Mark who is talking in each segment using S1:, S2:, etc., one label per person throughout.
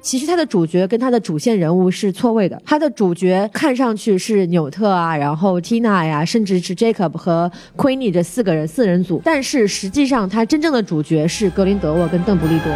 S1: 其实它的主角跟它的主线人物是错位的，它的主角看上去是纽特啊，然后 Tina 呀、甚至是 Jacob 和 Queenie 这四个人四人组，但是实际上它真正的主角是格林德沃跟邓布利多。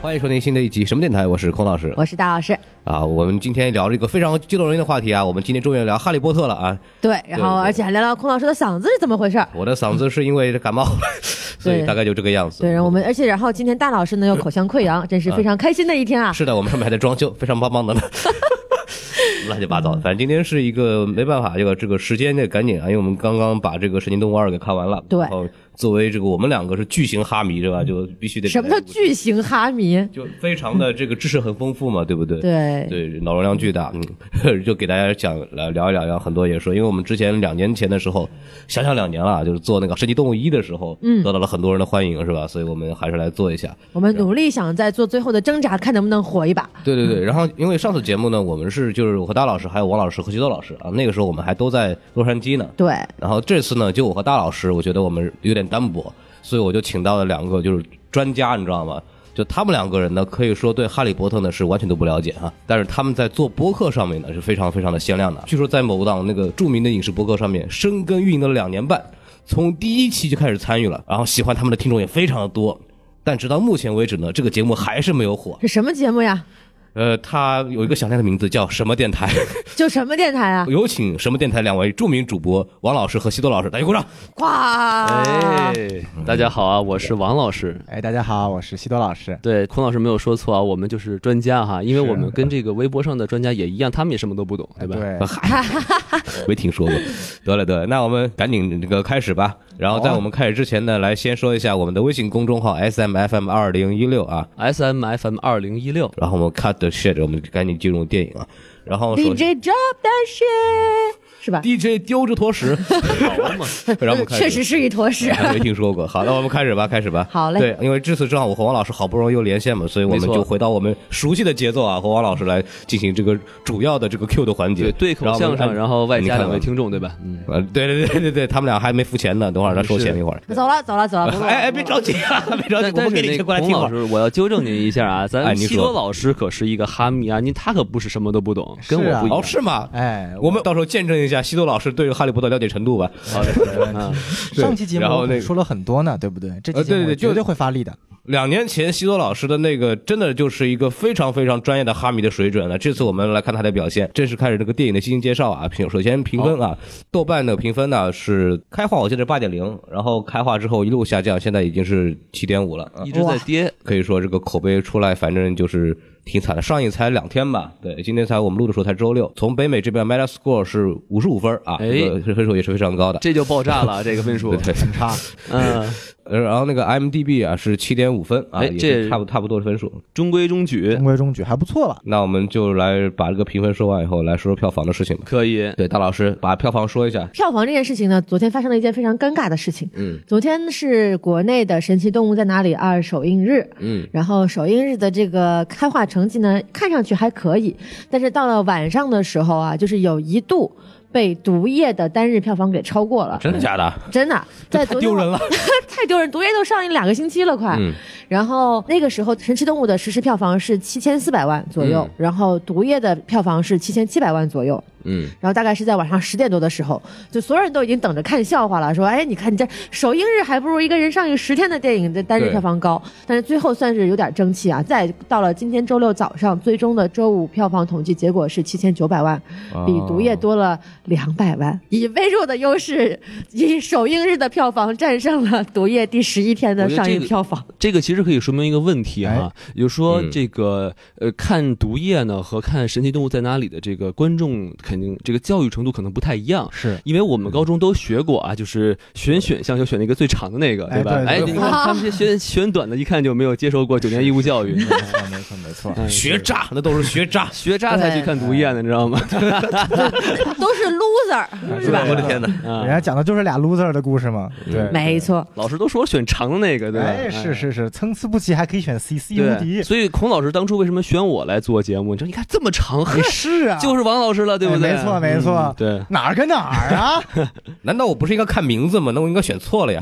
S2: 欢迎收听新的一集什么电台，我是孔老师
S1: 我是大老师，
S2: 啊。我们今天聊这个非常激动人心的话题啊，我们今天终于聊《哈利波特》了啊。
S1: 对，然后
S2: 对对
S1: 而且还聊聊孔老师的嗓子是怎么回事儿。
S2: 我的嗓子是因为感冒， 所以大概就这个样子。
S1: 对，然后我们而且然后今天大老师呢又口腔溃疡，真是非常开心的一天啊！
S2: 是的，我们上面还在装修，非常棒棒的呢。 乱七八
S1: 嗯
S2: 糟的，反正今天是一个没办法，这个这个时间得赶紧啊，因为我们刚刚把这个《神奇动物二》给看完了。
S1: 对嗯
S2: 然后作为这个我们两个是巨型哈迷，对吧？就必须得
S1: 什么叫巨型哈迷？
S2: 就非常的这个知识很丰富嘛，对不对？
S1: 对
S2: 对，脑容量巨大，嗯， 就给大家讲来聊一聊，然后很多也说，因为我们之前两年前的时候，想想两年了，啊就是做那个《神奇动物一》的时候，嗯，得到了很多人的欢迎，是吧？所以我们还是来做一下。
S1: 我们努力想在做最后的挣扎，看能不能火一把。
S2: 对对对，然后因为上次节目呢，我们是就是我和大老师还有王老师和徐豆老师啊，那个时候我们还都在洛杉矶呢，
S1: 对，
S2: 然后这次呢，就我和大老师，我觉得我们有点单薄，所以我就请到了两个就是专家，你知道吗？就他们两个人呢，可以说对《哈利波特呢》是完全都不了解哈，但是他们在做播客上面呢是非常非常的鲜亮的。据说在某档那个著名的影视播客上面深耕运营了两年半，从第一期就开始参与了，然后喜欢他们的听众也非常的多。但直到目前为止呢，这个节目还是没有火。
S1: 是什么节目呀？
S2: 呃，它有一个响亮的名字叫什么电台？
S1: 就什么电台啊？
S2: 有请什么电台两位著名主播王老师和西多老师，大家鼓掌。
S1: 哇！
S3: 哎，大家好啊，我是王老师。
S4: 哎，大家好，我是西多老师。
S3: 对，孔老师没有说错啊，我们就是专家哈，因为我们跟这个微博上的专家也一样，他们也什么都不懂，对吧？
S4: 对，
S2: 嗨， 没听说过。得了得了，那我们赶紧这个开始吧。然
S3: 啊
S2: 后在我们开始之前呢，来先说一下我们的微信公众号 S M F M 二零一六啊。
S3: S M F M 二零一六，
S2: 然后我们 cut the shit，我们赶紧进入电影啊。然后首
S1: DJ drop that shit，是吧？
S2: DJ 丢着坨屎，
S3: 啊
S2: 然后我们开始
S1: 确
S2: 哎
S1: 实是一坨屎。
S2: 还没听说过。好，那我们开始吧，开始吧。
S1: 好嘞
S2: 对，因为这次正好我和王老师好不容易又连线嘛，所以我们
S3: 没错
S2: 就回到我们熟悉的节奏啊，和王老师来进行这个主要的这个 Q 的环节。
S3: 对对口相
S2: 哎
S3: 声，然后外加两位听众，对吧？嗯，
S2: 呃，对对对对对，他们俩还没付钱呢，等会儿他收钱一会儿。
S1: 走了，走了，走了。不录了
S2: 哎哎，别着急啊，别着急
S3: 但，
S2: 我
S3: 但
S2: 们给
S3: 是
S2: 你
S3: 那
S2: 钱过来
S3: 孔
S2: 听会
S3: 老
S2: 儿。
S3: 师，我要纠正您一 下啊，
S2: 哎
S3: 咱
S2: 你说
S3: 西多老师可是一个哈迷啊，您他可不是什么都不懂，跟我不一
S2: 哦，
S4: 师
S3: 样。
S2: 是吗？
S4: 哎，
S2: 我们到时候见证一下西多老师对《哈利波特》了解程度吧。
S3: 好的，
S2: 哦啊
S3: 嗯，
S4: 上期节目
S2: 然后
S4: 我
S2: 那个
S4: 们说了很多呢，对不对？这期
S2: 呃对
S4: 节目
S2: 对
S4: 我
S2: 就
S4: 绝对会发力的。
S2: 两年前西多老师的那个，真的就是一个非常非常专业的哈迷的水准了。这次我们来看他的表现，正式开始这个电影的进行介绍啊。评首先评分啊，豆瓣的评分呢是开画我记得八点零，然后开画之后一路下降，现在已经是七点五了。啊
S3: 一直在跌，
S2: 可以说这个口碑出来，反正就是挺惨的。上映才两天吧，对，今天才我们录的时候才周六。从北美这边 Metascore 是五十五分啊，
S3: 哎
S2: 这个分数也是非常高的。
S3: 这就爆炸了，这个分数，
S2: 对，
S4: 很差，
S3: 嗯，
S2: 呃然后那个 IMDB 啊是七点五分啊，
S3: 哎
S2: 也
S3: 这
S2: 是差不差不多的分数。
S3: 中规中矩
S4: 中，规中矩，还不错了。
S2: 那我们就来把这个评分说完以后，来说说票房的事情吧。
S3: 可以。
S2: 对，大老师把票房说一下。
S1: 票房这件事情呢，昨天发生了一件非常尴尬的事情。
S2: 嗯
S1: 昨天是国内的《神奇动物在哪里二》首映日，
S2: 嗯，
S1: 然后首映日的这个开画成绩呢，看上去还可以，但是到了晚上的时候啊，就是有一度被毒液的单日票房给超过了，
S2: 真的假的？
S1: 真的在昨天晚。
S2: 了。
S1: 太丢人，毒液都上映两个星期了，快。
S2: 嗯
S1: 然后那个时候，《神奇动物》的实时票房是七千四百万左右，
S2: 嗯
S1: 然后毒液的票房是七千七百万左右。
S2: 嗯，
S1: 然后大概是在晚上十点多的时候，就所有人都已经等着看笑话了，说：“哎，你看你这首映日还不如一个人上映十天的电影这单日
S2: 对
S1: 票房高。”但是最后算是有点争气啊！再到了今天周六早上，最终的周五票房统计结果是七千九百万，
S3: 啊
S1: 比毒液多了两百万，以微弱的优势，以首映日的票房战胜了毒液第十一天的
S3: 我觉得
S1: 上
S3: 这
S1: 映
S3: 个
S1: 票房。
S3: 这个其实可以说明一个问题啊，也就是说这个呃，看《毒液》呢和看《神奇动物在哪里》的这个观众肯定这个教育程度可能不太一样。
S4: 是，
S3: 因为我们高中都学过啊，就是选选项就选那个最长的那个，
S4: 哎
S3: 对吧？
S4: 对
S3: 哎，
S4: 对
S3: 你
S4: 对
S3: 看他们这些选选短的，一看就没有接受过九年义务教育，
S4: 没错，没错，没错。
S3: 嗯。
S2: 学渣，那都是学渣
S3: 学渣才去看《毒液》呢，你知道吗？
S1: 都是 loser，是吧？
S2: 我的天哪！
S3: 啊
S4: 人，家讲的就是俩 loser 的故事嘛。对，
S1: 没错，
S3: 老师都说选长的那个，对吧？
S4: 哎，是是是，参差不齐，还可以选 CC 无
S3: 对，
S4: 敌。
S3: 所以孔老师当初为什么选我来做节目？你说你看这么长，很
S4: 是啊，
S3: 就是王老师了，对不不对？
S4: 没错没错
S3: 嗯对。
S4: 哪儿跟哪儿啊？
S2: 难道我不是应该看名字吗？那我应该选错了呀！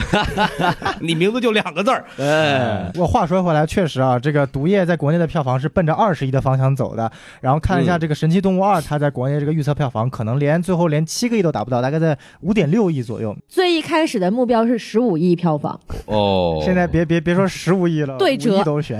S2: 你名字就两个字儿，
S3: 哎，
S4: 我话说回来，确实啊，这个《毒液》在国内的票房是奔着二十亿的方向走的。然后看了一下这个《神奇动物二》，它在国内这个预测票房可能连最后连七个亿都达不到，大概在五点六亿左右。
S1: 最一开始的目标是十五亿票房，
S2: 哦，
S4: 现在别别别说十五亿了，
S1: 对折
S4: 五亿都悬。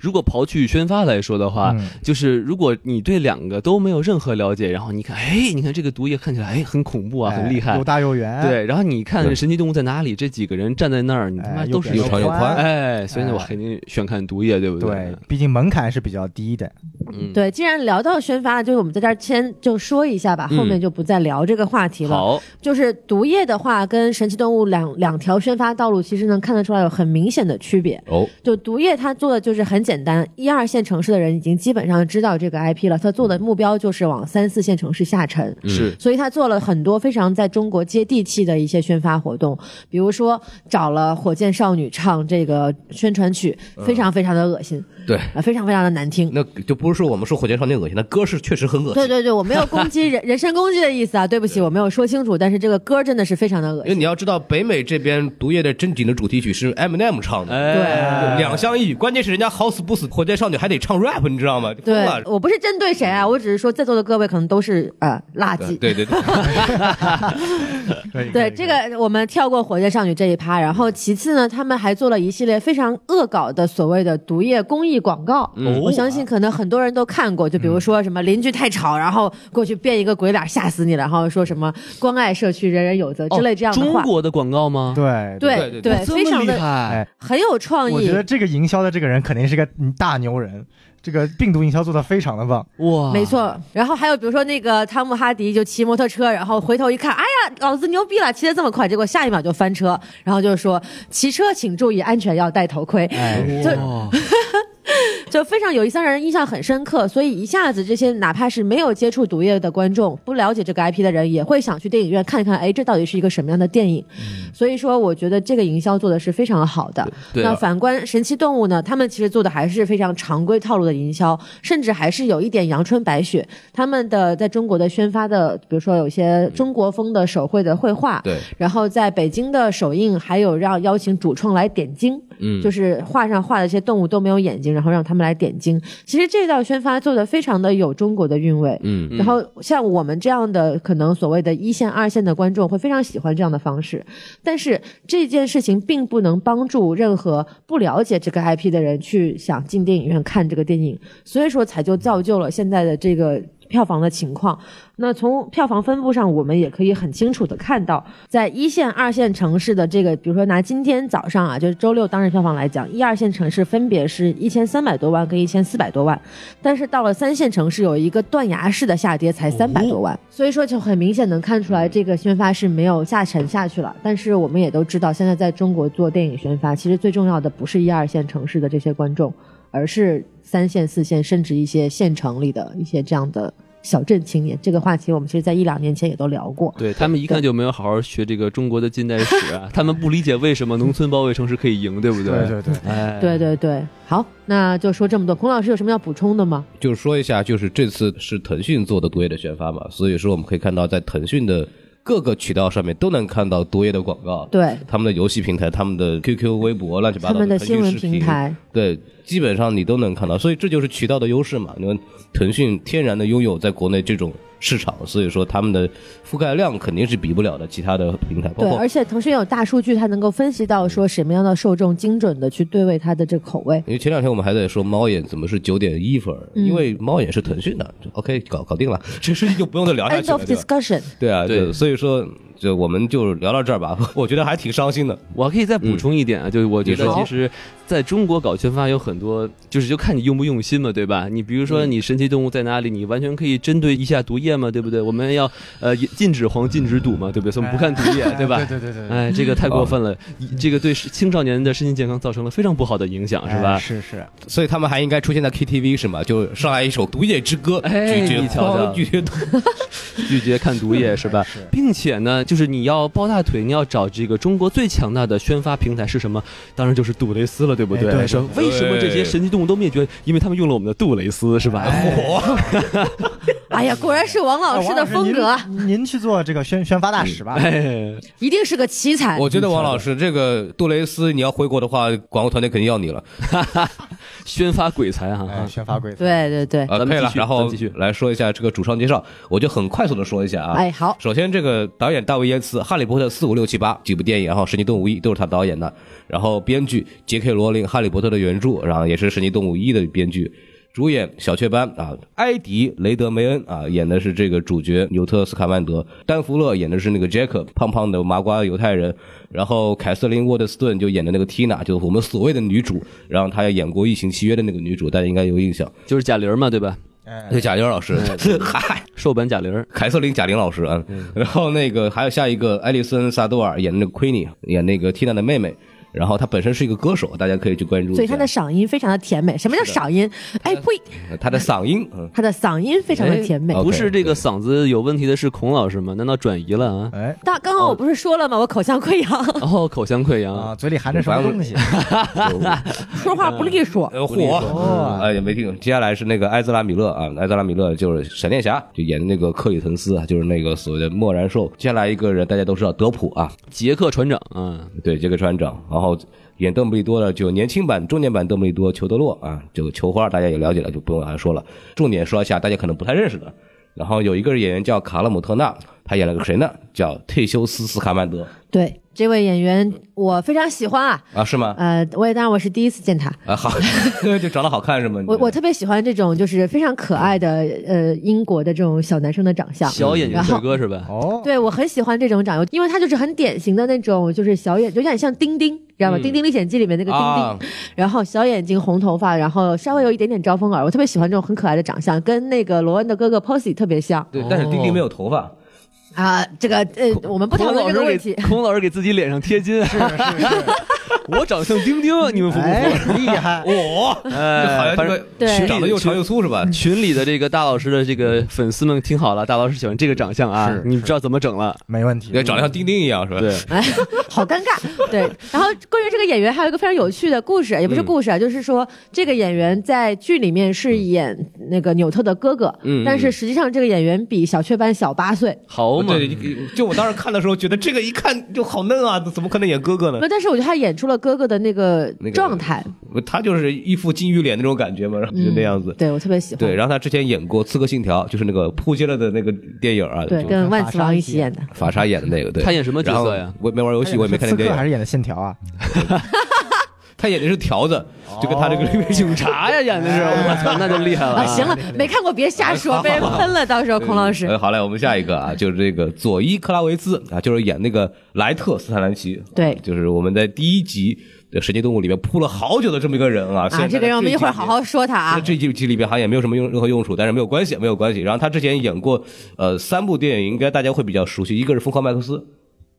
S3: 如果刨去宣发来说的话，
S4: 嗯
S3: 就是如果你对两个都没有任何了解，然后你看，哎，你看这个毒液看起来哎很恐怖啊，
S4: 哎
S3: 很厉害
S4: 又，大又圆。
S3: 对。然后你看
S2: 对
S3: 《神奇动物在哪里》这几个人站在那儿，你他
S4: 哎，
S3: 妈
S4: 又
S3: 都是
S4: 扁
S2: 有长有宽
S3: 哎，所以呢，我
S4: 哎
S3: 肯定选看毒液，对不
S4: 对，毕竟门槛是比较低的。
S3: 嗯，
S1: 对，既然聊到宣发了，就是我们在这儿先就说一下吧，
S2: 嗯
S1: 后面就不再聊这个话题了。
S3: 好，
S1: 就是毒液的话，跟神奇动物两两条宣发道路，其实能看得出来有很明显的区别。
S2: 哦，
S1: 就毒液它做的就是很简单，一二线城市的人已经基本上知道这个 IP 了，它做的目标就是往三四线城市下沉。
S2: 嗯
S3: 是
S1: 所以他做了很多非常在中国接地气的一些宣发活动，比如说找了火箭少女唱这个宣传曲，非常非常的恶心，
S2: 对，
S1: 啊，非常非常的难听。
S2: 嗯那就不是说我们说火箭少年恶心，那歌是确实很恶
S1: 对
S2: 心。
S1: 对对，我没有攻击人 人身攻击的意思啊，对不起，我没有说清楚，但是这个歌真的是非常的恶
S2: 因为
S1: 心。
S2: 哎你要知道，北美这边《毒液》的正经的主题曲是 Eminem 唱的，
S3: 哎，
S2: 两相一语。关键是人家好死不死，火箭少女还得唱 rap，你知道吗？疯
S1: 对
S2: 了，
S1: 我不是针对谁啊，我只是说在座的各位可能都是呃垃圾。
S2: 对对对，
S4: 对
S1: 对这个，我们跳过火箭少女这一趴，然后其次呢，他们还做了一系列非常恶搞的所谓的毒液公益广告。
S3: 哦
S1: 我相信可能很多人都看过，就比如说什么邻居太吵，然后过去变一个鬼脸吓死你，然后说什么关爱社区人人有责之类这样的
S3: 哦中
S1: 话。
S3: 国的广告吗？
S4: 对
S2: 对
S1: 对
S2: 对
S1: 对，
S3: 这
S1: 非
S3: 么
S1: 常哎
S3: 厉
S1: 的
S3: 害，
S1: 很有创
S4: 我
S1: 意
S3: 啊
S4: 觉。得这个营销的这个人肯定是个嗯大牛人，这个病毒营销做的非常的棒。
S3: 哇，
S1: 没，错，然后还有比如说那个汤姆哈迪就骑摩托车，然后回头一看，哎呀，老子牛逼了，骑得这么快，结果下一秒就翻车，然后就说骑车请注意安全，要戴头盔。
S4: 哎，
S1: 就
S3: 哇，
S1: 就非常有意思，让人印象很深刻。所以一下子，这些哪怕是没有接触毒液的观众，不了解这个 IP 的人，也会想去电影院看一看，哎，这到底是一个什么样的电影？所以说，我觉得这个营销做的是非常好的。
S3: 嗯对
S1: 那
S3: 啊，
S1: 反观神奇动物呢，他们其实做的还是非常常规套路的营销，甚至还是有一点阳春白雪。他们的在中国的宣发的，比如说有一些中国风的手绘的绘画，
S2: 对，
S1: 然后在北京的首映还有让邀请主创来点睛，
S2: 嗯
S1: 就是画上画的这些动物都没有眼睛，然后让他们来点睛。其实这道宣发做的非常的有中国的韵味。
S2: 嗯，
S1: 然后像我们这样的可能所谓的一线、二线的观众会非常喜欢这样的方式，但是这件事情并不能帮助任何不了解这个 IP 的人去想进电影院看这个电影，所以说才就造就了现在的这个。票房的情况，那从票房分布上，我们也可以很清楚的看到，在一线、二线城市的这个，比如说拿今天早上啊，就是周六当日票房来讲，一二线城市分别是一千三百多万跟一千四百多万，但是到了三线城市有一个断崖式的下跌，
S2: 哦
S1: 才三百多万，所以说就很明显能看出来这个宣发是没有下沉下去了。但是我们也都知道，现在在中国做电影宣发，其实最重要的不是一二线城市的这些观众，而是三线、四线甚至一些县城里的一些这样的小镇青年。这个话题我们其实在一两年前也都聊过。
S3: 对他们一看就没有好好学这个中国的近代史 啊，他们不理解为什么农村包围城市可以赢，对不
S4: 对
S3: 对
S4: 对对，
S3: 哎，
S1: 对对对，好，那就说这么多。孔老师有什么要补充的吗？
S2: 就是说一下，就是这次是腾讯做的毒液的宣发嘛，所以说我们可以看到，在腾讯的各个渠道上面都能看到毒液的广告。
S1: 对，
S2: 他们的游戏平台、他们的 QQ、微博、乱七八
S1: 他
S2: 糟
S1: 们的
S2: 腾讯
S1: 新闻
S2: 视频
S1: 平，台，
S2: 对，基本上你都能看到，所以这就是渠道的优势嘛。你看腾讯天然的拥有在国内这种市场，所以说他们的覆盖量肯定是比不了的其他的平台，包
S1: 对，
S2: 括
S1: 而且腾讯有大数据，它能够分析到说什么样的受众，精准的去对位它的这个口味。
S2: 因为前两天我们还在说猫眼怎么是九点一分儿，
S1: 嗯
S2: 因为猫眼是腾讯的就，OK，搞搞定了，这事情就不用再聊下去
S1: End
S2: 了
S1: of，
S2: 对吧
S1: discussion。
S2: 对啊，
S3: 对
S2: 对，所以说就我们就聊到这儿吧， 我觉得还挺伤心的，
S3: 我可以再补充一点啊，就是我觉
S2: 你
S3: 得
S2: 说
S3: 其实在中国搞宣发有很多，就是就看你用不用心嘛，对吧？你比如说你神奇动物在哪里，你完全可以针对一下毒液嘛，对不对？我们要呃禁止黄禁止赌嘛，对不对？所以我们不看毒液，对吧？
S4: 对对对对，
S3: 哎，这个太过分了，这个对青少年的身心健康造成了非常不好的影响，嗯是
S4: 哎
S3: 吧？
S4: 是是，
S2: 所以他们还应该出现在 KTV 是吗？就上来一首《毒液之歌》，
S3: 哎
S2: 拒绝
S3: 你瞧瞧
S2: 狂拒绝毒
S3: 拒绝看毒液是吧？并且呢，就是你要抱大腿，你要找这个中国最强大的宣发平台是什么？当然就是杜蕾斯了，对不对？
S4: 哎对
S3: 说
S4: 哎
S3: 为什么这些神奇动物都灭绝？因为他们用了我们的杜蕾斯，是吧？
S2: 火，
S1: 哎呀，果然是王老师的风格，
S4: 啊王老师您您去做这个宣宣发大使吧。
S3: 哎，
S1: 一定是个奇才。
S2: 我觉得王老师这个杜蕾斯，你要回国的话，广告团队肯定要你了。
S3: 宣发鬼才哈、
S4: 哎，
S3: 啊，
S4: 宣发贵。
S1: 对对对，
S2: 啊，
S3: 咱们
S2: 可以了
S3: 继。续
S2: 然后
S3: 咱继续
S2: 来说一下这个主创介绍，我就很快速的说一下啊。
S1: 哎好，
S2: 首先，这个导演大卫·耶茨，《哈利波特》四五六七八几部电影，然后《神奇动物一》都是他导演的。然后编剧杰克·罗琳，《哈利波特》的原著，然后也是《神奇动物一》的编剧。主演小雀斑啊，埃迪·雷德梅恩啊演的是这个主角纽特·斯卡曼德，丹弗勒演的是那个杰克，胖胖的麻瓜犹太人。然后凯瑟琳·沃德斯顿就演的那个 Tina，就是我们所谓的女主。然后她也演过《异形契约》的那个女主，大家应该有印象。
S3: 就是贾玲嘛，对吧？
S4: 哎
S2: 对，贾玲老师， 嗨。
S3: 瘦版贾玲，
S2: 凯瑟琳·贾玲老师啊，然后那个还有下一个艾丽森·萨多尔演那个 Queenie，演那个 Tina 的妹妹，然后她本身是一个歌手，大家可以去关注一下。
S1: 所以他的嗓音非常的甜美。什么叫嗓音？哎呸，
S2: 呃她的嗓音，嗯，
S1: 他的嗓音非常的甜美
S2: 哎。OK，
S3: 不是这个嗓子有问题的是孔老师吗？难道转移了啊？
S4: 哎
S1: 但刚刚我不是说了吗？我口腔溃疡，
S3: 然后口腔溃疡，
S4: 啊，嘴里含着什么东西？
S1: 说话不利索。
S2: 呃，火
S4: 哦，
S2: 哎也没听。接下来是那个埃兹拉·米勒啊，埃兹拉·米勒就是闪电侠，就演的那个克里滕斯啊，就是那个所谓的莫然兽。接下来一个人大家都知道德普啊，
S3: 杰克船长啊，
S2: 对杰克船长，然后演邓布利多的就年轻版、中年版邓布利多裘德洛啊，就球花大家也了解了，就不用往下说了。重点说一下大家可能不太认识的，然后有一个演员叫卡勒姆特纳，他演了个谁呢？叫忒修斯·斯卡曼德
S1: 对，这位演员我非常喜欢啊。
S2: 啊，是 吗？
S1: 呃，我也当然我是第一次见他，
S2: 啊，好，啊就长得好看是吗？
S1: 我我特别喜欢这种就是非常可爱的呃英国的这种小男生的长相。
S3: 小眼睛帅哥是吧？
S4: 嗯哦，
S1: 对我很喜欢这种长幼，因为他就是很典型的那种，就是小眼，有点像丁丁，知道吗？丁丁历险记》里面那个丁丁，
S2: 啊
S1: 然后小眼睛、红头发，然后稍微有一点点招风耳，我特别喜欢这种很可爱的长相，跟那个罗恩的哥哥 Posy 特别像
S2: 对，但是丁丁没有头发。
S1: 啊。这个呃，我们不讨
S3: 孔
S1: 论
S3: 老
S1: 这
S3: 师
S1: 个问
S3: 给
S1: 题。
S3: 孔老师给自己脸上贴金，
S4: 是是是，
S3: 我长相丁丁，你们服不
S4: 哎
S3: 服？，
S4: 厉害！
S2: 我
S3: 哎，反正
S1: 对
S2: 长得又长又粗是吧？
S3: 群里的这个大老师的这个粉丝们听好了，大老师喜欢这个长相啊
S4: 是，
S3: 你知道怎么整了？
S4: 没问题
S2: 对，。长得像丁丁一样是吧？
S3: 对，
S1: 哎，好尴尬。 对，然后关于这个演员还有一个非常有趣的故事，也不是故事啊，就是说这个演员在剧里面是演那个纽特的哥哥，
S2: 嗯嗯
S1: 但是实际上这个演员比小雀斑小八岁，
S3: 好嘛，
S2: 对，就我当时看的时候，觉得这个一看就好嫩啊，怎么可能演哥哥呢
S1: 不，？但是我觉得他演出了哥哥的那个
S2: 那个
S1: 状态，
S2: 他就是一副金鱼脸那种感觉嘛，然后就那样子。
S1: 对我特别喜欢。
S2: 对，然后他之前演过《刺客信条》，就是那个扑街了的那个电影啊，
S1: 对
S2: 就
S1: 跟万磁王一起演的，
S2: 法沙演的那个，对。
S3: 他演什么角色呀
S2: 然后我也没玩游戏，我也没看那
S4: 刺
S2: 电
S4: 客还
S2: 影。
S4: 哎是演的线条啊？
S2: 他演的是条子，就跟他这个里面
S3: 警察哦哎呀演的是，我 操，那就厉害了
S1: 啊，行了，没看过别
S2: 哎
S1: 瞎说，被人喷了，到时候孔老师
S2: 呃，。好嘞，我们下一个啊，就是这个佐伊·克拉维兹啊，就是演那个莱特·斯坦兰奇，
S1: 对
S2: 就是我们在第一集的《神奇动物》里面铺了好久的这么一个人啊。虽
S1: 啊，
S2: 然
S1: 这个人我们一会儿好好说他
S2: 那
S1: 啊。
S2: 这几集里边好像也没有什么用任何用处，但是没有关系，没有关系。然后他之前演过呃三部电影，应该大家会比较熟悉，一个是《疯狂麦克斯》，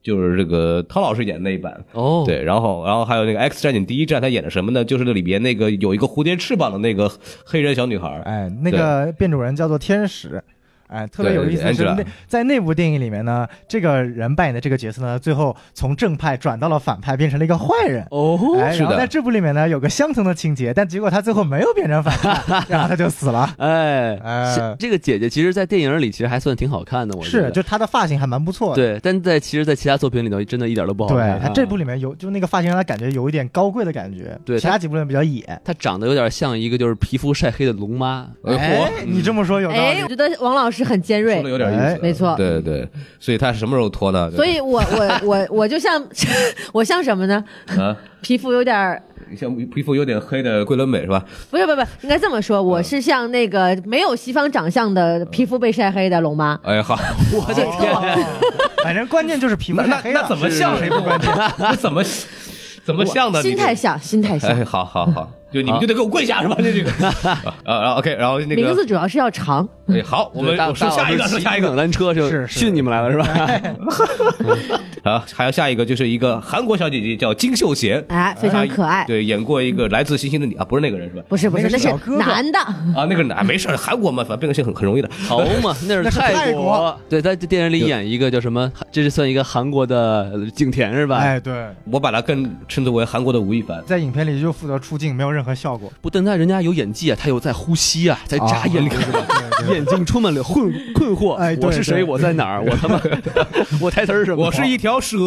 S2: 就是这个汤老师演的那一版。
S3: 哦，
S2: 对，然后，然后还有那个《X 战警：第一战》，他演的什么呢？就是那里边那个有一个蝴蝶翅膀的那个黑人小女孩儿，
S4: 哎，那个变种人叫做天使。哎，特别有意思的是，
S2: Angela
S4: 那在那部电影里面呢，这个人扮演的这个角色呢，最后从正派转到了反派，变成了一个坏人。
S3: 哦，
S4: 哎，
S2: 是的
S4: 然后在这部里面呢，有个相同的情节，但结果他最后没有变成反 派，然后他就死了。
S3: 哎，
S4: 哎
S3: 是这个姐姐其实，在电影里其实还算挺好看的，我觉
S4: 是，
S3: 得。
S4: 就他的发型还蛮不错的。
S3: 对，但在其实，在其他作品里头，真的一点都
S2: 哦
S3: 不好看。
S4: 对他这部
S3: 啊，
S4: 里面有，就那个发型让他感觉有一点高贵的感觉。
S3: 对
S4: 其他几部里面比较野。
S3: 她长得有点像一个就是皮肤晒黑的龙妈。
S2: 哎，
S4: 哎，你这么说有道
S1: 哎，
S4: 理
S1: 我。觉得王老师很尖
S2: 嚯说的
S1: 锐，
S2: 有点意思
S4: 哎
S2: 啊，
S1: 没错
S2: 对对，所以他什么时候脱呢？
S1: 所以我我我我就像 我像什么呢？
S2: 啊，
S1: 皮肤有点儿
S2: 像皮肤有点黑的桂纶镁是吧？
S1: 不是不是不是，应该这么说，我
S2: 嗯
S1: 是像那个没有西方长相的皮肤被晒黑的龙妈。
S2: 哎好，
S3: 我的天！
S4: 反正关键就是皮肤
S2: 那
S4: 太
S2: 那
S4: 黑
S2: 那
S4: 了
S2: 怎。么像谁不关键？ 那怎么怎么像的？你
S1: 心
S2: 这
S1: 态像，心 态像。
S2: 哎，好好好，就你们就得给我跪下是吧？就这 个啊啊，OK，然后那
S1: 名
S2: 个
S1: 字主要是要长，
S2: 哎，好，我们
S3: 大
S2: 我说下一个，说下一个
S3: 冷单车就是
S4: 是
S3: 训你们来了是吧？
S2: 啊，还有下一个就是一个韩国小姐姐叫金秀贤，
S1: 哎，非常可爱。
S2: 对，演过一个来自星星的你啊，不是那个人是 吧？
S1: 不是不是，
S4: 那
S1: 那
S4: 个
S1: 是
S4: 小哥哥
S1: 男的，
S2: 啊，那个人啊，没事儿，韩国嘛，反正变个性很很容易的。
S3: 好嘛， 那是
S4: 那是泰
S3: 国
S4: 国。
S3: 对，在这电影里演一个叫什么？这是算一个韩国的景甜是吧？
S4: 哎，对，
S2: 我把他更称之为韩国的吴亦凡。
S4: 在影片里就负责出镜，没有任何效果。
S3: 不，但他人家有演技啊，他有在呼吸啊，在眨眼睛是吧？
S4: 对
S3: 眼睛充满了困困惑。
S4: 哎对
S3: 我是谁？
S4: 对
S3: 我在哪 儿？我他妈， 我台词儿是什么？
S2: 我是一条蛇。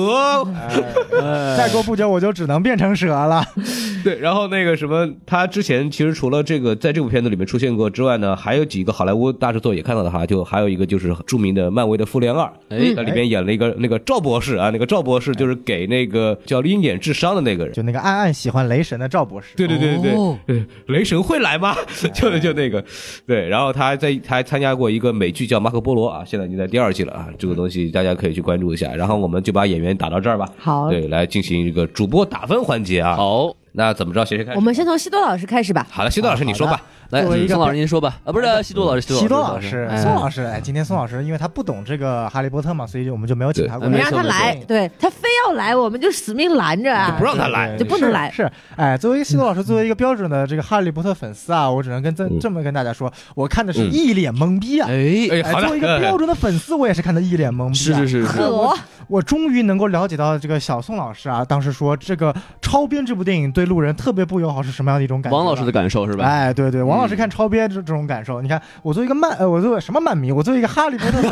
S3: 哎
S4: 再过不久我就只能变成蛇了。
S2: 对，然后那个什么，他之前其实除了这个在这部片子里面出现过之外呢，还有几个好莱坞大制作也看到了他，就还有一个就是著名的漫威的《复联二》，
S3: 哎
S2: 在里面演了一个那个赵博士啊，那个赵博士就是给那个叫鹰眼智商的那个人。
S4: 就那个暗暗喜欢雷神的赵博士，
S2: 对对对对
S3: 哦哎
S2: 对，雷神会来吗？ 就就那个，对，然后他还在他还参加过一个美剧叫《马可波罗》啊，现在已经在第二季了啊，这个东西大家可以去关注一下。然后我们就把演员打到这儿吧，
S1: 好
S2: 对，来进行一个主播打分环节啊。，
S3: 好，
S2: 那怎么着？谁先开始？
S1: 我们先从西多老师开始吧。
S2: 好了，西多老师你说吧。
S3: 来
S4: 作为一，个哎
S3: 宋老师您说吧。啊，不是西多老师，
S4: 西多
S3: 老
S4: 老师，
S3: 哎
S4: 宋老师，哎，今天宋老师因为他不懂这个《哈利波特》嘛，所以就我们就没有请他过
S1: 呃
S3: 嗯
S1: 没
S4: 来。
S1: 让他来，
S4: 没错
S1: 对他非要来，我们就死命拦着啊，
S2: 不让他来
S4: 对
S1: 就不能来。
S4: 是是，哎，作为一个西多老师，作为一个标准的这个《哈利波特》粉丝啊，我只能跟这
S2: 嗯
S4: 这么跟大家说，我看的是一脸懵逼啊。
S3: 哎，
S2: 哎，
S4: 哎，
S2: 好
S4: 作
S2: 了，
S4: 为一个标准的粉丝，我也是看的一脸懵逼、
S3: 是
S4: 啊。
S3: 是是是，
S1: 可
S4: 我终于能够了解到这个小宋老师啊，当时说这个超编这部电影对路人特别不友好是什么样的一种感觉？啊
S3: 王老师的。感受是吧？嗯
S4: 哎，对对，王老师看超编这这种感受，你看我作为一个漫，呃，我作为什么漫迷，我作为一个哈利波特粉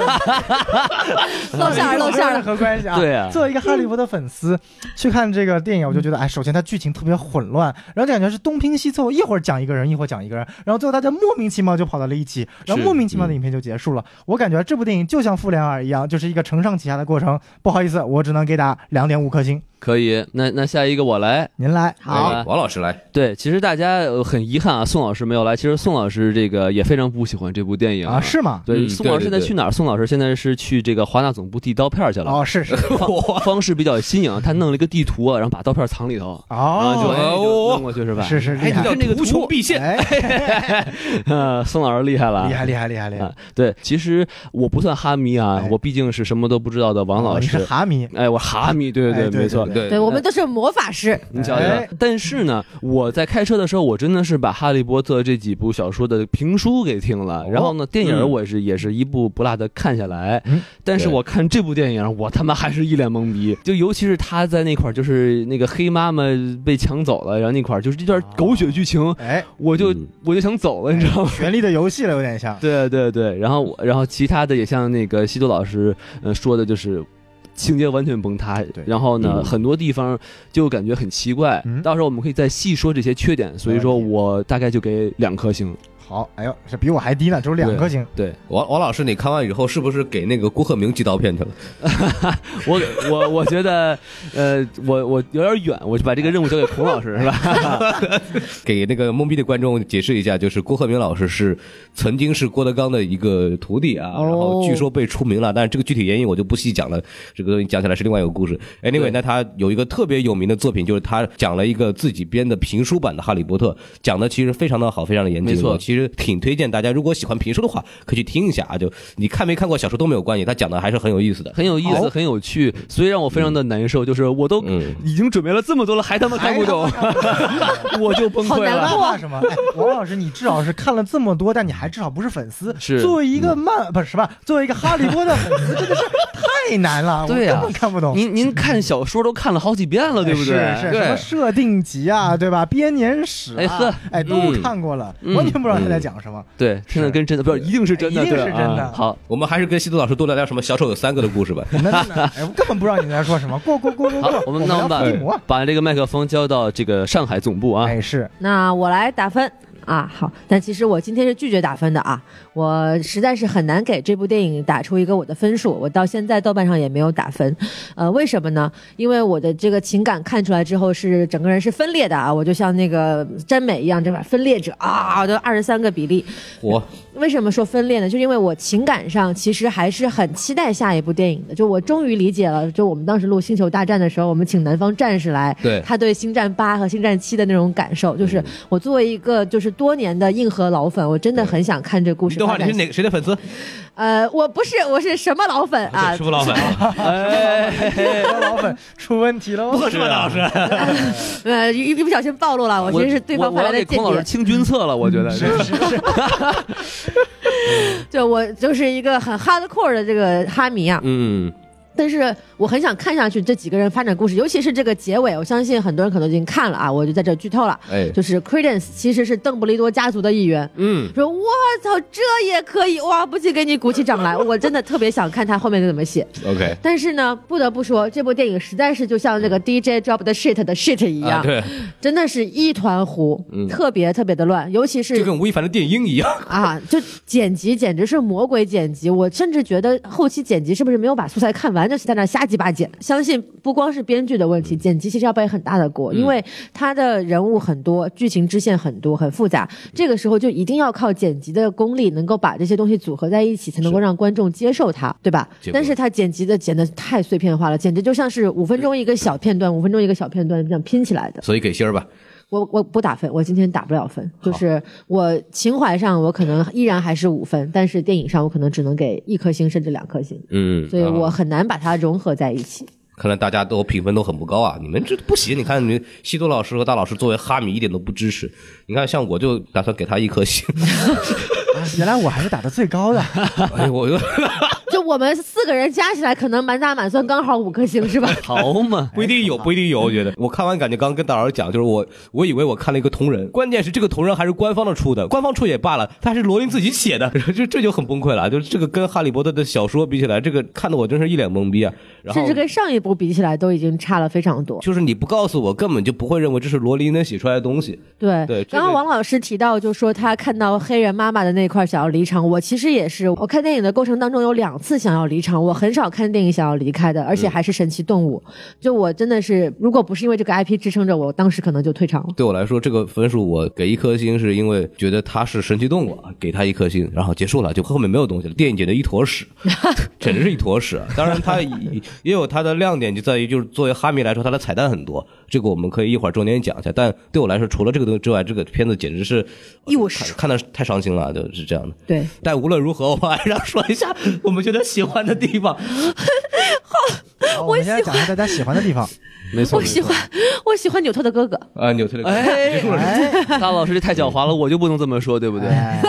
S4: 丝，
S1: 露馅儿，露
S4: 没
S1: 馅
S4: 有任
S1: 儿。
S4: 何关系啊。
S3: 对啊
S4: 作为一个哈利波特粉丝，去看这个电影，我就觉得，哎，首先它剧情特别混乱，然后就感觉是东拼西凑，一会儿讲一个人，一会儿讲一个人，然后最后大家莫名其妙就跑到了一起，然后
S3: 是嗯
S4: 莫名其妙的影片就结束了。我感觉这部电影就像《复联二》一样，就是一个承上启下的过程。不好意思，我只能给打两点五颗星。
S3: 可以，那那下一个我来。
S4: 您来，
S1: 好
S2: 哎王老师来，
S3: 对，其实大家呃很遗憾啊，宋老师没有来。其实宋老师这个也非常不喜欢这部电影
S4: 啊，是吗？
S3: 对，
S2: 嗯
S3: 宋
S2: 对
S3: 老师
S2: 对
S3: 现在
S2: 对
S3: 去哪儿？宋老师现在是去这个华纳总部递刀片儿去了。
S4: 哦，是是，
S3: 方方式比较新颖，他弄了一个地图啊，然后把刀片藏里头，然后就哎
S4: 哦，
S3: 就弄过去是吧？
S4: 是是厉害
S3: 哎跟这个
S2: 图 穷匕现，
S4: 哎，
S3: 呃，宋老师厉害了，
S4: 厉害厉害厉害厉 害
S3: 啊！！对，其实我不算哈迷啊
S4: 哎，
S3: 我毕竟是什么都不知道的王老
S4: 哦你是
S3: 师。
S4: 哈迷，
S3: 哎，我哈迷，对
S4: 哎
S3: 对
S4: 对
S3: 没错。
S2: 对
S1: 对我们都是魔法师，
S3: 你瞧瞧
S4: 哎，
S3: 但是呢，我在开车的时候，我真的是把《哈利波特》这几部小说的评书给听
S4: 哦
S3: 了，然后呢，电影我是也是一部不落的看下来
S4: 嗯。
S3: 但是
S2: 对
S3: 我看这部电影，我他妈还是一脸懵逼，就尤其是他在那块儿，就是那个黑妈妈被抢走了，然后那块儿就是这
S4: 哦
S3: 段狗血剧情，
S4: 哎，
S3: 我就
S2: 嗯
S3: 我就想走了，你知道吗？
S4: 权力的游戏了，有点 像。
S3: 对对对，然后我然后其他的也像那个西多老师呃说的，就是情节完全崩塌，
S4: 对
S3: 然后呢、
S2: 嗯
S3: 很多地方就感觉很奇怪，
S4: 嗯
S3: 到时候我们可以再细说这些缺点，所以说我大概就给两颗星。
S4: 好，哎呦，这比我还低呢，只有两颗星。
S3: 对
S2: 王王老师，你看完以后是不是给那个郭鹤鸣寄刀片去了？
S3: 我我我觉得呃我我有点远，我就把这个任务交给孔老师是吧？
S2: 给那个懵逼的观众解释一下，就是郭鹤鸣老师是曾经是郭德纲的一个徒弟啊，
S1: 哦
S2: 然后据说被除名了，但是这个具体原因我就不细讲了，这个东西讲起来是另外一个故事。Anyway，
S3: 对
S2: 那他有一个特别有名的作品，就是他讲了一个自己编的评书版的《哈利波特》，讲的其实非常的好，非常的严谨。
S3: 没错
S2: 我其实挺推荐大家，如果喜欢评书的话，可以去听一下啊。就你看没看过小说都没有关系，他讲的还是很有意思的。
S3: 很有意思，
S4: 好
S3: 很有趣，所以让我非常的难受，就是我都。
S2: 嗯，
S3: 已经准备了这么多了，还他妈看不懂， 我就崩
S1: 好
S3: 溃
S1: 难
S3: 了
S1: 过。
S4: 哎那怕什么？哎，王老师，你至少是看了这么多，但你还至少不是粉丝。
S3: 是嗯
S4: 作为一个漫不是什么，作为一个哈利波特粉丝，真的是太 难了，
S3: 对啊呀
S4: 我根本看不懂。哎
S3: 您您看小说都看了好几遍了，对不对？
S4: 是是什么
S3: 对
S4: 设定集啊，对吧？编年史
S3: 哎呵
S4: 啊，哎，都看过了，
S3: 嗯
S4: 完全不知道他在讲什么。
S3: 对，听着跟真的不是，一定是真的，
S4: 一定
S3: 对
S4: 是真的
S3: 啊好，
S2: 我们还是跟西多老师多聊聊什么小丑有三个的故事吧。
S4: 那那那，哎，我根本不知道你在说什么。过过过过
S3: 嗯 好
S4: 过，，
S3: 我
S4: 们
S3: 们那啊我们
S4: 要伏地
S3: 把
S4: 魔。
S3: 把这个麦克风交到这个上海总部啊。
S4: 啊哎，是
S1: 那我来打分啊。好，但其实我今天是拒绝打分的啊，我实在是很难给这部电影打出一个我的分数，我到现在豆瓣上也没有打分。呃，为什么呢？因为我的这个情感看出来之后是整个人是分裂的啊，我就像那个真美一样，这把分裂者啊，就二十三个比例。
S2: 我
S1: 为什么说分裂呢？就因为我情感上其实还是很期待下一部电影的。就我终于理解了，就我们当时录《星球大战》的时候，我们请南方战士来，
S2: 对
S1: 他对《星战八》和《星战七》的那种感受，就是我作为一个就是多年的硬核老粉，我真的很想看这故事
S2: 等会
S1: 发
S2: 儿
S1: 展
S2: 你是。哪个谁的粉丝？
S1: 呃，我不是，我是什么老粉啊
S2: 师？傅老板，
S3: 哎
S4: 哎老粉出问题了
S2: 不
S4: 哦。
S3: 啊
S2: 合适吧，老师？
S1: 呃，一一不小心暴露 了，我其实是对
S3: 我
S1: 方
S3: 我
S1: 派
S3: 要
S1: 来的
S3: 给
S1: 间
S3: 孔老
S1: 谍
S3: 师。清君侧了，我觉得
S4: 嗯
S3: 是
S1: 就我就是一个很 hardcore 的这个哈迷啊。
S2: 嗯，
S1: 但是我很想看上去这几个人发展故事，尤其是这个结尾，我相信很多人可能已经看了啊，我就在这剧透了。
S2: 哎，
S1: 就是 Credence 其实是邓布利多家族的一员，
S2: 嗯，
S1: 说我操这也可以哇，不禁给你鼓起掌 来，我真的特别想看他后面怎么写。
S2: OK，
S1: 但是呢，不得不说，这部电影实在是就像这个 DJ drop 的 shit 的 shit 一样，
S2: 啊，对，
S1: 真的是一团糊，
S2: 嗯
S1: 特别特别的乱，尤其
S2: 就是跟吴亦凡的电音一样，
S1: 啊，就剪辑简直是魔鬼剪辑，我甚至觉得后期剪辑是不是没有把素材看完，就是在那瞎鸡巴剪？相信不光是编剧的问题，剪辑其实要背很大的锅，因为他的人物很多，剧情支线很多，很复杂，这个时候就一定要靠剪辑的功力，能够把这些东西组合在一起，才能够让观众接受它，对吧
S2: 结？果
S1: 但是他剪辑的剪的太碎片化了，简直就像是五分钟一个小片段，五分钟一个小片段这样拼起来的。
S2: 所以给星儿吧。
S1: 我我不打分，我今天打不了分，就是我情怀上我可能依然还是五分，但是电影上我可能只能给一颗星甚至两颗星，
S2: 嗯，
S1: 所以我
S2: 啊
S1: 很难把它融合在一起。
S2: 看来大家都评分都很不高啊，你们这不行。你看，你西多老师和大老师作为哈迷一点都不支持。你看，像我就打算给他一颗星，
S4: 原来我还是打的最高 的，
S2: 哎，我又，
S1: 就我们四个人加起来，可能满打满算刚好五颗星是吧？
S3: 好嘛
S2: 不一定有，不一定有。我觉得我看完感觉，刚刚跟大老师讲，就是我我以为我看了一个同人，关键是这个同人还是官方的出的，官方出也罢了，他还是罗琳自己写的， 这这就很崩溃了。啊就是这个跟哈利波特的小说比起来，这个看得我真是一脸懵逼啊。 然后
S1: 甚至跟上一部比起来都已经差了非常多。
S2: 就是你不告诉我，根本就不会认为这是罗琳能写出来的东西。
S1: 对，
S2: 对这
S1: 刚刚
S2: 个
S1: 王老师提到，就说他看到黑人妈妈的那块想要离场，我其实也是，我看电影的过程当中有两次想要离场，我很少看电影想要离开的，而
S2: 嗯
S1: 且还是神奇动物，就我真的是，如果不是因为这个 IP 支撑着我，我当时可能就退场了。
S2: 对我来说，这个分数我给一颗星，是因为觉得它是神奇动物，啊给它一颗星，然后结束了，就后面没有东西了。电影简直一坨屎， 简直是一坨屎。啊当然，它也也有它的亮点，就在于就是作为哈迷来说，它的彩蛋很多，这个我们可以一会儿重点讲一下。但对我来说，除了这个东西之外，这个片子简直是
S1: 一无是处
S2: 看的太伤心了，就是这样的。
S1: 对，
S2: 但无论如何，我们还是要说一下我们觉得喜欢的地方。
S4: 我们现在讲一下大家喜欢的地方。
S3: 没错，
S1: 我喜欢， 我喜欢纽特的哥哥，
S2: 啊，纽特的
S3: 哎。哎，大老师这太狡猾了，我就不能这么说，对不对？
S4: 哎，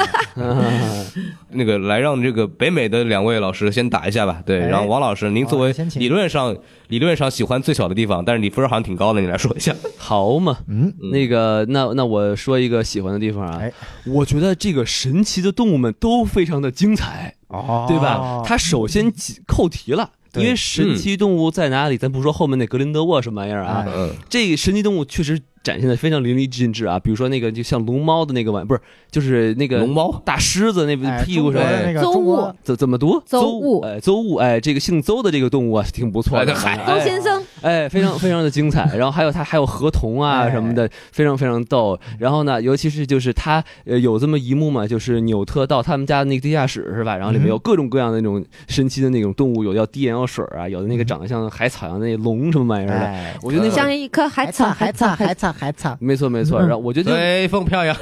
S2: 那个来让这个北美的两位老师先打一下吧，对，
S4: 哎
S2: 然后王老师，您作
S4: 好
S2: 为
S4: 先请
S2: 理论上理论上喜欢最小的地方，但是你分儿好像挺高的，你来说一下。
S3: 好嘛，
S4: 嗯，
S3: 那个，那那我说一个喜欢的地方啊，
S4: 哎
S3: 我觉得这个神奇的动物们都非常的精彩，
S4: 哦，
S3: 对吧？它首先起扣题了。因
S4: 对
S3: 为神奇动物在哪里？咱不说后面那格林德沃什么玩意儿啊，
S4: 哎
S2: 嗯，
S3: 这个神奇动物确实展现的非常淋漓尽致啊。比如说那个就像龙猫的那个玩，不是，就是那个
S2: 龙猫
S3: 大狮子那
S4: 哎
S3: 屁股上
S4: 中国的那个
S1: 邹
S4: 中国
S1: 物
S3: 怎怎么读？
S1: 邹物
S3: 哎，邹物，哎，这个姓邹的这个动物啊，挺不错的。
S2: 哎嗨
S1: 周先生，
S3: 哎，非 常非常的精彩。然后还有他还有合同啊
S4: 哎嗯
S3: 什么的，非常非常逗。然后呢，尤其是就是他呃有这么一幕嘛，就是纽特到他们家的那个地下室是吧？然后
S4: 嗯
S3: 里面有各种各样的那种神奇的那种动物，有要滴眼药水啊，有的那个长得像海草一样的那龙什么玩意儿的。
S4: 嗯哎，啊
S3: 我觉得那会儿
S1: 像一颗海草，海草，海草，
S4: 草海草，
S3: 没错没错。
S4: 嗯
S3: 然后我觉得就
S2: 随风飘扬，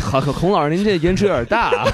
S3: 好，孔老师您这延迟有点大啊。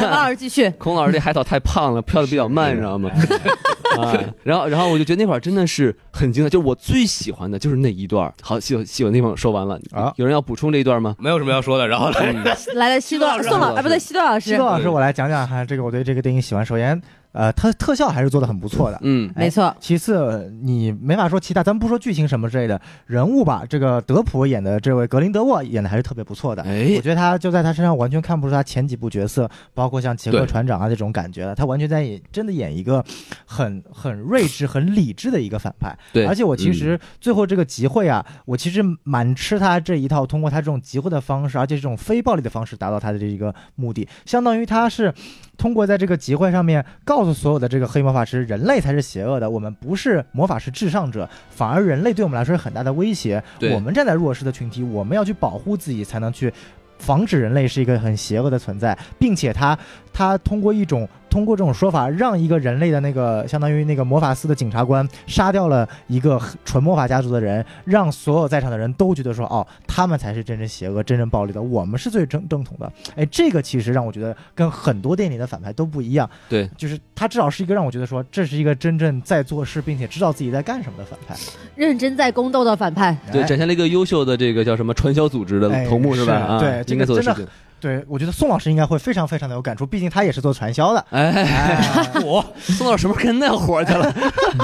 S1: 王老师继续，
S3: 孔老师这海草太胖了，飘的比较慢，你知道吗？ 啊，然后然后我就觉得那会儿真的是很精彩，就是我最喜欢的就是那一段儿。好，喜欢喜欢的地方说完了
S4: 啊
S3: 有人要补充这一段吗？
S2: 没有什么要说的。然后来，
S1: 来了西多
S2: 西多老师
S1: 宋老啊，不对，西多老
S4: 西
S1: 师
S4: 多，老师，我来讲讲哈，这个我对这个电影喜欢。首先，呃，它特效还是做的很不错的。
S3: 嗯，
S1: 没错，
S2: 哎
S4: 其次，你没法说其他，咱不说剧情什么之类的，人物吧，这个德普演的这位格林德沃演的还是特别不错的。
S3: 哎
S4: 我，觉得他就在他身上完全看不出他前几部角色，包括像杰克
S2: 对
S4: 船长啊这种感觉了，他完全在演真的演一个很很睿智、很理智的一个反派。
S3: 对
S4: 而且我其实最后这个集会啊，我其实蛮吃他这一套，通过他这种集会的方式，而且这种非暴力的方式达到他的这一个目的，相当于他是。通过在这个集会上面告诉所有的这个黑魔法师，人类才是邪恶的，我们不是魔法师至上者，反而人类对我们来说是很大的威胁。
S3: 对
S4: 我们站在弱势的群体，我们要去保护自己，才能去防止人类是一个很邪恶的存在，并且他他通过一种通过这种说法，让一个人类的那个相当于那个魔法司的检察官杀掉了一个纯魔法家族的人，让所有在场的人都觉得说，哦，他们才是真正邪恶、真正暴力的，我们是最正正统的。哎，这个其实让我觉得跟很多电影里的反派都不一样。
S3: 对，
S4: 就是他至少是一个让我觉得说，这是一个真正在做事并且知道自己在干什么的反派。
S1: 认真在宫斗的反派，
S3: 嗯对，
S4: 哎
S3: 展现了一个优秀的这个叫什么传销组织的头目
S4: 哎
S3: 吧？
S4: 是
S3: 啊，
S4: 对这个
S3: 应该做的事
S4: 真
S3: 情。
S4: 对，我觉得宋老师应该会非常非常的有感触，毕竟他也是做传 销的。
S3: 哎，
S4: 哎
S2: 我，
S3: 宋老师什么时候干那活儿去 了？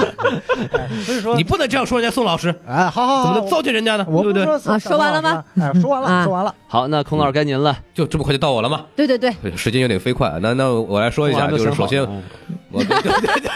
S4: 哎所以 说
S2: 你不能这样说人家宋老师，
S4: 哎，好好
S2: 怎
S4: 好，
S2: 么能糟践人家呢？
S4: 我？
S2: 对不
S4: 我
S2: 对？
S4: 说
S1: 啊说完了吗？
S4: 哎，说完了，
S1: 啊
S4: 说完了。
S3: 好，那孔老师该您了，
S2: 就这么快就到我了吗？
S1: 对对对，
S2: 时间有点飞快啊，那那我来说一下，
S3: 孔
S2: 就
S3: 老师
S2: 是
S3: 真
S2: 首
S3: 好
S2: 先，
S3: 哎
S2: 我对对对，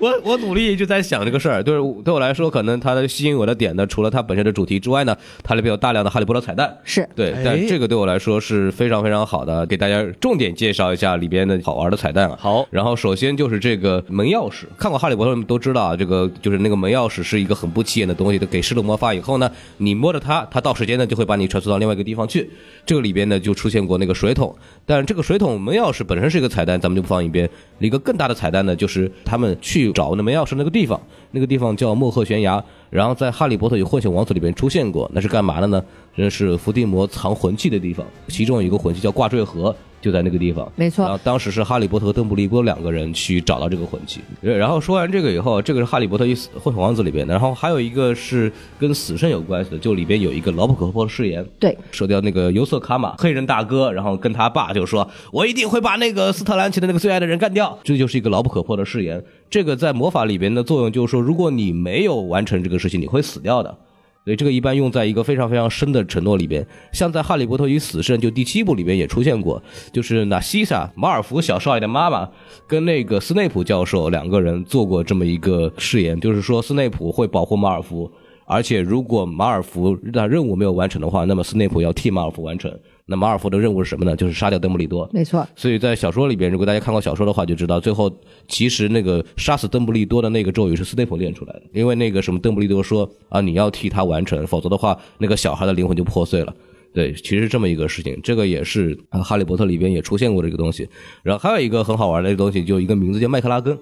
S2: 我我努力一直在想这个事儿，就是对我来说，可能它吸引我的点呢，除了它本身的主题之外呢，它里边有大量的哈利波特彩蛋，
S1: 是
S2: 对
S4: 哎，
S2: 但这个对我来说是非常非常好的，给大家重点介绍一下里边的好玩的彩蛋啊。
S3: 好，
S2: 然后首先就是这个门钥匙，看过《哈利波特》的人都知道啊，这个就是那个门钥匙是一个很不起眼的东西，它给施了魔法以后呢，你摸着它，它到时间呢就会把你传送到另外一个地方去。这个里边呢就出现过那个水桶，但这个水桶门钥匙本身是一个彩蛋，咱们就不放一边。一个更大的彩蛋呢，就是他们去找那门钥匙那个地方，那个地方叫莫赫悬崖，然后在《哈利波特与混血王子》里边出现过，那是干嘛的呢？那是伏地魔藏魂器的地方，其中有一个魂器叫挂坠盒，就在那个地方。
S1: 没错
S2: 然后当时是哈利波特和邓布利多两个人去找到这个魂器。呃然后说完这个以后，这个是《哈利波特与死混血王子》里边的，然后还有一个是跟死神有关系的，就里边有一个牢不可破的誓言，
S1: 对，
S2: 射掉那个尤瑟卡玛黑人大哥，然后跟他爸就说：“我一定会把那个斯特兰奇的那个最爱的人干掉。”这就是一个牢不可破的誓言。这个在魔法里边的作用就是说，如果你没有完成这个事情，你会死掉的。所以这个一般用在一个非常非常深的承诺里边，像在《哈利波特与死神》就第七部里边也出现过，就是纳西莎马尔福小少爷的妈妈跟那个斯内普教授两个人做过这么一个誓言，就是说斯内普会保护马尔福，而且如果马尔福的任务没有完成的话，那么斯内普要替马尔福完成。那马尔福的任务是什么呢？就是杀掉邓布利多。
S1: 没错，
S2: 所以在小说里边，如果大家看过小说的话，就知道最后其实那个杀死邓布利多的那个咒语是斯内普练出来的，因为那个什么邓布利多说啊，你要替他完成，否则的话，那个小孩的灵魂就破碎了。对，其实这么一个事情，这个也是啊《哈利波特》里边也出现过这个东西。然后还有一个很好玩的东西，就一个名字叫麦克拉根。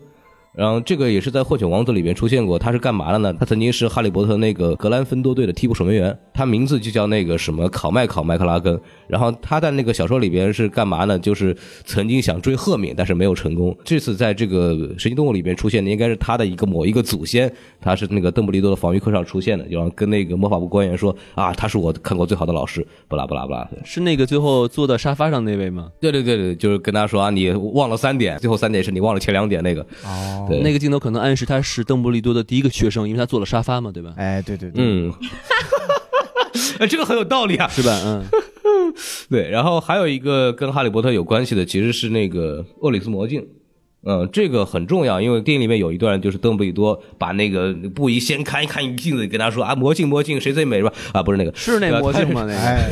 S2: 然后这个也是在《混血王子》里面出现过，他是干嘛的呢？他曾经是哈利波特那个格兰芬多队的替补守门员，他名字就叫那个什么考麦考麦克拉根。然后他在那个小说里边是干嘛呢？就是曾经想追赫敏，但是没有成功。这次在这个神奇动物里边出现的应该是他的一个某一个祖先，他是那个邓布利多的防御课上出现的，然后跟那个魔法部官员说啊，他是我看过最好的老师，不啦不啦不啦。
S3: 是那个最后坐到沙发上那位吗？
S2: 对对对对，就是跟他说啊，你忘了三点，最后三点是你忘了前两点那个。
S4: 哦
S2: 对
S3: 那个镜头可能暗示他是邓布利多的第一个学生，因为他坐了沙发嘛，对吧？
S4: 哎，对对对，
S2: 嗯， 哎，这个很有道理啊。
S3: 是吧？嗯，
S2: 对，然后还有一个跟哈利波特有关系的，其实是那个厄里斯魔镜。嗯，这个很重要，因为电影里面有一段就是邓布利多把那个布衣掀开，看一镜子，跟他说啊，魔镜魔镜，谁最美是吧？啊，不是那个，
S3: 是那魔镜吗？那个。
S2: 嗯
S4: 哎，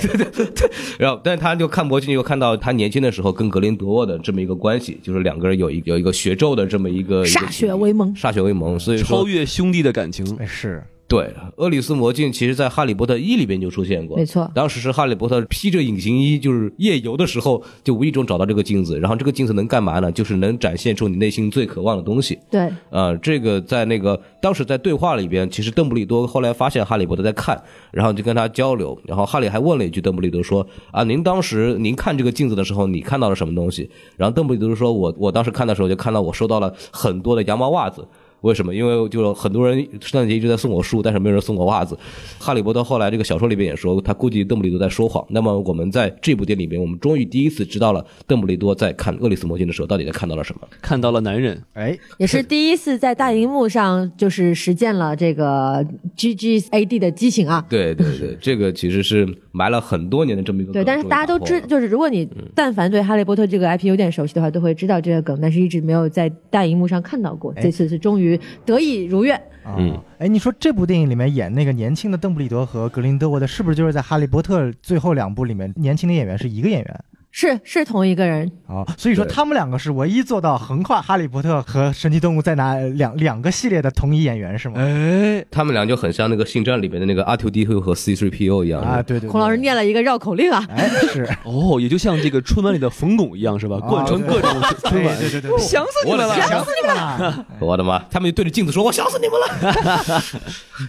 S2: 然后，但是他就看魔镜，就看到他年轻的时候跟格林德沃的这么一个关系，就是两个人有一有一个学咒的这呃么一个一个
S1: 歃血为盟，
S2: 歃血为盟，所以说
S3: 超越兄弟的感情，
S4: 哎是
S2: 对，厄里斯魔镜其实在《哈利波特一》里边就出现过，
S1: 没错
S2: 当时是哈利波特披着隐形衣，就是夜游的时候，就无意中找到这个镜子，然后这个镜子能干嘛呢？就是能展现出你内心最渴望的东西。
S1: 对，
S2: 呃，这个在那个当时在对话里边，其实邓布利多后来发现哈利波特在看，然后就跟他交流，然后哈利还问了一句邓布利多说：“啊，您当时您看这个镜子的时候，你看到了什么东西？”然后邓布利多说：“我我当时看的时候，就看到我收到了很多的羊毛袜子。”为什么？因为就很多人圣诞节一直在送我书，但是没有人送我袜子。哈利波特后来这个小说里边也说，他估计邓布利多在说谎。那么我们在这部电影里边，我们终于第一次知道了邓布利多在看《厄里斯魔镜》的时候到底在看到了什么。
S3: 看到了男人，
S4: 哎，
S1: 也是第一次在大荧幕上就是实践了这个 G G A D 的激情啊。
S2: 对对对，这个其实是埋了很多年的这么一个
S1: 对，
S2: 梗
S1: 但是大家都知，，就是如果你但凡对《哈利波特》这个 IP 有点熟悉的话，都会知道这个梗，但是一直没有在大荧幕上看到过。
S4: 哎
S1: 这次是终于得以如愿，
S4: 啊
S2: 嗯，
S4: 哎，你说这部电影里面演那个年轻的邓布利多和格林德沃的，是不是就是在《哈利波特》最后两部里面年轻的演员是一个演员？
S1: 是是同一个人，
S4: 哦，所以说
S2: 对
S4: 他们两个是唯一做到横跨《哈利波特》和《神奇动物在哪》两两个系列的同一演员是吗？
S3: 哎，
S2: 他们俩就很像那个《星战》里面的那个 R two D two 和 C three P O 一样
S4: 啊，，对对对，
S1: 孔老师念了一个绕口令啊，
S4: 哎是，
S3: 哦，也就像这个春晚里的冯巩一样，是吧？
S4: 啊
S3: 贯穿各种春
S4: 对
S3: 晚，
S4: 对对对，
S3: 想死你们了！
S4: 想死你们了！
S2: 我的妈！他们就对着镜子说：“我想死你们了。”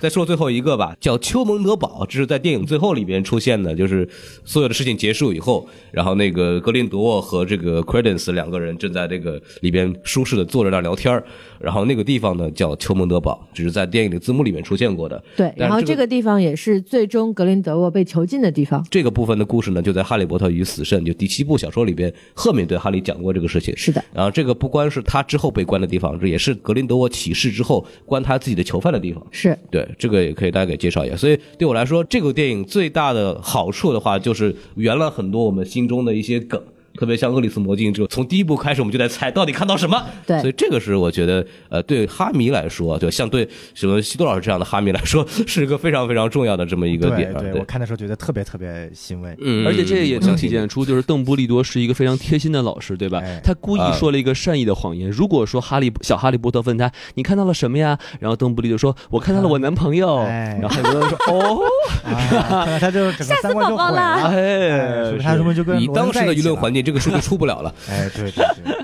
S2: 再说最后一个吧，叫丘蒙德堡，这是在电影最后里边出现的，就是所有的事情结束以后，然后那个格林德沃和这个 Credence 两个人正在这个里边舒适的坐着那儿聊天儿然后那个地方呢叫丘蒙德堡，只是在电影的字幕里面出现过的。
S1: 对，
S2: 但
S1: 然后
S2: 这
S1: 这个地方也是最终格林德沃被囚禁的地方。
S2: 这个部分的故事呢，就在《哈利波特与死神》就第七部小说里边，赫敏对哈利讲过这个事情。
S1: 是的，
S2: 然后这个不光是他之后被关的地方，这也是格林德沃起事之后关他自己的囚犯的地方。
S1: 是
S2: 对，这个也可以大家给介绍一下。所以对我来说，这个电影最大的好处的话，就是圆了很多我们心中的一些梗。特别像《厄里斯魔镜》，就从第一部开始，我们就在猜到底看到什么。
S1: 对
S2: 所以这个是我觉得，呃，对哈迷来说，就像对什么西多老师这样的哈迷来说，是一个非常非常重要的这么一个点
S4: 对
S2: 啊。
S4: 对，我看的时候觉得特别特别欣慰。
S2: 嗯，
S3: 而且这也
S2: 我相
S3: 能
S2: 信
S3: 体现出，就是邓布利多是一个非常贴心的老师，对吧
S4: 哎？
S3: 他故意
S2: 啊
S3: 说了一个善意的谎言。如果说哈利小哈利波特问他你看到了什么呀，然后邓布利多说我看到了我男朋友，
S4: 哎
S3: 然后哈利波特说哦，
S4: 啊，看来他就是整个三观就毁
S1: 啊
S4: 了。哎
S3: 哎
S4: 是不是他是不是就跟
S2: 以
S4: 罗
S2: 当
S4: 恩
S2: 时
S4: 在
S2: 的
S4: 一
S2: 舆
S4: 起
S2: 论
S4: 了
S2: 环境，这个书就出不了 了。
S4: 哎，对对对，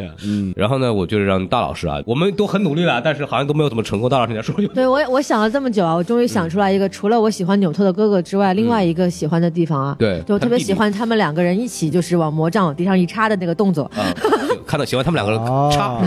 S3: 对啊，嗯，
S2: 然后呢，我就是让大老师啊，我们都很努力了，但是好像都没有怎么成功。大老师，你来说说。
S1: 对我也我想了这么久啊，我终于
S2: 嗯
S1: 想出来一个，除了我喜欢纽特的哥哥之外，另外一个喜欢的地方啊，
S2: 对
S1: 就我特
S2: 他
S1: 别
S2: 弟弟
S1: 喜欢他们两个人一起就是往魔杖往地上一插的那个动作。
S2: 啊，就看到喜欢他们两个人插
S4: 哦，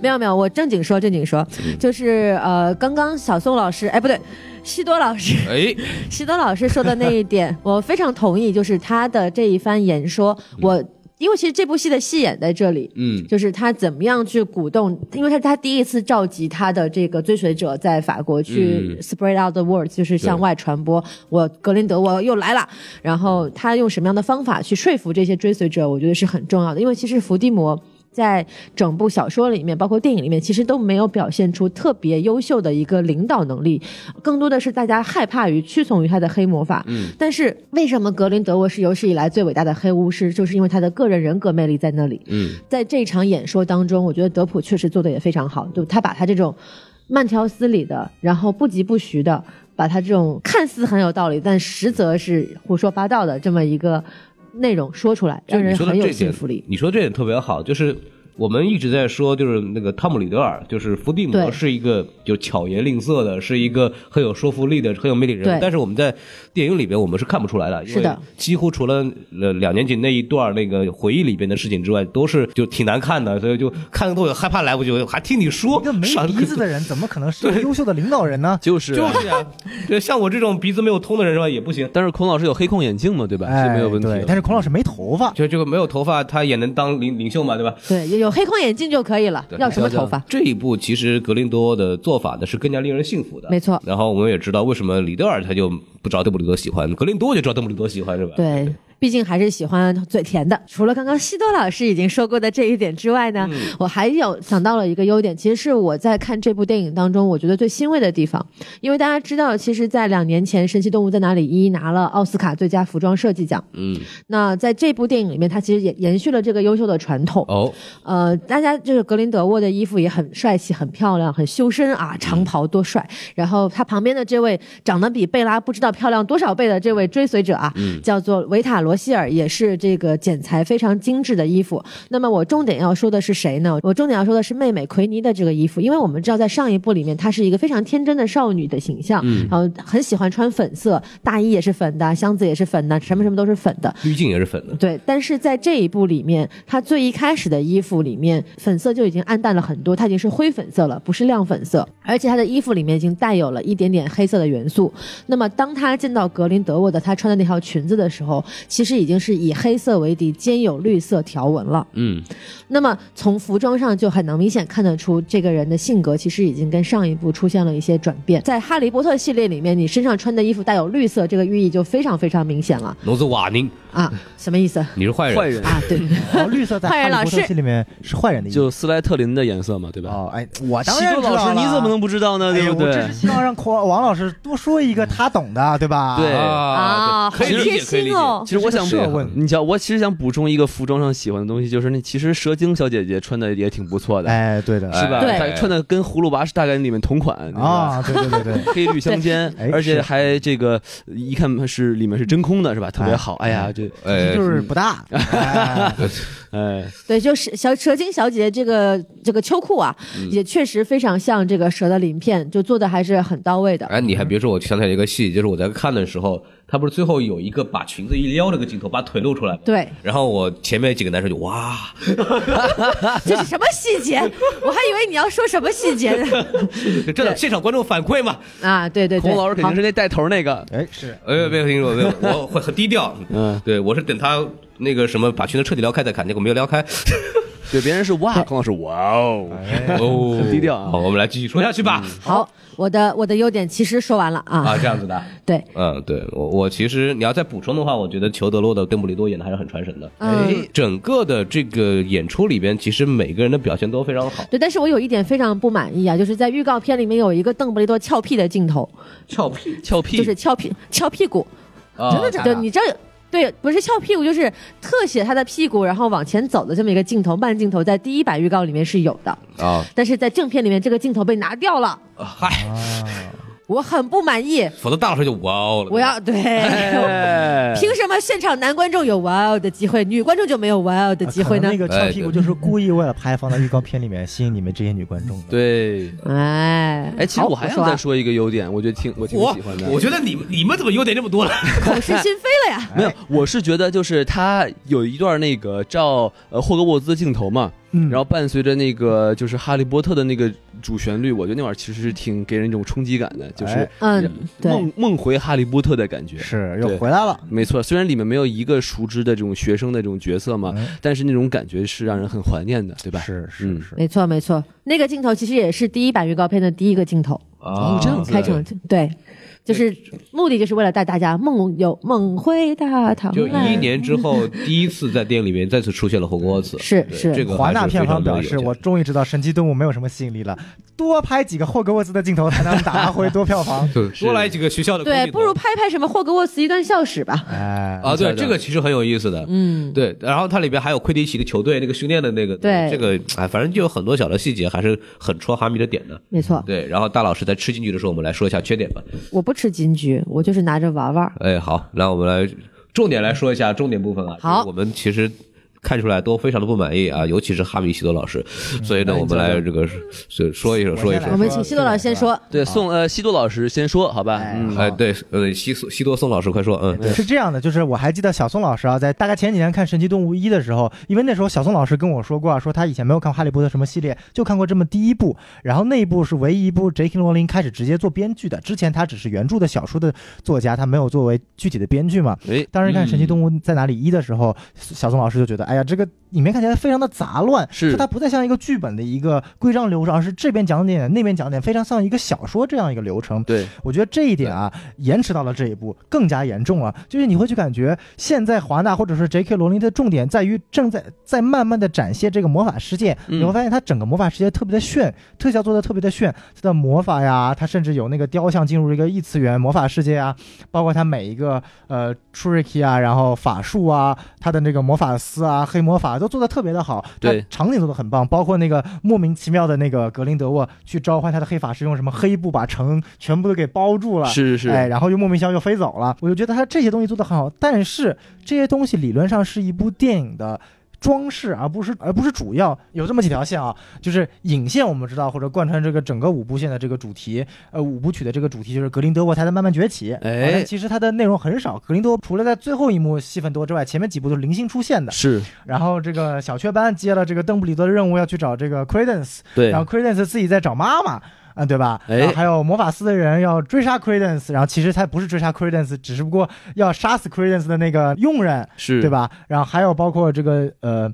S1: 没有没有，我正经说正经说，
S2: 嗯
S1: 就是呃，刚刚小宋老师，哎不对，西多老师。
S2: 哎，
S1: 石德老师说的那一点， 我非常同意，就是他的这一番言说，我。因为其实这部戏的戏演在这里，
S2: 嗯
S1: 就是他怎么样去鼓动，因为他他第一次召集他的这个追随者在法国去
S2: 嗯
S1: spread out the word，、就是向外传播。我格林德沃又来了，然后他用什么样的方法去说服这些追随者，我觉得是很重要的。因为其实伏地魔在整部小说里面，包括电影里面，其实都没有表现出特别优秀的一个领导能力，更多的是大家害怕于屈从于他的黑魔法。
S2: 嗯，
S1: 但是为什么格林德沃是有史以来最伟大的黑巫师，就是因为他的个人人格魅力在那里。
S2: 嗯，
S1: 在这场演说当中，我觉得德普确实做的也非常好，就他把他这种慢条斯理的，然后不疾不徐的，把他这种看似很有道理，但实则是胡说八道的这么一个内容说出来，
S2: 就
S1: 让
S2: 哎你
S1: 人
S2: 说的
S1: 很
S2: 这
S1: 有
S2: 点
S1: 信服力。
S2: 你说这点特别好，就是我们一直在说，就是那个汤姆·里德尔，就是伏地魔
S1: 对
S2: 是一个就巧言令色的，是一个很有说服力的、很有魅力的人物
S1: 对。
S2: 但是我们在电影里边我们是看不出来的，因
S1: 是
S2: 为
S1: 的
S2: 几乎除了呃两年前那一段那个回忆里边的事情之外，都是就挺难看的，所以就看的都有害怕来不及，我还听你说
S4: 一个没
S2: 上
S4: 鼻子的人怎么可能是个优秀的领导人呢？
S3: 就 是
S2: 就
S3: 啊。
S2: 是呀，对，像我这种鼻子没有通的人是吧，也不行。
S3: 但是孔老师有黑框眼镜嘛，对吧？
S4: 哎，
S3: 这没有问题
S4: 对，。但是孔老师没头发，
S2: 就这个没有头发，他也能当领领袖嘛，对吧？
S1: 对，有有黑框眼镜就可以了，要什么头发？
S2: 呃这一步其实格林多沃的做法呢是更加令人信服的，
S1: 没错
S2: 然后我们也知道为什么里德尔他就不知道邓布利多喜欢，格林多沃就知道邓布利多喜欢是吧？，
S1: 对，毕竟还是喜欢嘴甜的。除了刚刚西多老师已经说过的这一点之外呢，
S2: 嗯
S1: 我还有想到了一个优点，其实是我在看这部电影当中，我觉得最欣慰的地方。因为大家知道，其实，在两年前，《神奇动物在哪里一》拿了奥斯卡最佳服装设计奖。
S2: 嗯，
S1: 那在这部电影里面，它其实也延续了这个优秀的传统。
S2: 哦，
S1: 呃，大家就是格林德沃的衣服也很帅气、很漂亮、很修身啊，长袍多帅。然后他旁边的这位长得比贝拉不知道漂亮多少倍的这位追随者啊，叫做维塔罗希尔，也是这个剪裁非常精致的衣服。那么我重点要说的是谁呢？我重点要说的是妹妹奎妮的这个衣服，因为我们知道在上一部里面，她是一个非常天真的少女的形象，然后很喜欢穿粉色，大衣也是粉的，箱子也是粉的，什么什么都是粉的。
S2: 滤镜也是粉的，
S1: 对，但是在这一部里面，它最一开始的衣服里面，粉色就已经暗淡了很多，它已经是灰粉色了，不是亮粉色，而且它的衣服里面已经带有了一点点黑色的元素。那么，当他见到格林德沃的他穿的那条裙子的时候，其实已经是以黑色为底，兼有绿色条纹了。
S2: 嗯，
S1: 那么从服装上就很能明显看得出，这个人的性格其实已经跟上一部出现了一些转变。在《哈利波特》系列里面，你身上穿的衣服带有绿色，这个寓意就非常非常明显了
S2: 聋子瓦宁，
S1: 啊！什么意思？
S2: 你是坏人，
S3: 坏人
S1: 啊，对，
S4: 然后绿色在 《
S1: 坏
S4: 哈
S1: 人
S4: 利波
S1: 老
S4: 特
S1: 师》
S4: 戏里面是坏人的意思。
S3: 就斯莱特林的颜色嘛，对吧？
S4: 哦，哎，我当
S3: 啊西
S4: 然
S3: 多
S4: 知道
S3: 老师，
S4: 了
S3: 你怎么能不知道呢？
S4: 哎
S3: 对
S4: 呦
S3: 不
S4: 我
S3: 对
S4: 这是？希望让孔王老师多说一个他懂的，对吧？
S3: 对
S2: 啊，
S1: 啊，好
S2: 对可以理
S1: 贴
S2: 解，可以理
S1: 心
S2: 解。
S1: 哦
S3: 其。实我想
S4: 这是个设问
S3: 你瞧，我其实想补充一个服装上喜欢的东西，就是那其实蛇精小姐姐穿的也挺不错的，
S4: 哎，对的，
S3: 是吧？
S1: 对
S3: 她穿的跟葫芦娃是大概里面同款你知道吧
S4: 啊，对对对对，
S3: 黑绿相间
S4: 对哎，
S3: 而且
S4: 是
S3: 还这个一看是里面是真空的，是吧？特别好。 哎呀，这
S2: 哎，
S4: 就是不大。哎
S3: 哎，
S1: 对，就是小蛇精小姐姐这个这个秋裤啊，
S2: 嗯
S1: 也确实非常像这个蛇的鳞片，就做的还是很到位的。
S2: 哎哎，你还别说，我想起来一个戏，就是我在看的时候，他不是最后有一个把裙子一撩这个镜头，把腿露出来吗？
S1: 对，
S2: 然后我前面几个男生就哇，
S1: 这是什么细节？ 我还以为你要说什么细节呢。
S2: 这现场观众反馈嘛？
S1: 啊，对对对，
S3: 孔老师肯定是
S1: 好
S3: 那带头那个，
S4: 哎，是
S2: 哎，没有听说，没有，我会很低调。
S3: 嗯，
S2: 对，我是等他那个什么把裙子彻底撩开再看，结果没有撩开。
S3: 对，别人是哇，孔老师哇哦，
S2: 哦，
S3: 很低调啊
S2: 好，我们来继续说下去吧。
S1: 好，我的我的优点其实说完了啊
S2: 啊，，这样子的。
S1: 对，
S2: 嗯，对我我其实你要再补充的话，我觉得裘德洛的邓布利多演的还是很传神的。
S1: 嗯，
S2: 整个的这个演出里边，其实每个人的表现都非常好。
S1: 对，但是我有一点非常不满意啊，就是在预告片里面有一个邓布利多翘屁的镜头，
S2: 俏皮
S3: 翘屁，哦
S1: 就是翘屁翘屁股，
S2: 啊，
S4: 真的假
S1: 对，
S4: 的？
S1: 你知道。对，不是翘屁股，就是特写他的屁股，然后往前走的这么一个镜头，慢镜头，在第一版预告里面是有的，
S3: 哦
S2: 啊，
S1: 但是在正片里面这个镜头被拿掉了，
S2: 呃嗨，
S1: 我很不满意。
S2: 否则大老师就哇哦了。
S1: 我 要对，
S3: 哎
S1: 凭什么现场男观众有哇哦的机会，女观众就没有哇哦的机会
S4: 啊可能
S1: 呢
S4: 那？个翘屁股就是故意为了拍放到预告片里面吸引你们这些女观众的。
S3: 对。
S1: 哎，
S3: 哎，其实
S1: 好
S3: 我还
S1: 说
S3: 想
S1: 啊
S3: 再说一个优点，我觉得挺我挺
S2: 我
S3: 喜欢的。
S2: 我觉得你们你们怎么优点这么多了？
S1: 口是心非了
S4: 哎
S1: 呀。
S3: 没有，我是觉得就是他有一段那个照呃霍格沃兹的镜头嘛，
S4: 嗯
S3: 然后伴随着那个就是哈利波特的那个主旋律，我觉得那会儿其实是挺给人一种冲击感的，就是
S4: 哎
S1: 嗯，对
S3: 梦梦回哈利波特的感觉。
S4: 是
S3: 对
S4: 又回来了。
S3: 没错，虽然里面没有一个熟知的这种学生的这种角色嘛，
S4: 嗯
S3: 但是那种感觉是让人很怀念的，对吧？
S4: 是
S3: 嗯
S4: 是是，
S1: 没错没错，那个镜头其实也是第一版预告片的第一个镜头，
S2: 哦
S3: 这样子
S1: 开场对，就是目的就是为了带大家梦游梦回大唐
S2: 就
S1: 来
S2: 一年之后，第一次在电影里面再次出现了霍格沃茨。
S1: 是
S2: 对
S1: 是
S2: 这个
S4: 华
S2: 还
S4: 纳
S2: 是非
S4: 片
S2: 常
S4: 方
S2: 值得
S4: 表
S2: 有
S4: 示，
S2: 奖。
S4: 我终于知道神奇动物没有什么吸引力了，多拍几个霍格沃兹的镜头才能打回多票房
S2: 对多来几个学校的空
S1: 对，
S2: 地
S1: 不如
S2: 头
S1: 拍拍什么霍格沃茨一段校史吧。
S4: 哎，
S2: 啊，对，
S3: 对
S2: 这个其实很有意思的。
S1: 嗯，
S2: 对，然后它里边还有魁地奇的球队那个训练的那个，
S1: 对
S2: 这个哎，反正就有很多小的细节，还是很戳哈迷的点的。
S1: 没错，
S2: 对，然后大老师在吃进去的时候，我们来说一下缺点吧。
S1: 我不吃金桔，我就是拿着玩玩。
S2: 哎，好，那我们来重点来说一下重点部分啊。
S1: 好
S2: 就是我们其实。看出来都非常的不满意啊，尤其是哈米西多老师，
S1: 嗯
S2: 所以呢，
S3: 那你
S2: 我们来这个说说一说说一
S4: 我先
S2: 说
S4: 来
S1: 我。们请西多老师先说，
S3: 对，宋呃西多老师先说好吧，
S4: 啊哎
S3: 嗯，
S2: 哎，对，呃，西索西多宋老师，快说，嗯，
S4: 是这样的，就是我还记得小宋老师啊，在大概前几年看《神奇动物一》的时候，因为那时候小宋老师跟我说过啊，说他以前没有看《哈利波特》什么系列，就看过这么第一部，然后那一部是唯一一部 J.K. 罗琳开始直接做编剧的，之前他只是原著的小说的作家，他没有作为具体的编剧嘛。
S3: 哎，
S4: 当时看《神奇动物在哪里一》的时候，小宋老师就觉得，哎呀，这个里面看起来非常的杂乱，
S3: 是
S4: 说它不再像一个剧本的一个规章流程，而是这边讲点那边讲点，非常像一个小说这样一个流程。
S3: 对，
S4: 我觉得这一点啊，延迟到了这一步，更加严重了。啊就是你会去感觉，现在华纳或者是 J.K. 罗琳的重点在于正在在慢慢的展现这个魔法世界。
S3: 嗯
S4: 你会发现它整个魔法世界特别的炫，特效做的特别的炫，它的魔法呀，它甚至有那个雕像进入一个异次元魔法世界啊，包括它每一个呃 t r i k 啊，然后法术啊，它的那个魔法丝啊、黑魔法都做的特别的好，它
S3: 对
S4: 场景做的很棒，包括那个莫名其妙的那个格林德沃去召唤他的黑法师，用什么黑布把城全部都给包住了，
S3: 是是是，
S4: 哎，然后又莫名其妙又飞走了。我就觉得他这些东西做得很好，但是这些东西理论上是一部电影的。装饰，而不是而不是主要，有这么几条线啊，就是引线，我们知道或者贯穿这个整个五部线的这个主题，呃，五部曲的这个主题就是格林德沃他的慢慢崛起。
S3: 哎
S4: 啊但其实它的内容很少，格林德沃除了在最后一幕戏份多之外，前面几部都是零星出现的。
S3: 是
S4: 然后这个小雀斑接了这个邓布利多的任务，要去找这个 Credence，
S3: 对
S4: 然后 Credence 自己在找妈妈。啊，对吧？
S3: 哎
S4: 然后还有魔法师的人要追杀 Credence，然后其实他不是追杀 Credence，只是不过要杀死 Credence 的那个佣人，
S3: 是
S4: 对？吧？然后还有包括这个呃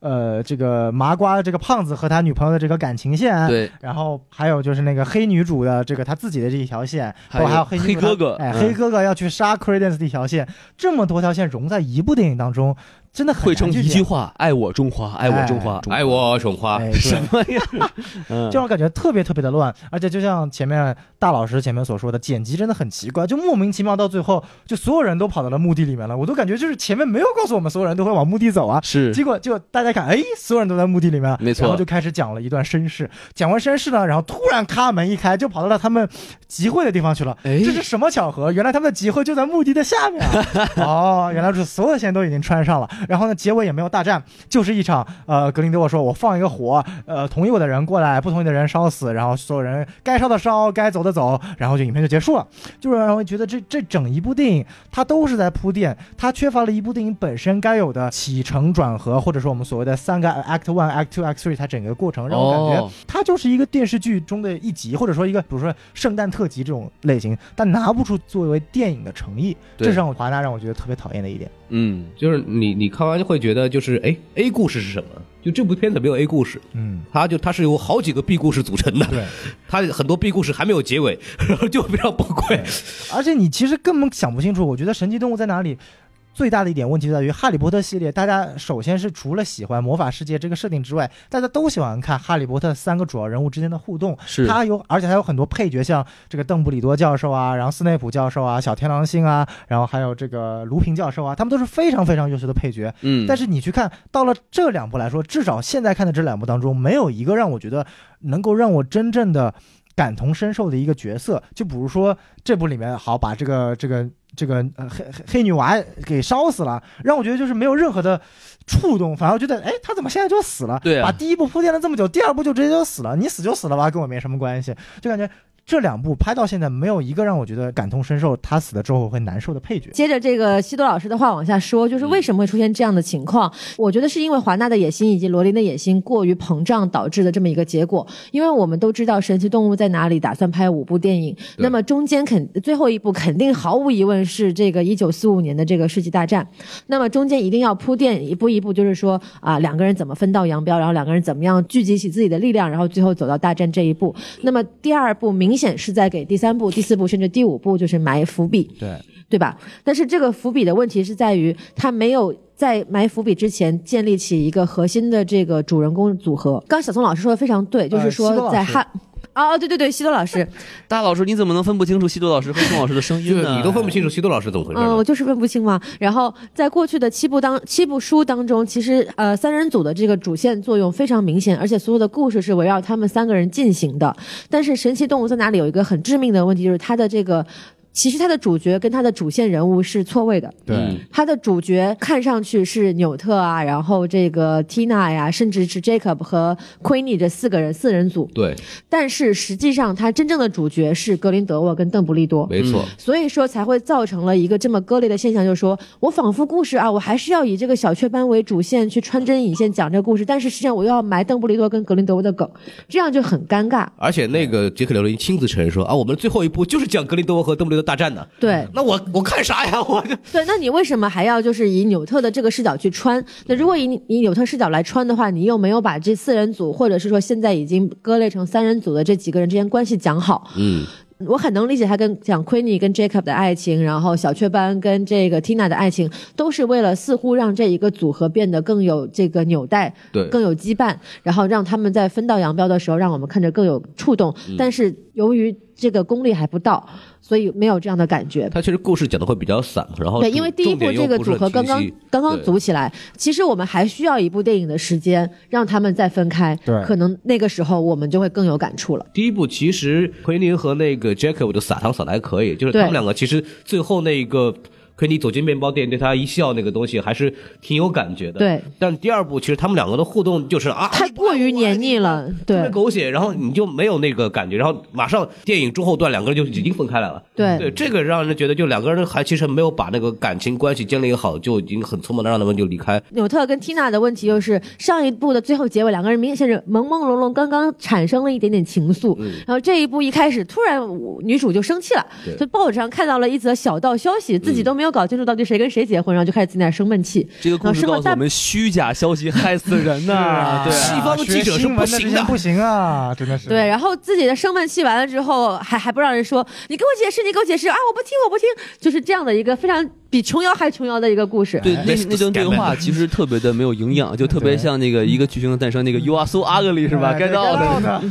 S4: 呃这个麻瓜这个胖子和他女朋友的这个感情线，
S3: 对，
S4: 然后还有就是那个黑女主的这个她自己的这一条线，包括还有黑
S3: 黑
S4: 女主她
S3: 哥哥
S4: 哎，
S3: 嗯
S4: 黑哥哥要去杀 Credence 的一条线，这么多条线融在一部电影当中，真的很
S3: 汇成
S4: 难去哎
S3: 一
S4: 演
S3: 句话：爱我中华，爱我中华，
S2: 爱我宠花，
S4: 哎，
S3: 什
S4: 对。
S3: 么呀？ 嗯，
S4: 就让我感觉特别特别的乱，而且就像前面大老师前面所说的，剪辑真的很奇怪，就莫名其妙到最后，就所有人都跑到了墓地里面了，我都感觉就是前面没有告诉我们所有人都会往墓地走啊，
S3: 是
S4: 结果就大家看，哎，所有人都在墓地里面了，
S3: 没错
S4: 然后就开始讲了一段身世，讲完身世呢，然后突然咔门一开，就跑到了他们集会的地方去了，
S3: 哎
S4: 这是什么巧合？原来他们的集会就在墓地的下面啊、哦，原来是所有线都已经穿上了，然后呢，结尾也没有大战，就是一场呃，格林德沃说我放一个火，呃，同意我的人过来，不同意的人烧死，然后所有人该烧的烧，该走的走，然后就影片就结束了。就是让我觉得这这整一部电影它都是在铺垫，它缺乏了一部电影本身该有的起承转合，或者说我们所谓的三个 Act One、Act Two、Act Three，它整个过程让我感觉
S3: 哦
S4: 它就是一个电视剧中的一集，或者说一个比如说圣诞特辑这种类型，但拿不出作为电影的诚意，
S3: 对
S4: 这是让我华纳让我觉得特别讨厌的一点。
S3: 嗯，
S2: 就是你你看完就会觉得就是哎 A 故事是什么？就这部片子没有 A 故事，
S4: 嗯，
S2: 它就它是由好几个 B 故事组成的，
S4: 对，
S2: 它很多 B 故事还没有结尾， 然后就非常崩 溃。
S4: 而且你其实根本想不清楚，我觉得《神奇动物在哪里》最大的一点问题在于，《哈利波特》系列，大家首先是除了喜欢魔法世界这个设定之外，大家都喜欢看哈利波特三个主要人物之间的互动。
S3: 是
S4: 他有，而且还有很多配角，像这个邓布利多教授啊，然后斯内普教授啊，小天狼星啊，然后还有这个卢平教授啊，他们都是非常非常优秀的配角。
S3: 嗯，
S4: 但是你去看到了这两部来说，至少现在看的这两部当中，没有一个让我觉得能够让我真正的感同身受的一个角色。就比如说这部里面，好把这个这个这个、呃、黑黑黑女娃给烧死了，让我觉得就是没有任何的触动，反而觉得哎，她怎么现在就死了？
S3: 对啊
S4: 把第一部铺垫了这么久，第二部就直接就死了，你死就死了吧，跟我没什么关系，就感觉。这两部拍到现在，没有一个让我觉得感同身受，她死了之后会难受的配角。
S1: 接着这个西多老师的话往下说，就是为什么会出现这样的情况？我觉得是因为华纳的野心以及罗琳的野心过于膨胀导致的这么一个结果。因为我们都知道《神奇动物在哪里》打算拍五部电影，
S2: 对
S1: 那么中间肯最后一部肯定毫无疑问是这个一九四五年的这个世纪大战。那么中间一定要铺垫一步一步，就是说啊、两个人怎么分道扬镳，然后两个人怎么样聚集起自己的力量，然后最后走到大战这一步。那么第二部明显是在给第三部、第四部甚至第五部就是埋伏笔。
S4: 对，
S1: 对吧？但是这个伏笔的问题是在于，他没有在埋伏笔之前建立起一个核心的这个主人公组合。刚小松老师说的非常对，就是
S4: 西多老
S1: 说
S4: 师
S1: 在汉。哦哦，对对对，西多老师，
S3: 大老师你怎么能分不清楚西多老师和宋老师的声
S2: 就
S3: 音
S2: 是
S3: 呢？
S2: 你都分不清楚西多老师怎么回
S1: 嗯，
S2: 事了
S1: 我。就是分不清嘛。然后在过去的七部当七部书当中，其实呃三人组的这个主线作用非常明显，而且所有的故事是围绕他们三个人进行的。但是《神奇动物在哪里》有一个很致命的问题，就是它的这个其实它的主角跟它的主线人物是错位的。
S3: 嗯，
S1: 他的主角看上去是纽特啊，然后这个 Tina 呀、甚至是 Jacob 和 Queenie 这四个人四人组，
S2: 对，
S1: 但是实际上他真正的主角是格林德沃跟邓布利多。
S2: 没错，
S1: 所以说才会造成了一个这么割裂的现象，就是说我仿佛故事啊，我还是要以这个小雀斑为主线去穿针引线讲这个故事，但是实际上我又要埋邓布利多跟格林德沃的梗，这样就很尴尬。
S2: 而且那个杰克·刘琳亲自承认说啊，我们最后一部就是讲格林德沃和邓布利多大战的。
S1: 对
S2: 那我我看啥呀？我这
S1: 对，那你为什么还要就是以纽特的这个视角去穿？那如果以你以纽特视角来穿的话，你又没有把这四人组，或者是说现在已经割裂成三人组的这几个人之间关系讲好，
S2: 嗯，
S1: 我很能理解他跟讲 Queenie 跟 Jacob 的爱情，然后小雀斑跟这个 Tina 的爱情，都是为了似乎让这一个组合变得更有这个纽带，
S2: 对
S1: 更有羁绊，然后让他们在分道扬镳的时候，让我们看着更有触动。但是由于这个功力还不到，所以没有这样的感觉。
S2: 他其实故事讲的会比较散，然后
S1: 对，
S2: 哦主
S1: 因为第一
S2: 重
S1: 部
S2: 点又
S1: 这个
S2: 不是
S1: 组合
S2: 很
S1: 刚刚
S2: 清晰
S1: 刚刚
S2: 对
S1: 组起来，其实我们还需要一部电影的时间让他们再分开，
S4: 对
S1: 可能那个时候我们就会更有感触了。
S2: 第一部其实奎宁和那个 Jacob 的撒糖撒的还可以，就是他们
S1: 对
S2: 两个其实最后那个奎尼走进面包店对他一笑那个东西还是挺有感觉的。
S1: 对，
S2: 但第二部其实他们两个的互动就是啊，
S1: 太过于黏腻了，
S2: 特别
S1: 对
S2: 狗血，然后你就没有那个感觉，然后马上电影中后段两个人就已经分开来了。
S1: 对
S2: 对，这个让人觉得就两个人还其实没有把那个感情关系建立好，就已经很匆忙的让他们就离开。
S1: 纽特跟缇娜的问题就是上一部的最后结尾，两个人明显是朦朦胧胧，刚刚产生了一点点情愫，
S2: 嗯
S1: 然后这一部一开始突然我女主就生气了，
S2: 对嗯
S1: 就报纸上看到了一则小道消息，自己都没有搞清楚到底谁跟谁结婚，然后就开始自己在那儿生闷气。
S3: 这个故事
S1: 老师
S3: 告诉
S1: 我
S3: 我们，虚假消息害死人 呐、对
S2: 是
S3: 啊
S2: 西方记者是
S4: 学新闻
S2: 不
S4: 的
S2: 行
S4: 这些
S2: 的
S4: 不行啊， 真的是。
S1: 对，然后自己的生闷气完了之后，还还不让人说，你给我解释，你给我解释啊！我不听，我不听，就是这样的一个非常比琼瑶还琼瑶的一个故事。
S3: 对，
S2: 那
S3: 那
S2: 是
S3: 那段对话
S2: scam
S3: 其实特别的没有营养，就特别像那个一个巨星的诞生，那
S4: 嗯
S3: 个 You are so ugly 是吧？
S4: 哎
S3: 该到的。
S4: 的。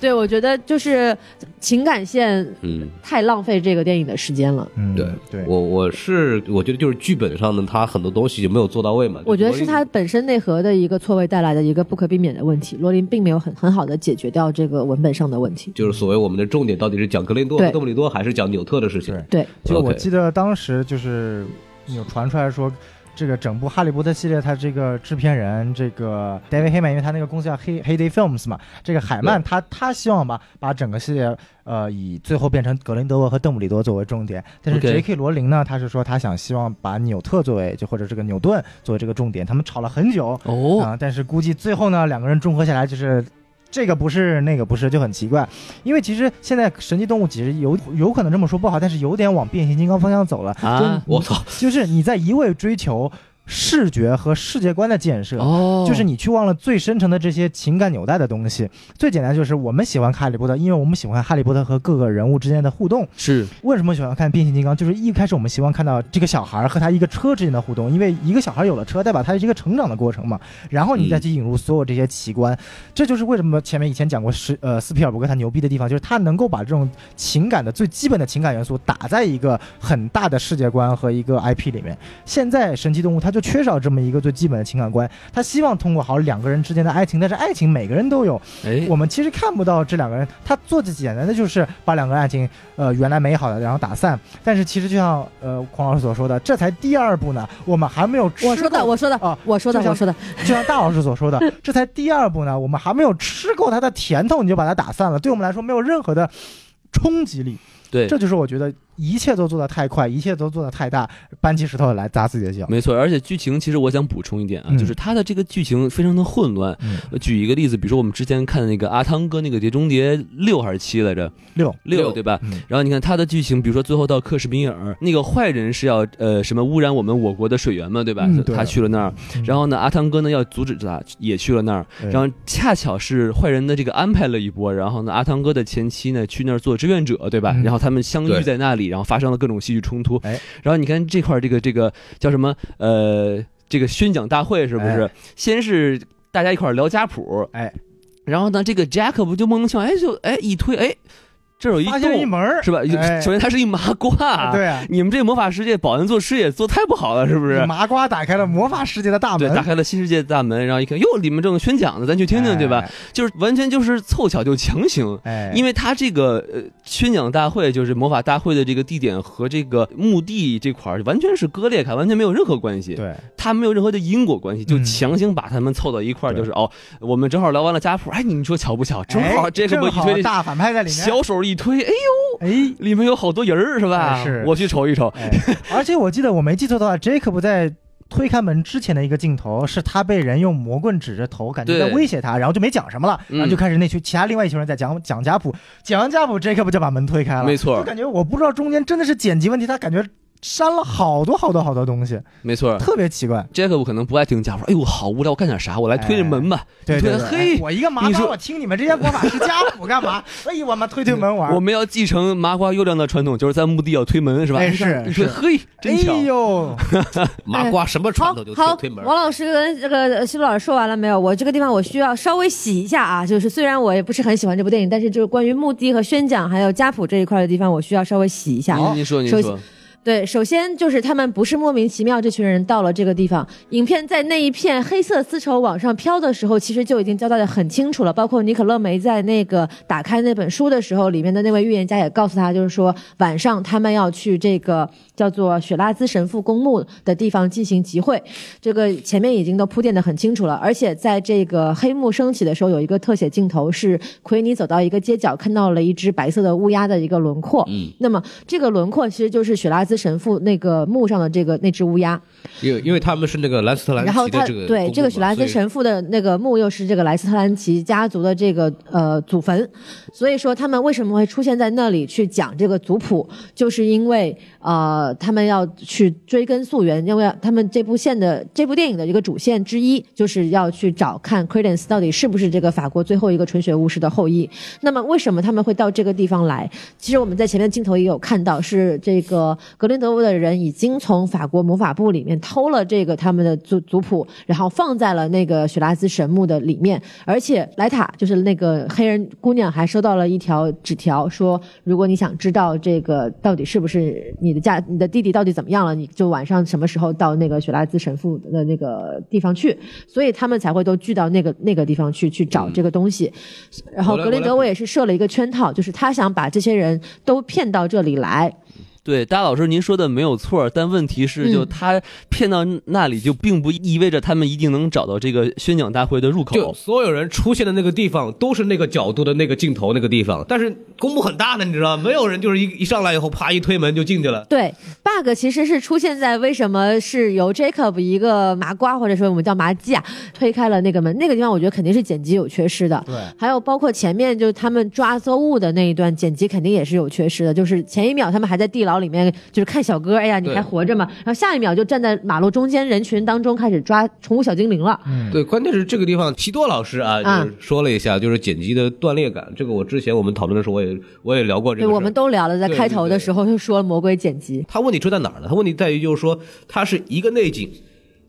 S1: 对，我觉得就是情感线
S2: 嗯。
S1: 太浪费这个电影的时间了。
S4: 嗯，
S2: 对
S4: 对，
S2: 我我是我觉得就是剧本上的他很多东西就没有做到位嘛。
S1: 我觉得是他本身内核的一个错位带来的一个不可避免的问题。罗琳并没有很很好的解决掉这个文本上的问题。
S2: 就是所谓我们的重点到底是讲格林多和
S1: 对
S2: 邓布利多还是讲纽特的事情？
S4: 对
S1: 对，
S4: 就我
S2: OK
S4: 记得当时就是有传出来说，这个整部《哈利波特》系列，它这个制片人这个 David Heyman，因为他那个公司叫黑 Heyday Films 嘛，这个海曼他他希望把把整个系列呃以最后变成格林德沃和邓布利多作为重点，但是
S3: OK
S4: J.K. 罗琳呢，他是说他想希望把纽特作为就或者这个牛顿作为这个重点，他们吵了很久啊、
S3: 哦，
S4: 但是估计最后呢两个人综合下来就是。这个不是那个不是就很奇怪，因为其实现在神奇动物其实有有可能这么说不好，但是有点往变形金刚方向走了
S3: 啊
S2: 我操，
S4: 就是你在一味追求视觉和世界观的建设。
S3: 哦，
S4: 就是你去忘了最深层的这些情感纽带的东西。最简单就是我们喜欢哈利波特，因为我们喜欢哈利波特和各个人物之间的互动。
S3: 是
S4: 为什么喜欢看变形金刚？就是一开始我们希望看到这个小孩和他一个车之间的互动，因为一个小孩有了车，代表他是一个成长的过程嘛。然后你再去引入所有这些奇观，这就是为什么前面以前讲过是呃斯皮尔伯格他牛逼的地方，就是他能够把这种情感的最基本的情感元素打在一个很大的世界观和一个 IP 里面。现在神奇动物它就缺少这么一个最基本的情感观，他希望通过好两个人之间的爱情，但是爱情每个人都有，
S3: 哎，
S4: 我们其实看不到这两个人，他做的简单的就是把两个人爱情，呃，原来美好的然后打散。但是其实就像呃孔老师所说的，这才第二步呢，我们还没有吃
S1: 我说的，
S4: 够
S1: 我说的，
S4: 啊
S1: 我说的，
S4: 就像
S1: 我说的，
S4: 就像大老师 所说的，这才第二步呢，我们还没有吃够它的甜头，你就把它打散了，对我们来说没有任何的冲击力。
S3: 对，
S4: 这就是我觉得一切都做得太快，一切都做得太大，搬起石头来砸自己的脚。
S3: 没错，而且剧情其实我想补充一点啊，
S4: 啊嗯
S3: 就是它的这个剧情非常的混乱。
S4: 嗯
S3: 呃举一个例子，比如说我们之前看的那个阿汤哥那个《碟中谍》六还是七来着？
S4: 六，
S3: 六
S2: 六
S3: 对吧？
S4: 嗯
S3: 然后你看它的剧情，比如说最后到克什米尔，那个坏人是要呃什么污染我们我国的水源嘛，对吧？
S4: 嗯嗯对
S3: 他去了那儿，然后呢阿汤哥呢要阻止他，也去了那儿，
S4: 对
S3: 然后恰巧是坏人的这个安排了一波，然后呢阿汤哥的前妻呢去那儿做志愿者，对吧？
S4: 嗯
S3: 然后他们相遇
S2: 对
S3: 在那里，然后发生了各种戏剧冲突。
S4: 哎
S3: 然后你看这块儿这个这个叫什么呃这个宣讲大会是不是？先是大家一块儿聊家谱，
S4: 哎，
S3: 然后呢这个 Jack 不就莫名其妙哎就哎一推哎这儿有一
S4: 发现一
S3: 洞
S4: 门儿
S3: 是吧？
S4: 哎
S3: 首先它是一麻瓜，
S4: 对啊，
S3: 你们这魔法世界保安做事也做太不好了，是不是？
S4: 麻瓜打开了魔法世界的大
S3: 对，
S4: 门，
S3: 打开了新世界的大门，然后一看，哟，里面正宣讲呢，咱去听听，对吧？就是完全就是凑巧就强行，
S4: 哎？哎，
S3: 因为他这个呃宣讲大会就是魔法大会的这个地点和这个墓地这块儿完全是割裂开，完全没有任何关系，
S4: 对，
S3: 他没有任何的因果关系，就
S4: 嗯
S3: 强行把他们凑到一块儿，
S4: 对
S3: 就是哦，我们正好聊完了家谱，哎，你说巧不巧？正好
S4: 哎
S3: 这个我一
S4: 正好
S3: 推，
S4: 大反派在里面，
S3: 小手一推，哎，
S4: 哎。
S3: 里面有好多人儿是吧？
S4: 哎是
S3: 我去瞅一瞅，
S4: 哎， 而且我记得我没记错的话，Jacob 在推开门之前的一个镜头，是他被人用魔棍指着头，感觉在
S3: 对
S4: 威胁他，然后就没讲什么了，
S3: 嗯
S4: 然后就开始那群其他另外一群人在讲讲家谱，讲完家谱，Jacob 就把门推开了，
S3: 没错
S4: 就感觉我不知道中间真的是剪辑问题，他感觉删了好多好多好多东西，
S3: 没错。
S4: 特别奇怪。
S3: 杰克不可能不爱听家谱，哎呦，好无聊，我干点啥？我来推推门吧。
S4: 哎对对
S3: 对
S4: 对，
S3: 嘿
S4: 哎我一个麻
S3: 你
S4: 瓜，
S3: 说
S4: 我听你们这些魔法师家谱 干嘛？哎呦我妈推推门玩儿，
S3: 我们要继承麻瓜优良的传统，就是在墓地要推门，是吧？
S4: 哎
S3: 你看
S4: 是
S3: 你说
S4: 是
S3: 嘿，
S4: 哎
S3: 真巧。
S4: 呦，
S2: 麻瓜什
S1: 嗯
S2: 么
S1: 好
S2: 传统就推
S1: 好
S2: 推，门。
S1: 王老师跟这个西路老师说完了没有？我这个地方我需要稍微洗一下啊，就是虽然我也不是很喜欢这部电影，但是就是关于墓地和宣讲还有家谱这一块的地方，我需要稍微洗
S4: 哎
S1: 一下。
S3: 您您说您
S1: 首
S3: 说，
S1: 对，首先就是他们不是莫名其妙这群人到了这个地方。影片在那一片黑色丝绸往上飘的时候，其实就已经交代的很清楚了。包括尼可勒梅在那个打开那本书的时候，里面的那位预言家也告诉他，就是说晚上他们要去这个叫做雪拉兹神父公墓的地方进行集会。这个前面已经都铺垫的很清楚了，而且在这个黑幕升起的时候，有一个特写镜头是奎尼走到一个街角，看到了一只白色的乌鸦的一个轮廓。
S2: 嗯，
S1: 那么这个轮廓其实就是雪拉兹神父那个墓上的这个那只乌鸦，
S2: 因为因为他们是那个莱斯特兰
S1: 然后
S2: 奇
S1: 他
S2: 的这个
S1: 对这个雪拉兹神父的那个墓又是这个莱斯特兰奇家族的这个呃祖坟，所以说他们为什么会出现在那里去讲这个族谱，就是因为呃他们要去追根溯源，因为他们这部线的这部电影的一个主线之一就是要去找看 Credence 到底是不是这个法国最后一个纯血巫师的后裔。那么为什么他们会到这个地方来？其实我们在前面镜头也有看到，是这个格林德沃的人已经从法国魔法部里面偷了这个他们的族族谱，然后放在了那个雪拉兹神墓的里面。而且莱塔就是那个黑人姑娘，还收到了一条纸条，说如果你想知道这个到底是不是你的家、你的弟弟到底怎么样了，你就晚上什么时候到那个雪拉兹神父的那个地方去。所以他们才会都聚到那个那个地方去去找这个东西。然后
S2: 嗯我来
S1: 格林德沃也是设了一个圈套，就是他想把这些人都骗到这里来。
S3: 对，大老师您说的没有错，但问题是，就
S1: 嗯
S3: 他骗到那里，就并不意味着他们一定能找到这个宣讲大会的入
S2: 就
S3: 口。
S2: 所有人出现的那个地方都是那个角度的那个镜头那个地方，但是公布很大的，你知道吗，没有人就是一一上来以后啪一推门就进去了。
S1: 对，bug 其实是出现在为什么是由 Jacob 一个麻瓜或者说我们叫麻将推开了那个门，那个地方我觉得肯定是剪辑有缺失的。
S4: 对，
S1: 还有包括前面就是他们抓邹物的那一段剪辑肯定也是有缺失的，就是前一秒他们还在地牢里面就是看小哥，哎呀你
S2: 对
S1: 还活着吗？然后下一秒就站在马路中间人群当中开始抓宠物小精灵了。
S4: 嗯，
S2: 对，关键是这个地方，奇多老师啊，
S1: 啊
S2: 就是说了一下，就是剪辑的断裂感。这个我之前我们讨论的时候，我也我也聊过这
S1: 对，
S2: 个事儿。
S1: 我们都聊了，在
S2: 对
S1: 开
S2: 对
S1: 头的
S2: 对
S1: 时候就说了魔鬼剪辑。
S2: 他问题出在哪儿呢？他问题在于就是说，它是一个内景，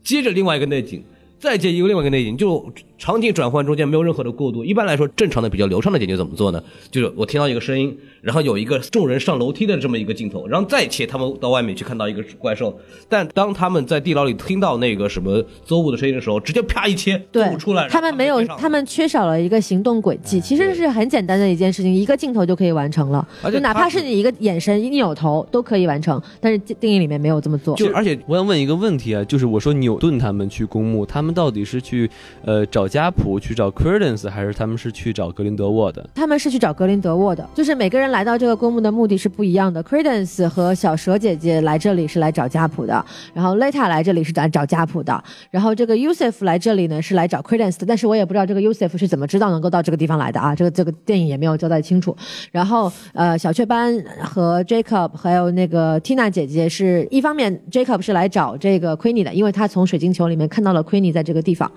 S2: 接着另外一个内景，再接一个另外一个内景，就场景转换中间没有任何的过渡。一般来说，正常的比较流畅的解决怎么做呢？就是我听到一个声音，然后有一个众人上楼梯的这么一个镜头，然后再切他们到外面去看到一个怪兽。但当他们在地牢里听到那个什么邹物的声音的时候，直接啪一切，
S1: 对
S2: 邹物出来，哎
S1: 他们没有，他们缺少了一个行动轨迹，其实是很简单的一件事情，一个镜头就可以完成了。
S2: 而且
S1: 就哪
S2: 他
S1: 怕是你一个眼神、一扭头都可以完成，但是定义里面没有这么做。
S3: 就而且我想问一个问题啊，就是我说纽顿他们去公墓，他们到底是去呃找家谱去找 Credence，还是他们是去找格林德沃的？
S1: 他们是去找格林德沃的，就是每个人来到这个公墓的目的是不一样的。Credence 和小蛇姐姐来这里是来找家谱的，然后 Leta 来这里是来找家谱的，然后这个 Yusuf 来这里呢是来找 Credence 的，但是我也不知道这个 Yusuf 是怎么知道能够到这个地方来的啊，这个这个电影也没有交代清楚。然后呃，小雀斑和 Jacob 还有那个 Tina 姐姐是一方面，Jacob 是来找这个 Queenie 的，因为他从水晶球里面看到了 Queenie 在这个地方。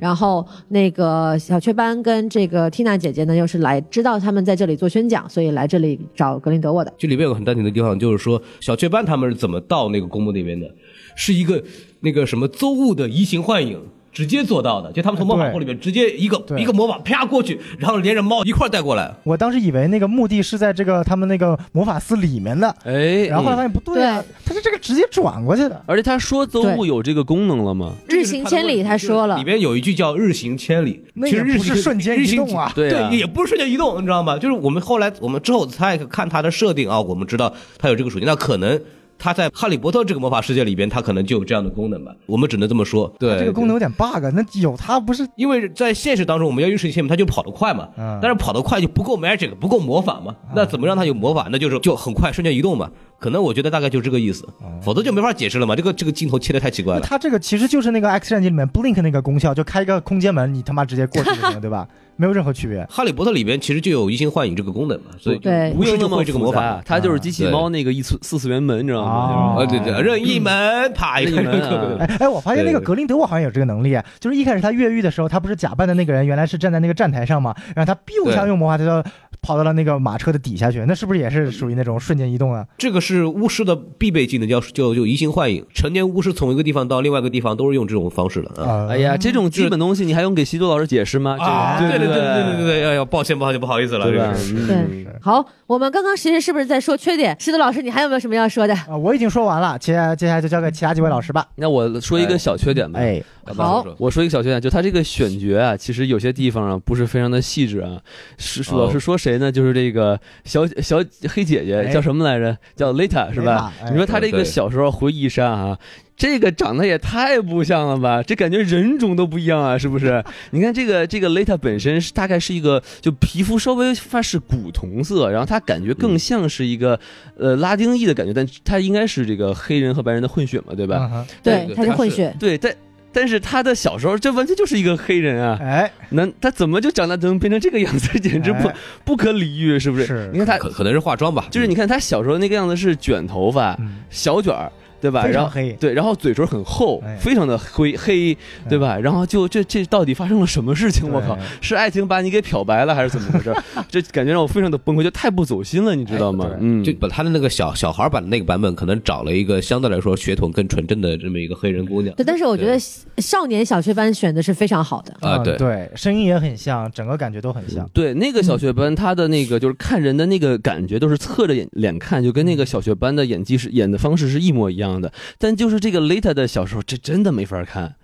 S1: 然后那个小雀斑跟这个 Tina 姐姐呢，又是来知道他们在这里做宣讲，所以来这里找格林德沃的。
S2: 就里面有个很单纯的地方，就是说小雀斑他们是怎么到那个公墓那边的，是一个那个什么邹物的移形换影。直接做到的，就他们从魔法库里面直接一个
S4: 对
S2: 一个魔法啪过去，然后连着猫一块儿带过来。
S4: 我当时以为那个墓地是在这个他们那个魔法寺里面的，
S3: 哎，
S4: 然后后来发
S3: 嗯
S4: 现不对啊，他是这个直接转过去的。
S3: 而且他说邹物有这个功能了吗？
S1: 日行千里，他说了
S2: 里，边有一句叫“日行千里”，
S4: 那
S2: 其
S4: 也
S2: 实日
S4: 不
S2: 行
S4: 是瞬间
S2: 日
S4: 移
S2: 行
S4: 动啊，
S3: 对啊
S2: 也不是瞬间移动，你知道吗？就是我们后来我们之后才看它的设定啊，我们知道它有这个属性，那可能它在《哈利波特》这个魔法世界里边，它可能就有这样的功能吧，我们只能这么说。对，
S4: 这个功能有点 bug，那有它不是
S2: 因为在现实当中，我们要用瞬间，它就跑得快嘛。
S4: 嗯
S2: 但是跑得快就不够 magic，不够魔法嘛。
S3: 嗯
S2: 那怎么让它有魔法？那就是就很快瞬间移动嘛。可能我觉得大概就是这个意思，
S3: 哦
S2: 否则就没法解释了嘛。这个这个镜头切的太奇怪
S4: 那
S2: 了。
S4: 它这个其实就是那个 X 战警里面 blink 那个功效，就开一个空间门，你他妈直接过去就行了，对吧？没有任何区别。
S2: 哈利波特里边其实就有移形换影这个功能嘛，所以就
S1: 对
S2: 无
S3: 不
S2: 意
S3: 用
S2: 就
S3: 那么
S2: 会这个魔
S3: 复杂
S2: 法。嗯
S3: 它就是机器猫那个一次四次元门，你知道吗？
S2: 啊，对对，任意门，啪一个
S3: 哦任意门啊
S4: 哎哎，我发现那个格林德沃好像有这个能力，就是一开始他越狱的时候，他不是假扮的那个人原来是站在那个站台上嘛，然后他 biu 一下
S2: 对
S4: 用魔法他就跑到了那个马车的底下去，那是不是也是属于那种瞬间移动啊？
S2: 这个是巫师的必备技能，叫就就移形换影。成年巫师从一个地方到另外一个地方都是用这种方式的啊。
S4: 啊、
S3: 哎呀，这种基本东西你还用给西多老师解释吗？这
S2: 对
S3: 个
S2: 对对
S3: 对
S2: 对对对，哎呀，抱歉抱歉，不好意思了，
S3: 对
S2: 这
S3: 吧
S2: 啊
S3: 嗯
S2: 个是？
S1: 对，好，我们刚刚其实是不是在说缺点？石头老师，你还有没有什么要说的？
S4: 啊，我已经说完了，接下接下来就交给其他几位老师吧。
S3: 那我说一个小缺点吧。
S4: 哎，
S3: 好吧
S1: 好，
S3: 我说一个小缺点，就他这个选角啊，其实有些地方啊不是非常的细致啊。是是
S2: 哦
S3: 老师说谁呢？就是这个小小黑姐姐
S4: 哎
S3: 叫什么来着？叫 Lita 是吧
S4: Lita，哎？
S3: 你说她这
S2: 对
S3: 个
S2: 对
S3: 小时候回忆杀啊，这个长得也太不像了吧？这感觉人种都不一样啊，是不是？你看这个这个 Lita 本身是大概是一个就皮肤稍微发是古铜色，然后她感觉更像是一个呃拉丁裔的感觉，但她应该是这个黑人和白人的混血嘛，对吧？
S4: 嗯哼
S2: 对
S1: 对，
S2: 对
S1: 他是
S2: 他
S1: 混
S2: 是
S1: 血，
S3: 对，但但是他的小时候，这完全就是一个黑人啊！
S4: 哎，
S3: 那他怎么就长大能变成这个样子？ 简直不
S4: 哎
S3: 不可理喻，是不是？
S4: 是
S3: 你看他，
S2: 可可能是化妆吧，
S3: 就是你看他小时候那个样子是卷头发、
S4: 嗯，
S3: 小卷儿，对吧？
S4: 非
S3: 然
S4: 常
S3: 后
S4: 黑。
S3: 对，然后嘴唇很厚
S4: 哎，
S3: 非常的灰黑，对吧？然后就这这到底发生了什么事情？我靠！
S4: 对
S3: 是爱情把你给漂白了，还是怎么回事？ 这感觉让我非常的崩溃，就太不走心了，你知道吗
S4: 哎对？
S3: 嗯，
S2: 就把他的那个小小孩版的那个版本，可能找了一个相对来说血统更纯正的这么一个黑人姑娘
S1: 对，但是我觉得少年小雀斑选的是非常好的。
S2: 啊，
S4: 嗯
S2: 对，
S4: 对，声音也很像，整个感觉都很像。
S3: 对，那
S2: 嗯
S3: 个小学班他的那个就是看人的那个感觉，都是侧着眼脸看，就跟
S2: 嗯
S3: 那个小学班的演技是演的方式是一模一样的。但就是这个 Lita 的小时候，这真的没法看。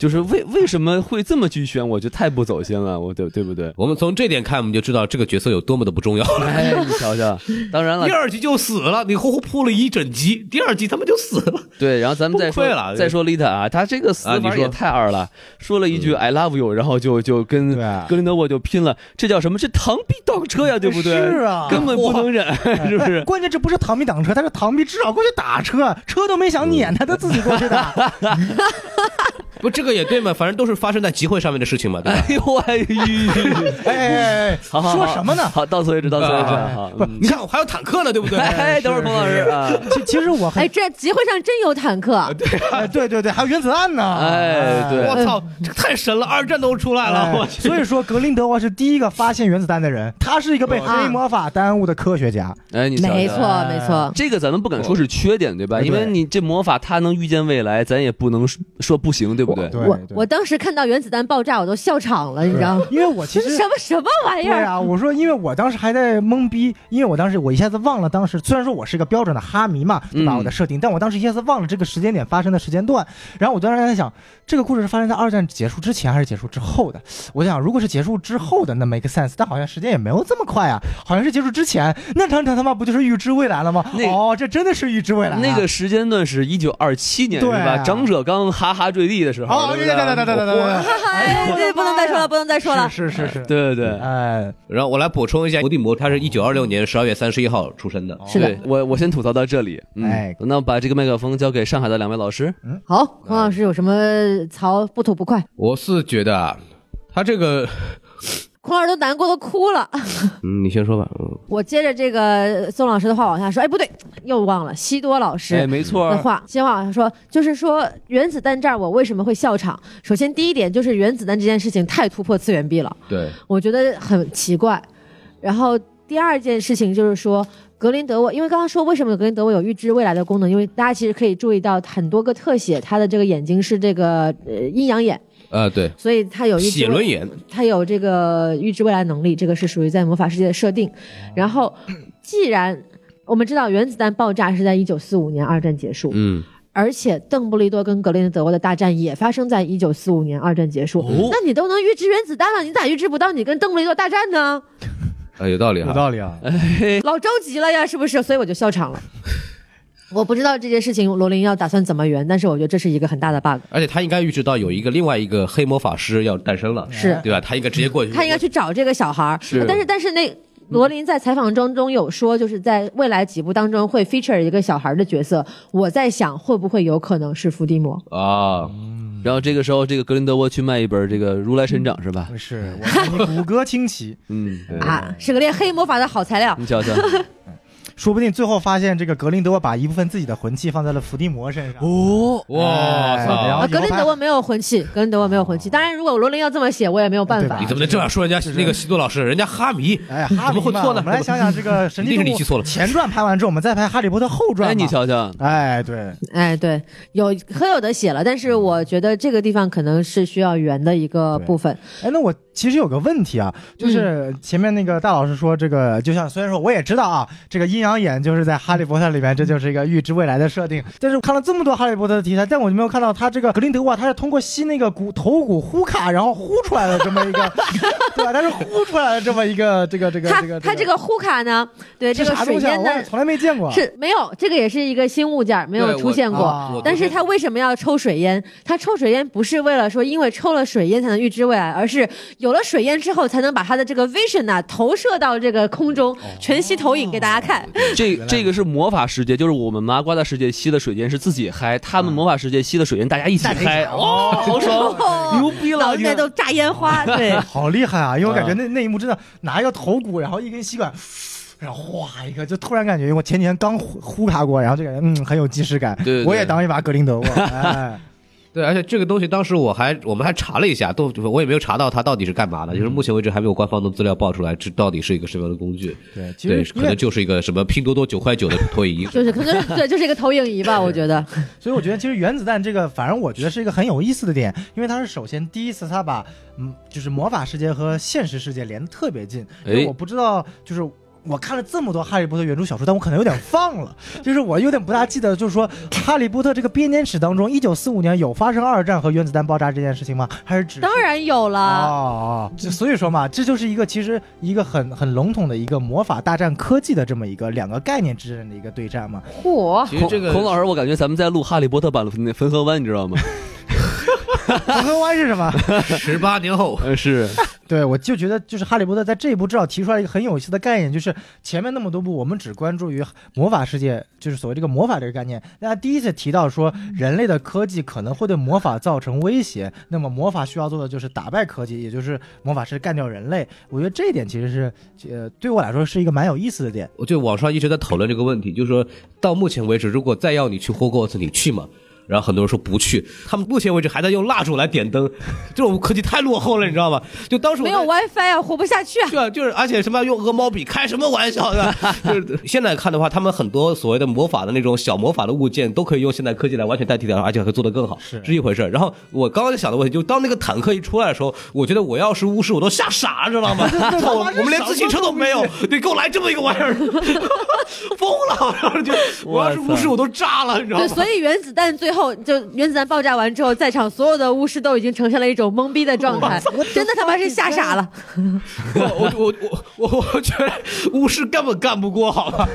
S3: 就是为为什么会这么剧宣？我觉得太不走心了，我对对 不对？
S2: 我们从这点看，我们就知道这个角色有多么的不重要。
S3: 哎，你瞧瞧，当然了
S2: 第，二集就死了，你呼呼扑了一整集，第二集他们就死了。
S3: 对，然后咱们再说
S2: 崩溃了
S3: 再说丽塔啊，她这个死
S2: 啊你
S3: 法
S2: 说嗯
S3: 也太二了，说了一句 “I love you”，然后就就跟
S4: 对啊
S3: 格林德沃就拼了，这叫什么？这螳臂挡车呀，对不对？
S4: 是啊
S3: 根本不 能忍，是不
S4: 哎
S3: 是？
S4: 关键这不是螳臂挡车，他是螳臂至少过去打车，车都没想撵他，他自己过去打。
S2: 不，这个也对嘛，反正都是发生在集会上面的事情嘛，对吧？
S3: 哎呦哎
S4: 哎哎哎，
S3: 好好好
S4: 说什么呢？
S3: 好，到此为止，到此为止。
S2: 啊
S3: 好，嗯
S2: 你看我还有坦克呢，对不对？
S3: 哎，等会儿，彭老师啊，
S4: 其其实我很
S1: 哎，这集会上真有坦克，
S4: 哎，对对对，还有原子弹呢。
S3: 哎对
S2: 我操，这个太神了，二战都出来了，我去。
S4: 哎所以说，格林德沃是第一个发现原子弹的人，他是一个被黑魔法耽误的科学家。
S3: 哎，你瞧瞧
S1: 没错
S4: 哎
S1: 没错，
S3: 这个咱们不敢说是缺点，对吧？
S4: 对
S3: 因为你这魔法它能预见未来，咱也不能说说不行，对不对？
S4: 对
S1: 我
S4: 哎对
S1: 我当时看到原子弹爆炸，我都笑场了，你知道吗？
S4: 因为我 其
S1: 这
S4: 实
S1: 是什么什么
S3: 哎
S1: 玩意
S4: 对
S1: 儿？
S4: 啊，我说因为我当时还在懵逼，因为我当时我一下子忘了当时，虽然说我是一个标准的哈迷嘛，对吧？
S3: 嗯
S4: 我的设定，但我当时一下子忘了这个时间点发生的时间段。然后我当时在想，这个故事是发生在二战结束之前还是结束之后的？我就想，如果是结束之后的，那 make sense，但好像时间也没有这么快啊，好像是结束之前，那他他他妈不就是预知未来了吗？
S3: 那
S4: 哦，这真的是预知未来、啊。
S3: 那个时间段是一九二七年，
S4: 对
S3: 是吧？
S4: 啊
S3: 长者刚哈哈坠地的时候，
S4: 哦，对
S3: 对
S4: 对对
S3: 吧
S4: 对对对对对，
S1: 哎，对，不能再说了，不能再说了。
S4: 是是是是，
S3: 对对对。
S4: 哎，
S2: 然后我来补充一下，伏地魔他是一九二六年十二月三十一号出生的，
S1: 是的
S3: 对，我我先吐槽到这里。嗯、
S4: 哎
S3: 那把这个麦克风交给上海的两位老师。
S1: 好，孔老师有什么槽不吐不快？
S2: 我是觉得啊，他这个，
S1: 孔老师都难过的哭了。
S2: 嗯，你先说吧，嗯，
S1: 我接着这个宋老师的话往下说，哎，不对，又忘了西多老师。
S3: 哎，没错
S1: 的
S3: 儿，
S1: 话，先往下说，就是说原子弹这儿，我为什么会笑场？首先，第一点就是原子弹这件事情太突破次元壁了，
S2: 对，
S1: 我觉得很奇怪。然后第二件事情就是说，格林德沃，因为刚刚说为什么格林德沃有预知未来的功能，因为大家其实可以注意到很多个特写，他的这个眼睛是这个呃阴阳眼，
S2: 啊，对，
S1: 所以他有预知
S2: 写
S1: 未
S2: 轮眼，
S1: 他有这个预知未来能力，这个是属于在魔法世界的设定。然后，既然我们知道原子弹爆炸是在一九四五年二战结束，
S2: 嗯，
S1: 而且邓布利多跟格林德沃的大战也发生在一九四五年二战结束，那你都能预知原子弹了，你咋预知不到你跟邓布利多大战呢？
S2: 啊，有道理
S4: 有
S2: 哈，
S4: 道理啊。
S3: 呃
S1: 老着急了呀，是不是？所以我就笑场了。我不知道这件事情罗琳要打算怎么圆，但是我觉得这是一个很大的 bug，
S2: 而且他应该预知到有一个另外一个黑魔法师要诞生了，
S1: 是
S2: 对吧？他应该直接过去，
S1: 啊他应该去找这个小孩儿。
S3: 是
S1: 但是但是
S4: 嗯
S1: 那罗琳在采访中中有说，就是在未来几部当中会 feature 一个小孩儿的角色。我在想，会不会有可能是伏地魔？
S2: 啊，
S3: 然后这个时候，这个格林德沃去卖一本这个《如来神掌》是吧？
S4: 哎是，我看你骨骼清奇，
S3: 嗯，
S2: 对
S1: 啊，是个练黑魔法的好材料。
S4: 嗯
S3: 你 瞧瞧，
S4: 说不定最后发现这个格林德沃把一部分自己的魂器放在了伏地魔身上。
S3: 哦，
S2: 哇
S4: 哎然
S2: 操
S4: 后哦
S1: 啊，格林德沃没有魂器，格林德沃没有魂器。当然，如果罗琳要这么写，我也没有办
S4: 对
S1: 法
S4: 吧
S2: 你。怎么能这样说人家那个西多老师？人家哈迷，
S4: 哎，
S2: 怎
S4: 哈利
S2: 么会
S4: 嘛
S2: 错呢？
S4: 我们来想想这个神 奇
S2: 一定是
S4: 动
S2: 你
S4: 物
S2: 记错了
S4: 前传拍完之后，我们再拍《哈利波特》后传。
S3: 哎，你， 瞧瞧，
S4: 哎，对，
S1: 哎，对，有可有的写了，但是我觉得这个地方可能是需要圆的一个
S4: 对
S1: 部分。
S4: 哎，那我其实有个问题啊，
S2: 嗯
S4: 就是前面那个大老师说这个，就像虽然说我也知道啊，这个阴阳眼就是在《哈利波特》里面，这就是一个预知未来的设定。但是我看了这么多《哈利波特》的题材，但我就没有看到他这个格林德沃，他是通过吸那个骨头骨呼卡，然后呼出来的这么一个， 对吧？他是呼出来的这么一个这个这个这
S1: 它
S4: 个
S1: 它这个呼卡呢，对这
S4: 是
S1: 个
S4: 啥
S1: 水
S4: 东西啊？
S1: 烟
S4: 我也
S1: 呢
S4: 从来没见过。
S1: 是没有，这个也是一个新物件，没有
S2: 对
S1: 出现过。
S4: 啊
S2: 我
S1: 但是他为什么要抽水烟？他抽水烟不是为了说因为抽了水烟才能预知未来，而是有了水烟之后才能把他的这个 vision 呐、投射到这个空
S3: 哦
S1: 中，全息投影给大家看。
S3: 这
S4: 来
S3: 这个是魔法世界，就是我们麻瓜的世界吸的水烟是自己嗨，他们魔法世界吸的水烟大家一起嗨，哦，好爽，牛逼了！
S1: 脑袋都炸烟 花，对。
S4: 好厉害啊！因为我感
S1: 嗯
S4: 觉那那一幕真的拿一个头骨，然后一根吸管， 然后哗一个，就突然感觉我前几天刚呼呼卡过，然后就感觉嗯很有即视感。
S3: 对对
S4: 我也当一把格林德沃。 哎，
S2: 对，而且这个东西当时我还我们还查了一下，都我也没有查到它到底是干嘛的，就是目前为止还没有官方的资料爆出来，这到底是一个什么样的工具？
S4: 对，其
S2: 对，
S4: 实
S2: 可
S4: 因为
S2: 能就是一个什么拼多多九块九的投影仪。
S1: 就是可能对，就是一个投影仪吧，我觉 得。
S4: 所以我觉得其实原子弹这个，反正我觉得是一个很有意思的点，因为它是首先第一次它把嗯就是魔法世界和现实世界连得特别近，因为
S3: 哎
S4: 我不知道就是。我看了这么多《哈利波特》原著小说，但我可能有点忘了，就是我有点不大记得，就是说《哈利波特》这个编年史当中，一九四五年有发生二战和原子弹爆炸这件事情吗？还是只是
S1: 当然有了，
S4: 哦，这所以说嘛，这就是一个其实一个很很笼统的一个魔法大战科技的这么一个两个概念之间的一个对 战嘛。
S1: 嚯！
S2: 其实这个
S3: 孔老师，我感觉咱们在录《哈利波特》版的《汾河湾》，你知道吗？
S4: 红河湾是什么？
S2: 十八年后，
S3: 呃， 是
S4: 对，我就觉得就是《哈利波特》在这一部至少提出来一个很有意思的概念，就是前面那么多部我们只关注于魔法世界，就是所谓这个魔法这个概念。那他第一次提到说人类的科技可能会对魔法造成威胁，那么魔法需要做的就是打败科技，也就是魔法师干掉人类。我觉得这一点其实是呃对我来说是一个蛮有意思的点。
S2: 我就网上一直在讨论这个问题，就是说到目前为止，如果再要你去霍格沃茨，你去吗？然后很多人说不去，他们目前为止还在用蜡烛来点灯， 这种科技太落后了，你知道吗？就当时我
S1: 没有
S2: 在
S1: WiFi 啊，活不下去啊！
S2: 对啊，就是而且什么用鹅毛笔，开什么玩笑呢？ 就是现在看的话，他们很多所谓的魔法的那种小魔法的物件，都可以用现代科技来完全代替掉，而且会做得更好，
S4: 是
S2: 一回事儿。然后我刚刚想的问题，就当那个坦克一出来的时候，我觉得我要是巫师，我都吓傻，知 道吗？操我我们连自行车都没有，你给我来这么一个玩意儿， 疯了！然后就我要是巫师，我都炸了，你
S3: 哦
S2: 知道
S1: 对，
S2: 吗
S1: 所？以原子弹最后就原子弹爆炸完之后，在场所有的巫师都已经呈现了一种懵逼的状态，真的他妈是吓傻了。
S2: 我我我我我觉得巫师根本干不过， 好吧？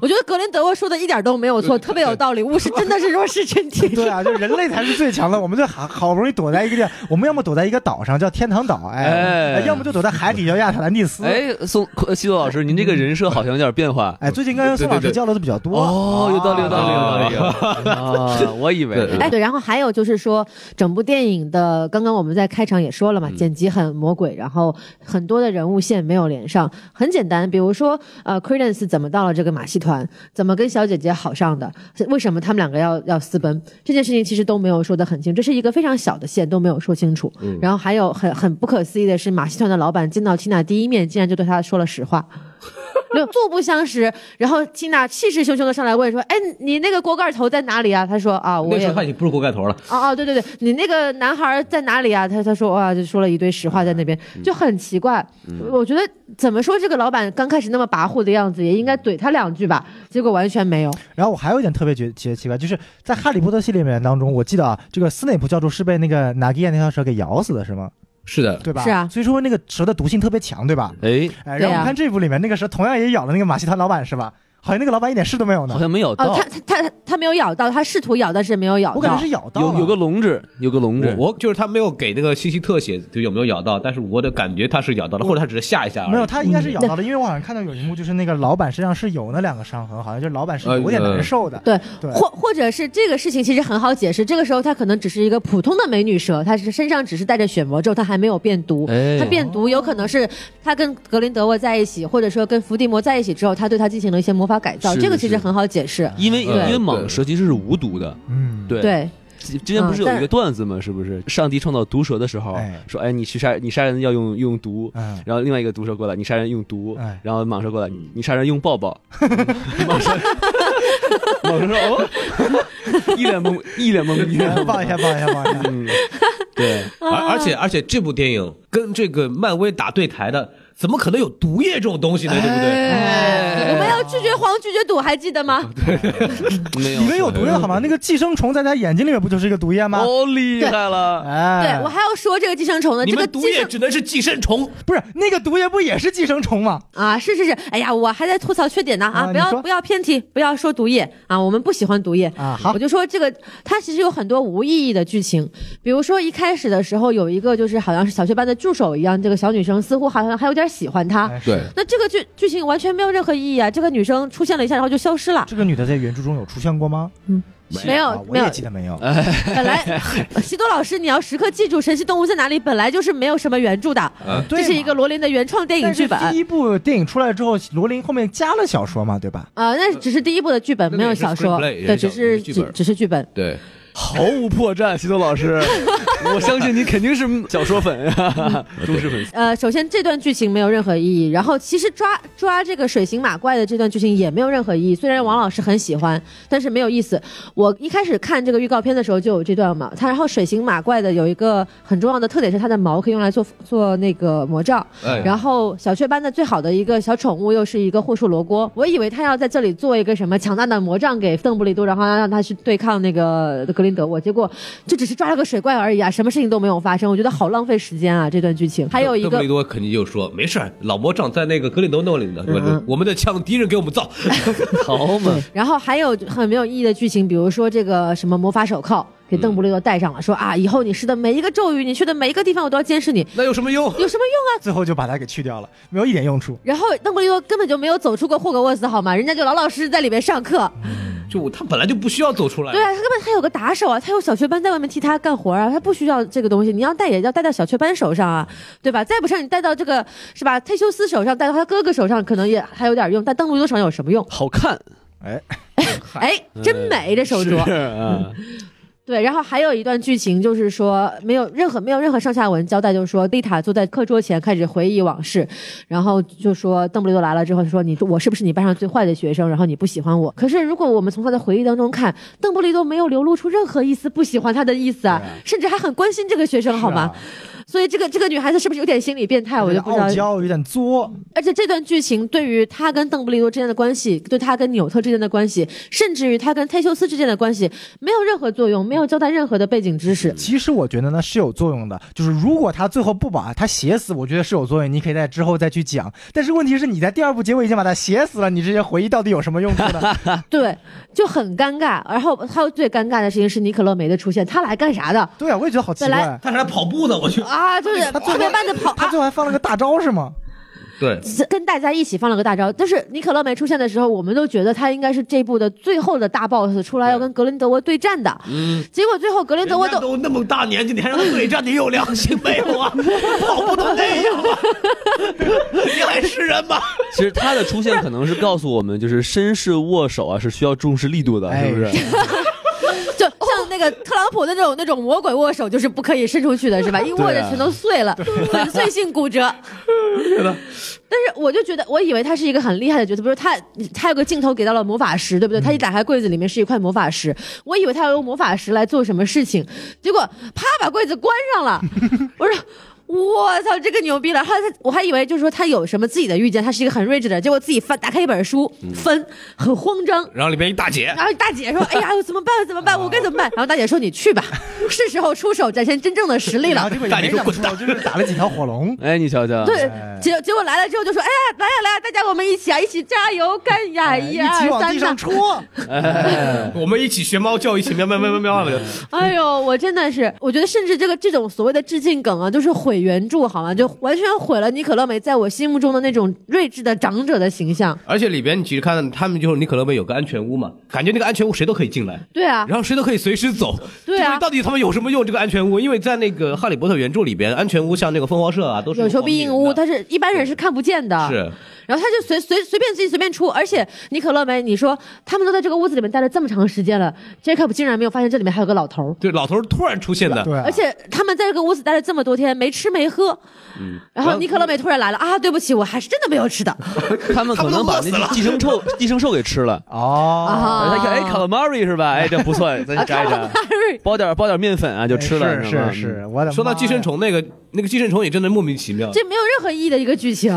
S1: 我觉得格林德沃说的一点都没有错，特别有道理。巫师真的是弱势群体，
S4: 对啊，就人类才是最强的。我们就好好不容易躲在一个地儿，我们要么躲在一个岛上叫天堂岛，哎，
S3: 哎
S4: 要么就躲在海底叫亚特兰蒂斯。哎，
S3: 哎，宋呃西多老师，您这个人设好像有点变化。
S4: 最近跟宋老师交流的比较多。
S3: 哦，有道理，有道理，有道
S2: 啊
S3: 理有道理啊！我以为
S2: 对
S1: 哎，对，然后还有就是说，整部电影的刚刚我们在开场也说了
S2: 嗯
S1: 嘛，剪辑很魔鬼，然后很多的人物线没有连上，很简单，比如说呃，Credence 怎么到了这个马戏团，怎么跟小姐姐好上的，为什么他们两个要要私奔，这件事情其实都没有说得很清，这是一个非常小的线都没有说清楚。
S2: 嗯
S1: 然后还有很很不可思议的是，马戏团的老板见到 Tina 第一面，竟然就对她说了实 话。就素不相识，然后 Tina 气势汹汹的上来问说：“哎，你那个锅盖头在哪里啊？”他说：“啊，我
S2: 那时
S1: 也
S2: 候他已经不是锅盖头了。
S1: 哦哦，对对对，你那个男孩在哪里啊？他他说哇，就说了一堆实话在那边，
S4: 嗯
S1: 就很奇怪。我觉得怎么说，这个老板刚开始那么跋扈的样子，也应该怼他两句吧，结果完全没有。
S4: 然后我还有一点特别觉觉得奇怪，就是在《哈利波特》系列里面当中，我记得啊，这个斯内普教授是被那个拿基亚那条蛇给咬死的，是
S3: 嗯
S4: 吗？
S2: 是的，
S4: 对吧？
S1: 是啊
S4: 所以说那个蛇的毒性特别强，对吧？
S3: 哎，
S4: 哎，
S1: 对啊
S4: 然后我们看这部里面那个蛇同样也咬了那个马戏团老板，是吧？好像那个老板一点事都没有呢
S3: 好，像没咬
S1: 哦，
S3: 到
S1: 他，他他他没有咬到，他试图咬，但是没有咬
S4: 我感
S1: 到
S4: 觉。是咬到
S3: 有
S4: 了
S3: 有个笼子，有个笼子。
S2: 我我就是他没有给那个信息特写，就有没有咬到，但是我的感觉他是咬到了，或者他只是吓一下而已。
S4: 没有，他应该是咬到了，因为我好像看到有一幕，就是那个老板身上是有那两个伤痕，好像就是老板是有点难受
S3: 呃
S4: 的。
S1: 对，
S4: 对
S1: 或或者是这个事情其实很好解释，这个时候她可能只是一个普通的美女蛇，她是身上只是带着血魔咒，她还没有变毒。
S3: 哎
S1: 她变毒有可能是她跟格林德沃在一起，或者说跟伏地魔在一起之后，她对她进行了一些魔法改造，
S3: 是
S1: 这个其实
S3: 是
S1: 很好解释。
S3: 因为因
S2: 呃
S3: 为
S2: 对
S3: 蟒蛇其实是无毒的，
S4: 嗯，
S3: 对。
S1: 对，嗯
S3: 之之前不是有一个段子吗？是不是上帝创造毒蛇的时候
S4: 哎
S3: 说，哎，你去杀你杀人要用用毒，
S4: 嗯，
S3: 然后另外一个毒蛇过来，你杀人用毒
S4: 哎，
S3: 然后蟒蛇过来，你杀人用抱 抱，蟒蛇，蟒蛇说哦， 一脸懵，一 脸懵逼，
S4: 抱一下，抱一下，抱一下。
S3: 嗯，对，
S2: 而而
S1: 啊
S2: 且而且这部电影跟这个漫威打对台的，怎么可能有毒液这种东西呢？对不对？
S1: 哎 我们要拒绝黄，拒绝赌，还记得 吗？
S3: 没有，呃
S4: 以为有毒液好吗？那个寄生虫在他眼睛里面不就是一个毒液吗？
S3: 哦，厉害了，
S4: 哎，
S1: 对我还要说这个寄生虫呢，
S2: 你
S1: 这个
S2: 们毒
S1: 寄
S2: 液
S1: 生
S2: 只能是寄生虫，
S4: 不是那个毒液不也是寄生虫吗？
S1: 啊，是是是，哎呀，我还在吐槽缺点呢啊，
S4: 啊
S1: 不
S4: 你
S1: 要
S4: 说
S1: 不要偏题，不要说毒液啊，我们不喜欢毒液
S4: 啊好
S1: 我就说这个它其实有很多无意义的剧情，比如说一开始的时候有一个就是好像是小学班的助手一样，这个小女生似乎好像还有点喜欢他。
S4: 哎，
S2: 对，
S1: 那这个剧剧情完全没有任何意义啊！这个女生出现了一下，然后就消失了，
S4: 这个女的在原著中有出现过吗？
S1: 嗯
S4: 呃
S1: 没
S4: 啊
S1: 有
S4: 我
S1: 没有
S4: 也。记得没有。
S1: 本来西多老师，你要时刻记住《神奇动物在哪里》本来就是没有什么原著的，
S2: 嗯
S1: 这
S4: 对
S1: 是
S4: 嘛
S1: 一个罗琳的原创电影
S4: 但
S1: 剧
S4: 是
S1: 本。
S4: 第一部电影出来之后，罗琳后面加了小说嘛，对吧？
S1: 啊，那只是第一部的剧本，
S2: 那
S1: 没
S2: 个
S1: 有
S2: 也是
S1: 小说，
S2: screenplay，也
S1: 对，
S2: 是
S1: 只
S2: 小也
S1: 是
S2: 是剧
S1: 只
S2: 本
S1: 只是剧本。
S2: 对，
S3: 毫无破绽，西多老师，我相信你肯定是小说粉呀，
S4: 嗯
S3: 忠实粉丝。
S1: 呃，首先这段剧情没有任何意义，然后其实抓抓这个水形马怪的这段剧情也没有任何意义。虽然王老师很喜欢，但是没有意思。我一开始看这个预告片的时候就有这段嘛，它然后水形马怪的有一个很重要的特点是它的毛可以用来做做那个魔杖，
S2: 哎
S1: 然后小雀斑的最好的一个小宠物又是一个护树罗锅，我以为他要在这里做一个什么强大的魔杖给邓布利多，然后让他去对抗那个格林德沃，结果就只是抓了个水怪而已啊，什么事情都没有发生，我觉得好浪费时间啊这段剧情。还有一
S2: 邓布
S1: 个
S2: 利多肯定就说没事儿，老魔杖在那个格林德诺里呢，对吧
S1: 嗯
S2: 我们的枪敌人给我们 造，
S3: 好嘛，
S1: 然后还有很没有意义的剧情，比如说这个什么魔法手铐给邓布利多戴上了，说啊以后你施的每一个咒语，你去的每一个地方我都要监视你，
S2: 那有什么用？
S1: 有什么用啊？
S4: 最后就把它给去掉了，没有一点用处。
S1: 然后邓布利多根本就没有走出过霍格沃茨，好吗？人家就老老实实在里面上课。
S2: 就他本来就不需要走出来，
S1: 对啊，他根本他有个打手啊，他有小雀斑在外面替他干活啊，他不需要这个东西。你要带也要带到小雀斑手上啊，对吧？再不上你带到这个是吧？忒修斯手上，带到他哥哥手上，可能也还有点用，但邓布利多手上有什么用？
S3: 好看，
S1: 哎，真美这手镯。
S3: 是啊，
S1: 对，然后还有一段剧情就是说，没有任何没有任何上下文交代，就是说丽塔坐在课桌前开始回忆往事，然后就说邓布利多来了之后就说你我是不是你班上最坏的学生？然后你不喜欢我。可是如果我们从他的回忆当中看，邓布利多没有流露出任何一丝不喜欢他的意思啊，
S4: 对啊
S1: 甚至还很关心这个学生， 好吗？
S4: 是啊？
S1: 所以这个这个女孩子是不是有点心理变态？我就不知道嗯
S4: 傲。娇，有点作，
S1: 而且这段剧情对于他跟邓布利多之间的关系，对他跟纽特之间的关系，甚至于他跟忒修斯之间的关系，没有任何作用，没有交代任何的背景知 识。
S4: 其实我觉得呢是有作用的，就是如果他最后不把他写死，我觉得是有作用，你可以在之后再去讲。但是问题是你在第二部结尾已经把他写死了，你这些回忆到底有什么用处 呢？
S1: 对，就很尴尬。然后还有最尴尬的事情是尼可乐梅的出现，他来干啥的？
S4: 对啊，我也觉得好奇
S1: 本来
S4: 怪。
S2: 他是来跑步的，我去，
S1: 啊，就是
S4: 他最后
S1: 特别慢的跑
S4: 他
S1: 啊
S4: 最，后还放了个大招是吗？
S2: 对，
S1: 跟大家一起放了个大招。但是尼可乐梅出现的时候，我们都觉得他应该是这部的最后的大 boss，出来要跟格林德沃对战的。结果最后格林德沃
S2: 人家
S1: 都
S2: 都那么大年纪，你还让他对战，你有良心没 有啊？跑步都那样了，你还是人吗？
S3: 其实他的出现可能是告诉我们，就是绅士握手啊是需要重视力度的，是不是？。
S1: 就像那个特朗普的那种那种魔鬼握手，就是不可以伸出去的，是吧？一握着全都碎了， 粉碎性骨折。 但是我就觉得，我以为他是一个很厉害的角色，比如他他有个镜头给到了魔法石，对不对？他一打开柜子，里面是一块魔法石，我以为他要用魔法石来做什么事情，结果啪把柜子关上了，我说。我操，这个牛逼了！他他我还以为就是说他有什么自己的预见，他是一个很睿智的人，结果自己翻打开一本书翻，很慌张，
S2: 然后里边一大姐，
S1: 然后大姐说：“哎呀，我怎么办？怎么办？我该怎么
S4: 哦
S1: 办？”然后大姐说：“你去吧，是时候出手展现真正的实力
S4: 然后
S1: 了。
S4: 结果也没讲出来，就是打了几条火龙
S3: 哎，你瞧瞧，”
S1: 对
S4: 哎，
S1: 结结果来了之后就说：“哎呀，来呀来呀，大家我们一起啊，一起加油干呀！
S4: 哎
S1: 一
S4: 一起
S1: 二
S4: 往地
S1: 三呐！
S4: 上戳，
S2: 我们一起学猫叫，一起喵喵喵喵喵的。
S1: 哎呦，我真的是，我觉得甚至这个这种所谓的致敬梗啊，就是毁原著好吗？就完全毁了尼可乐美在我心目中的那种睿智的长者的形象。
S2: 而且里边你其实看他们就是你可乐妹有个安全屋嘛，感觉那个安全屋谁都可以进来，
S1: 对啊，
S2: 然后谁都可以随时走。
S1: 对啊
S2: 这个到底他们有什么用？这个安全屋，因为在那个《哈利波特》原著里边，安全屋像那个凤凰社啊，都是
S1: 有求必应屋，
S2: 它
S1: 但是一般人是看不见的。
S2: 是
S1: 然后他就随随随便自己随便出，而且尼可乐梅，你说他们都在这个屋子里面待了这么长时间了，Jacob 竟然没有发现这里面还有个老头儿。
S2: 对老头儿突然出现的，
S4: 对啊，
S1: 而且他们在这个屋子待了这么多天，没吃没喝，
S3: 嗯
S1: 然后尼可乐梅突然来了啊！对不起，我还是真的没有吃 的啊
S3: 他们可能把那寄生兽寄生兽给吃了。
S4: 哦，
S1: 啊！
S3: 哎，哎卡 a 玛瑞是吧？哎，这不错，咱去摘一摘，包点包点面粉啊，就吃了。
S4: 哎是
S3: 知道吗嗯
S4: 是，是，我的
S2: 说到
S4: 妈
S2: 寄生
S4: 呀，
S2: 虫那个那个寄生虫也真的莫名其妙，
S1: 这没有任何意义的一个剧情，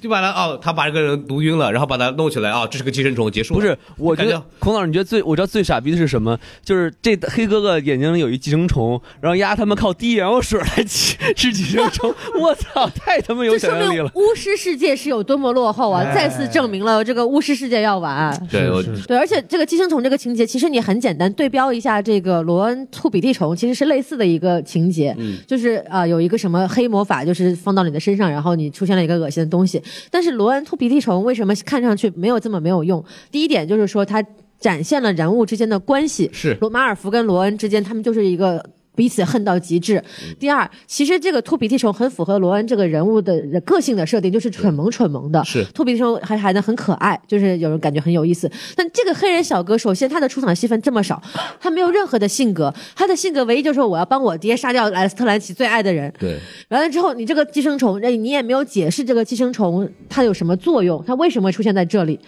S2: 就把他哦，他把这个人毒晕了，然后把他弄起来啊、这是个寄生虫，结束了
S3: 不是，我觉
S2: 感
S3: 得
S2: 觉
S3: 孔老师，你觉得最我知道最傻逼的是什么？就是这黑哥哥眼睛里有一寄生虫，然后丫他们靠滴眼药水来吃 吃寄生虫，我操，太他妈有
S1: 这
S3: 想
S1: 说
S3: 象力
S1: 明
S3: 了。
S1: 巫师世界是有多么落后啊！
S4: 哎
S1: 再次证明了这个巫师世界要完。
S2: 对我
S4: 是是
S1: 对，而且这个寄生虫这个情节，其实你很简单对标一下这个罗恩兔比地虫，其实是类似的一个情节，
S2: 嗯
S1: 就是啊、有一个什么黑魔法，就是放到你的身上，然后你出现了一个恶心的东西。但是罗恩兔比地虫为什么看上去没有这么没有用？第一点就是说它展现了人物之间的关系，
S2: 是
S1: 罗马尔福跟罗恩之间，他们就是一个。彼此恨到极致。
S2: 嗯
S1: 第二，其实这个兔鼻涕虫很符合罗恩这个人物的人个性的设定，就是蠢萌蠢萌的。
S2: 是
S1: 兔鼻涕虫还还能很可爱，就是有人感觉很有意思。但这个黑人小哥，首先他的出场戏份这么少，他没有任何的性格，他的性格唯一就是我要帮我爹杀掉莱斯特兰奇最爱的人。
S2: 对，
S1: 完了之后，你这个寄生虫，哎，你也没有解释这个寄生虫它有什么作用，它为什么会出现在这里，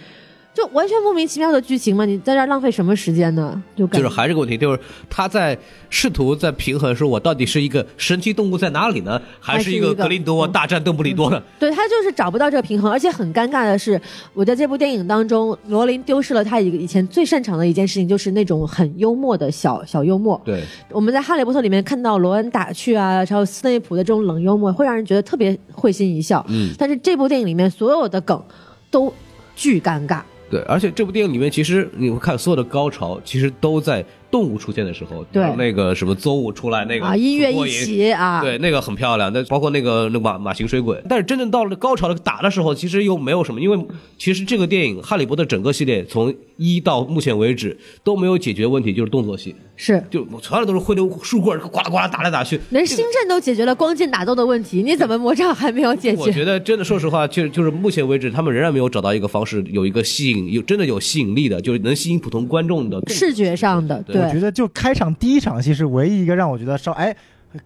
S1: 就完全莫名其妙的剧情嘛！你在这儿浪费什么时间呢？就感
S2: 就
S1: 觉
S2: 是还是个问题，就是他在试图在平衡，说我到底是一个神奇动物在哪里呢，还是
S1: 还是
S2: 一个
S1: 一个嗯
S2: 格林德沃大战邓布利多呢？
S1: 对他就是找不到这个平衡，而且很尴尬的是，我在这部电影当中，罗琳丢失了他以以前最擅长的一件事情，就是那种很幽默的小小幽默。
S2: 对，
S1: 我们在《哈利波特》里面看到罗恩打趣啊，还有斯内普的这种冷幽默，会让人觉得特别会心一笑。
S2: 嗯，
S1: 但是这部电影里面所有的梗都巨尴尬。
S2: 对，而且这部电影里面，其实你会看所有的高潮，其实都在动物出现的时候，比如
S1: 对
S2: 那个什么邹物出来那个
S1: 啊，音乐
S2: 过
S1: 一
S2: 瘾
S1: 起啊，
S2: 对，那个很漂亮，那包括那个那个马马行水鬼，但是真正到了高潮的打的时候，其实又没有什么，因为其实这个电影《哈利波特》整个系列从一到目前为止都没有解决问题，就是动作戏，
S1: 是。
S2: 就全都是挥溜树棍儿，呱啦呱啦打来打 去。
S1: 连星战都解决了光进打斗的问题，你怎么魔杖还没有解
S2: 我
S1: 决？
S2: 觉得真的，说实话，就就是目前为止，他们仍然没有找到一个方式，有一个吸引，有真的有吸引力的，就是能吸引普通观众的。
S1: 视觉上的，
S2: 对
S4: 我觉
S1: 对，
S4: 得就开场第一场戏是唯一一个让我觉得稍哎，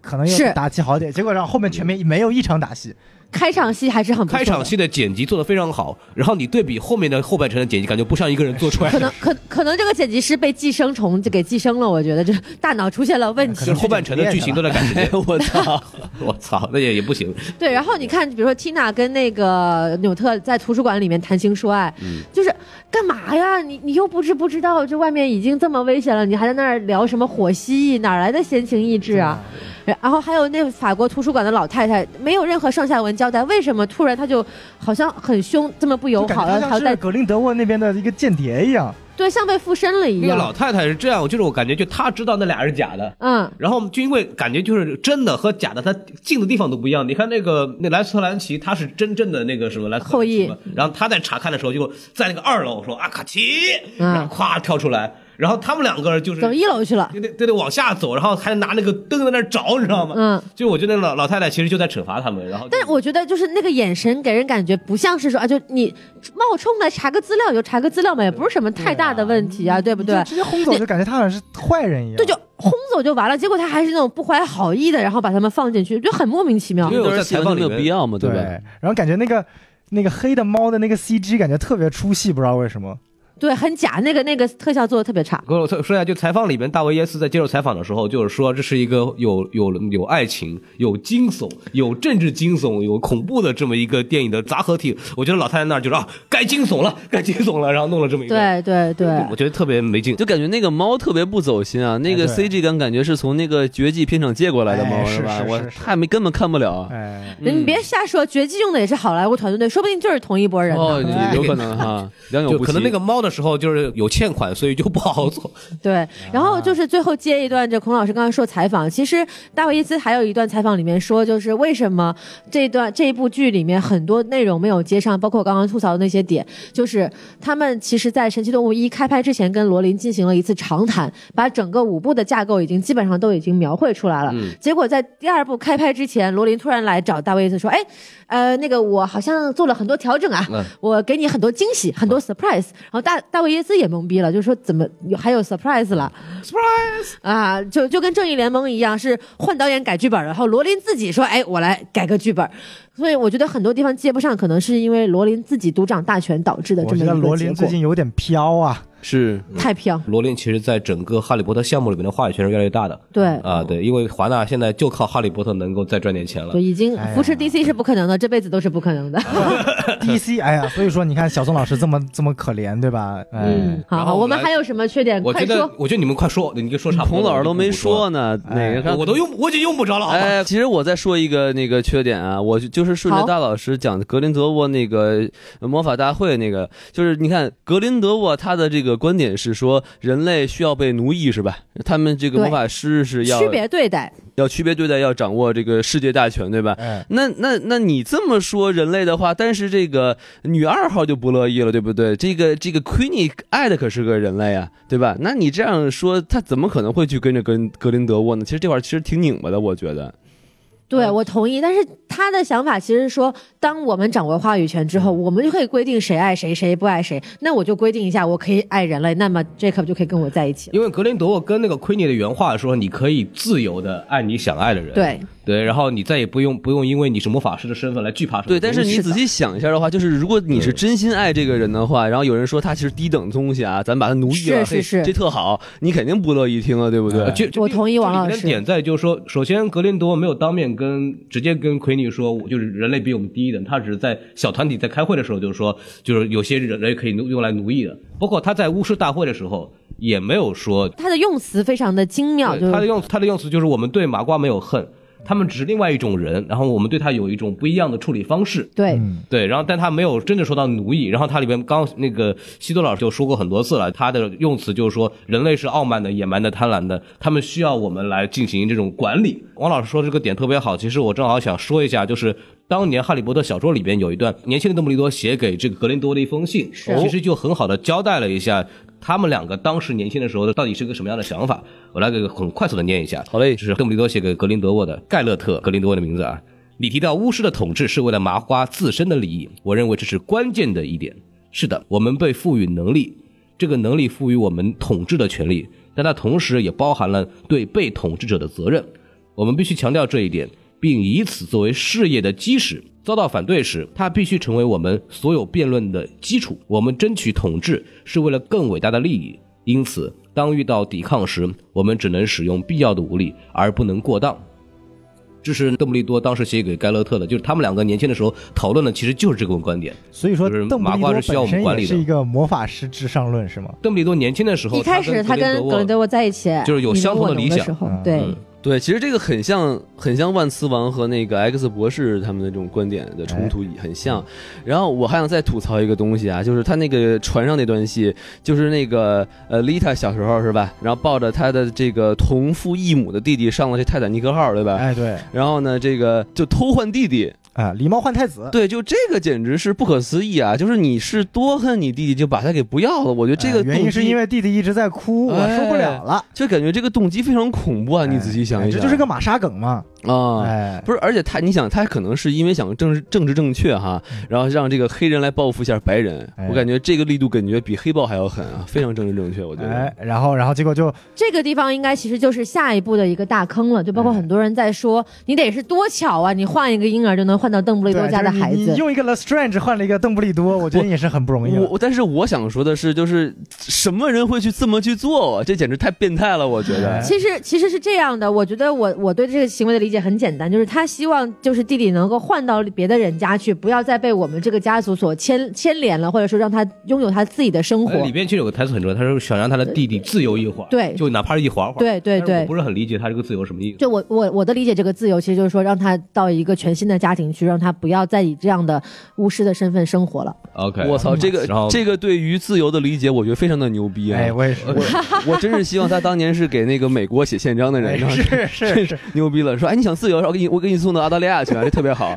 S4: 可能
S1: 是
S4: 要打戏好点，结果让后面全没没有一场打戏。
S1: 开场戏还是很不错的
S2: 开场戏的剪辑做得非常好，然后你对比后面的后半程的剪辑，感觉不像一个人做出来
S1: 可
S2: 的
S1: 能。可可能这个剪辑师被寄生虫就给寄生了，我觉得这大脑出现了问
S2: 就
S1: 题
S2: 是。后半程的剧情都在赶时
S3: 哎
S2: 间，我操， 我操，那也也 不行。
S1: 对，然后你看，比如说 Tina 跟那个纽特在图书馆里面谈情说爱，就是干嘛呀？你你又不知不知道，这外面已经这么危险了，你还在那儿聊什么火蜥蜴？哪来的闲情逸致啊？然后还有那法国图书馆的老太太，没有任何上下文交代，为什么突然她就好像很凶，这么不友
S4: 就感
S1: 好，
S4: 觉
S1: 然
S4: 他
S1: 后还
S4: 像
S1: 要带
S4: 是格林德沃那边的一个间谍一样，
S1: 对像被附身了一
S2: 那个老
S1: 样。
S2: 太太是这样，就是我感觉就她知道那俩是假的，
S1: 嗯，
S2: 然后就因为感觉就是真的和假的，它进的地方都不一样。你看那个那莱斯特兰奇，他是真正的那个什么莱斯特兰奇嘛然后他在查看的时候，就在那个二楼说阿啊卡奇，
S1: 嗯
S2: 然后咵跳出来，然后他们两个人就是
S1: 走一楼去了。
S2: 就得就得往下走，然后还拿那个灯在那儿找，你知道吗？
S1: 嗯，
S2: 就我觉得那老老太太其实就在惩罚他们，然后就
S1: 但是我觉得就是那个眼神给人感觉不像是说啊，就你冒充来查个资料就查个资料嘛，也不是什么太大的问题啊，对不
S4: 你
S1: 对
S4: 就？直接轰走，就感觉他好像是坏人一样。
S1: 对，就轰走就完了。结果他还是那种不怀好意的，然后把他们放进去，就很莫名其妙
S2: 因。为我在
S3: 喜
S2: 采
S3: 欢
S2: 访
S3: 没
S2: 里
S3: 有
S2: 面
S3: 必要嘛，
S4: 对
S3: 吧？。
S4: 然后感觉那个那个黑的猫的那个 CG 感觉特别出戏，不知道为什么。
S1: 对，很假，那个那个特效做的特别差。
S2: 跟我说一下，就采访里面，大卫耶斯在接受采访的时候，就是说这是一个有有有爱情、有惊悚、有政治惊悚、有恐怖的这么一个电影的杂合体。我觉得老太太那儿就是啊，该惊悚了，该惊悚了，然后弄了这么一个，
S1: 对对对，
S2: 我觉得特别没劲。
S3: 就感觉那个猫特别不走心啊，那个
S4: 哎对
S3: CG 感感觉是从那个绝技片场借过来的猫、
S4: 哎是
S3: 吧？
S4: 是
S3: 我
S4: 是是
S3: 太没根本看不了。啊
S4: 哎，
S1: 你别瞎说，绝技用的也是好莱坞团队，说不定就是同一拨人呢。哎
S3: 哦，有可能哈，良
S2: 就
S3: 莠不齐。
S2: 可能那个猫的时候就是有欠款，所以就不好好做。
S1: 对，然后就是最后接一段，这孔老师刚刚说采访，其实大卫伊兹还有一段采访里面说，就是为什么这段这一部剧里面很多内容没有接上，包括我刚刚吐槽的那些点，就是他们其实在《神奇动物一》开拍之前跟罗琳进行了一次长谈，把整个五部的架构已经基本上都已经描绘出来了。结果在第二部开拍之前，罗琳突然来找大卫伊兹说：“哎，呃，那个我好像做了很多调整啊，
S2: 嗯
S1: 我给你很多惊喜，很多 surprise。然后大大卫耶斯也懵逼了，就说怎么有还有 surprise 了？surprise
S2: 嗯
S1: 啊，就就跟正义联盟一样，是换导演改剧本，然后罗琳自己说，哎，我来改个剧本。所以我觉得很多地方接不上，可能是因为罗琳自己独掌大权导致的这
S4: 我
S1: 么
S4: 觉
S1: 一
S4: 得
S1: 个
S4: 罗
S1: 结
S4: 琳
S1: 果
S4: 最，近有点飘啊，
S3: 是
S1: 太飘。
S2: 罗琳其实在整个《哈利波特》项目里面的话语权是越来越大的。
S1: 对
S2: 啊，对，因为华纳现在就靠《哈利波特》能够再赚点钱了
S1: 就。已经
S4: 哎
S1: 扶持 DC 是不可能的，这辈子都是不可能的。
S4: DC，哎呀，所以说你看小宋老师这么这么可怜，对吧？哎、
S1: 嗯，好
S2: 然
S1: 好，
S2: 后
S1: 我们
S2: 来
S1: 还有什么缺点？
S2: 我
S1: 快
S2: 觉得
S1: 说。，
S2: 我觉得你们快说，你就说差不多
S3: 彭
S2: 了。
S3: 老师都没说呢，哪
S4: 哎
S3: 个
S2: 我就不说了，
S3: 看
S2: 我都用我已经用不着了，好吧？
S3: 哎，其实我再说一个那个缺点啊，我就就是顺着
S1: 好
S3: 大老师讲的格林德沃那个呃魔法大会那个，就是你看格林德沃他的这个个观点是说，人类需要被奴役是吧？他们这个
S1: 对
S3: 魔法师是要
S1: 区别对待，
S3: 要区别对待，要掌握这个世界大权，对吧？
S1: 哎
S4: 嗯，
S3: 那那那你这么说人类的话，但是这个女二号就不乐意了，对不对？这个这个 Queenie 爱的可是个人类啊，对吧？那你这样说，她怎么可能会去跟着格林格林德沃呢？其实这块儿其实挺拧巴的，我觉
S1: 嗯
S3: 得。
S1: 对，我同意。但是他的想法其实是说，当我们掌握话语权之后，我们就可以规定谁爱谁，谁不爱谁。那我就规定一下，我可以爱人类，那么 Jacob 就可以跟我在一起了。
S2: 因为格林德沃跟那个奎尼的原话说，你可以自由的爱你想爱的人，
S1: 对，
S2: 对，然后你再也不用不用因为你是魔法师的身份来惧怕什么
S3: 对，
S2: 东
S3: 但
S2: 西
S3: 是你
S1: 是
S3: 仔
S1: 的
S3: 细想一下的话，就是如果你是
S2: 对
S3: 真心爱这个人的话，然后有人说他其实低等东西啊，咱把他奴役
S1: 是
S3: 了，
S1: 是
S3: 嘿
S1: 是
S3: 这特好，你肯定不乐意听啊，对不对？
S2: 就就
S1: 我同意
S2: 就
S1: 王
S2: 里
S1: 老
S2: 面的
S1: 师
S2: 点在就是说，首先格林德沃没有当面跟直接跟奎尼说，我就是人类比我们低一等，他只是在小团体在开会的时候就是说，就是有些人类可以奴用来奴役的，包括他在巫师大会的时候也没有说，
S1: 他的用词非常的精妙，就
S2: 对他的
S1: 是
S2: 用他的用词就是我们对麻瓜没有恨，他们只是另外一种人，然后我们对他有一种不一样的处理方式。
S1: 对。
S2: 对，然后但他没有真的说到奴役，然后他里边刚那个西多老师就说过很多次了，他的用词就是说人类是傲慢的、野蛮的、贪婪的，他们需要我们来进行这种管理。王老师说这个点特别好，其实我正好想说一下，就是当年《哈利波特》小说里边有一段年轻的邓布利多写给这个格林多的一封信，
S1: 是
S2: 其实就很好的交代了一下。他们两个当时年轻的时候到底是个什么样的想法？我来给很快速的念一下。
S3: 好嘞
S2: 这是邓布利多写给格林德沃的盖勒特，格林德沃的名字啊。你提到巫师的统治是为了麻瓜自身的利益，我认为这是关键的一点。是的，我们被赋予能力，这个能力赋予我们统治的权利，但它同时也包含了对被统治者的责任。我们必须强调这一点，并以此作为事业的基石。遭到反对时，它必须成为我们所有辩论的基础。我们争取统治是为了更伟大的利益，因此，当遇到抵抗时，我们只能使用必要的武力，而不能过当。这是邓布利多当时写给盖勒特的，就是他们两个年轻的时候讨论的，其实就是这个观点。
S4: 所以说
S2: 就是
S4: 邓布
S2: 麻
S4: 利
S2: 瓜
S4: 多
S2: 是需要我
S4: 本
S2: 们
S4: 身
S2: 管理
S4: 也
S2: 的
S4: 是一个魔法师至上论是吗？
S2: 邓布利多年轻的时候，
S1: 一开始他
S2: 他
S1: 跟格林
S2: 格嗯林
S1: 德
S2: 德
S1: 沃在一起，
S2: 就是有
S1: 你
S2: 相
S1: 侬我
S2: 同的
S1: 侬
S2: 理
S1: 的
S2: 想
S1: 时候
S4: 嗯，
S1: 对
S2: 嗯，
S3: 对，其实这个很像，很像万磁王和那个 X 博士他们的这种观点的冲突很像。然后我还想再吐槽一个东西啊，就是他那个船上那段戏，就是那个呃丽塔小时候是吧，然后抱着她的这个同父异母的弟弟上了这泰坦尼克号对吧？
S4: 哎，对，
S3: 然后呢，这个就偷换弟弟，
S4: 啊，狸猫换太子，
S3: 对，就这个简直是不可思议啊！就是你是多恨你弟弟，就把他给不要了。我觉得这
S4: 哎
S3: 个、
S4: 原因是因。为弟弟一直在哭，我受不了了。
S3: 就感觉这个动机非常恐怖啊！你仔细想一
S4: 哎
S3: 想，
S4: 这就是个玛莎梗嘛。
S3: 啊，
S4: 哎，
S3: 不是，而且他，你想，他可能是因为想政治政治正确哈，然后让这个黑人来报复一下白人，
S4: 嗯哎
S3: 我感觉这个力度感觉比黑豹还要狠啊，非常政治正确，我觉
S4: 哎
S3: 得。，
S4: 然后然后结果就
S1: 这个地方应该其实就是下一步的一个大坑了，就包括
S4: 哎
S1: 很多人在说，你得是多巧啊，你换一个婴儿就能换到邓布利
S4: 对，
S1: 多家
S4: 就
S1: 的
S4: 是你
S1: 孩
S4: 你
S1: 子，
S4: 用一个 Lestrange 换了一个邓布利多，我觉得也是很不容易
S3: 我
S4: 了。
S3: 我，但是我想说的是，就是什么人会去这么去做啊？这简直太变态了，我觉得。
S4: 哎
S1: 其实其实是这样的，我觉得我我对这个行为的理解很简单，就是他希望就是弟弟能够换到别的人家去，不要再被我们这个家族所牵牵连了，或者说让他拥有他自己的生
S2: 哎
S1: 活
S2: 里。边其实有个台词很重要，他说想让他的弟弟自由一会儿，
S1: 对
S2: 就哪怕是一会儿会儿。
S1: 对对
S2: 但是我
S1: 对
S2: 不，是很理解他这个自由什么意思。
S1: 就我我我的理解，这个自由其实就是说让他到一个全新的家庭去，让他不要再以这样的巫师的身份生活了。
S2: OK，
S3: 我操，这个
S2: 然后
S3: 这个对于自由的理解，我觉得非常的牛逼啊！
S4: 哎，我也是，我
S3: 我真是希望他当年是给那个美国写宪章的人，然后
S4: 哎是是是，
S3: 牛逼了，说哎你想自由，然后我给你我给你送到澳大利亚去啊，这特别 好。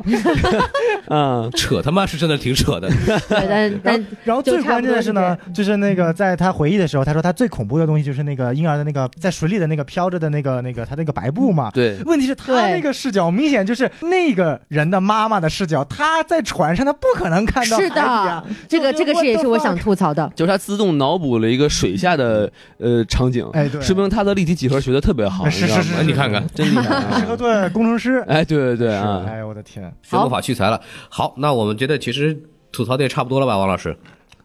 S3: 嗯，
S2: 扯他妈是真的挺扯 的。
S1: 对， 但
S4: 然
S1: 但
S4: 后，然后最关键的是呢，就是那个在他回忆的时候，他说他最恐怖的东西就是那个婴儿的那个在水里的那个飘着的那个那个他那个白布嘛。
S3: 对，
S4: 问题是他
S1: 对
S4: 那个视角明显就是那个人的妈妈的视角，他在船上他不可能看到
S1: 是
S4: 海底
S1: 的
S4: 啊，
S1: 这个这
S4: 就
S1: 个
S4: 我
S1: 是也
S4: 的
S1: 是我
S4: fuck
S1: 想吐槽的。
S3: 就是他自动脑补了一个水下的呃场景，
S4: 哎对
S3: 说明他的立体几何学的特别好，
S4: 是
S3: 你知道
S4: 是
S3: 吗
S4: 是，
S2: 哎
S4: 是
S2: 你看 看，
S3: 真厉害
S4: 适合
S3: 啊！
S4: 做工程师。
S3: 哎，对对对
S4: 是
S3: 啊，
S4: 哎呦我的天，
S2: 学魔法屈才了。好，那我们觉得其实吐槽的也差不多了吧，王老师？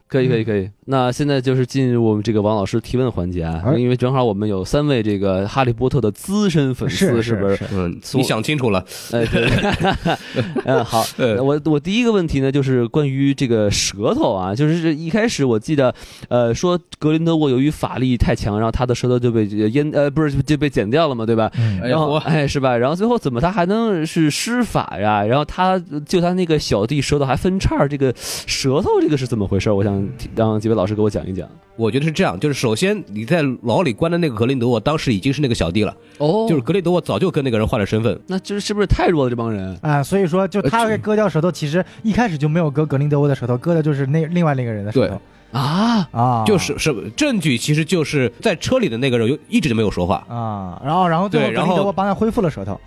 S3: 可以可以可以。那现在就是进入我们这个王老师提问环节啊
S4: 哎，
S3: 因为正好我们有三位这个哈利波特的资深粉丝，
S4: 是
S3: 是不
S4: 是
S3: 是？
S2: 嗯，你想清楚了。
S3: 哎，对， 嗯，好，
S2: 呃
S3: 我我第一个问题呢，就是关于这个舌头啊，就是这一开始我记得，呃，说格林德沃由于法力太强，然后他的舌头就被呃阉，呃，不是就被剪掉了嘛，对吧？
S4: 嗯
S2: 哎
S3: 然后
S2: 我
S3: 哎是吧？然后最后怎么他还能是施法呀？然后他就他那个小弟舌头还分叉儿，这个舌头这个是怎么回事？我想想让几位老师给我讲一讲。
S2: 我觉得是这样，就是首先你在牢里关的那个格林德沃，当时已经是那个小弟了，
S3: 哦
S2: 就是格林德沃早就跟那个人换了身份，
S3: 那这是不是太弱了？这帮人
S4: 啊、所以说就他
S2: 呃这
S4: 割掉舌头，其实一开始就没有割格林德沃的舌头，割的就是那另外那个人的舌头
S3: 啊，
S4: 啊，
S2: 就是是证据，其实就是在车里的那个人有一直就没有说话。
S4: 啊，然后然后最后
S2: 对
S4: 格
S2: 然
S4: 林德
S2: 后
S4: 沃帮他恢复了舌头，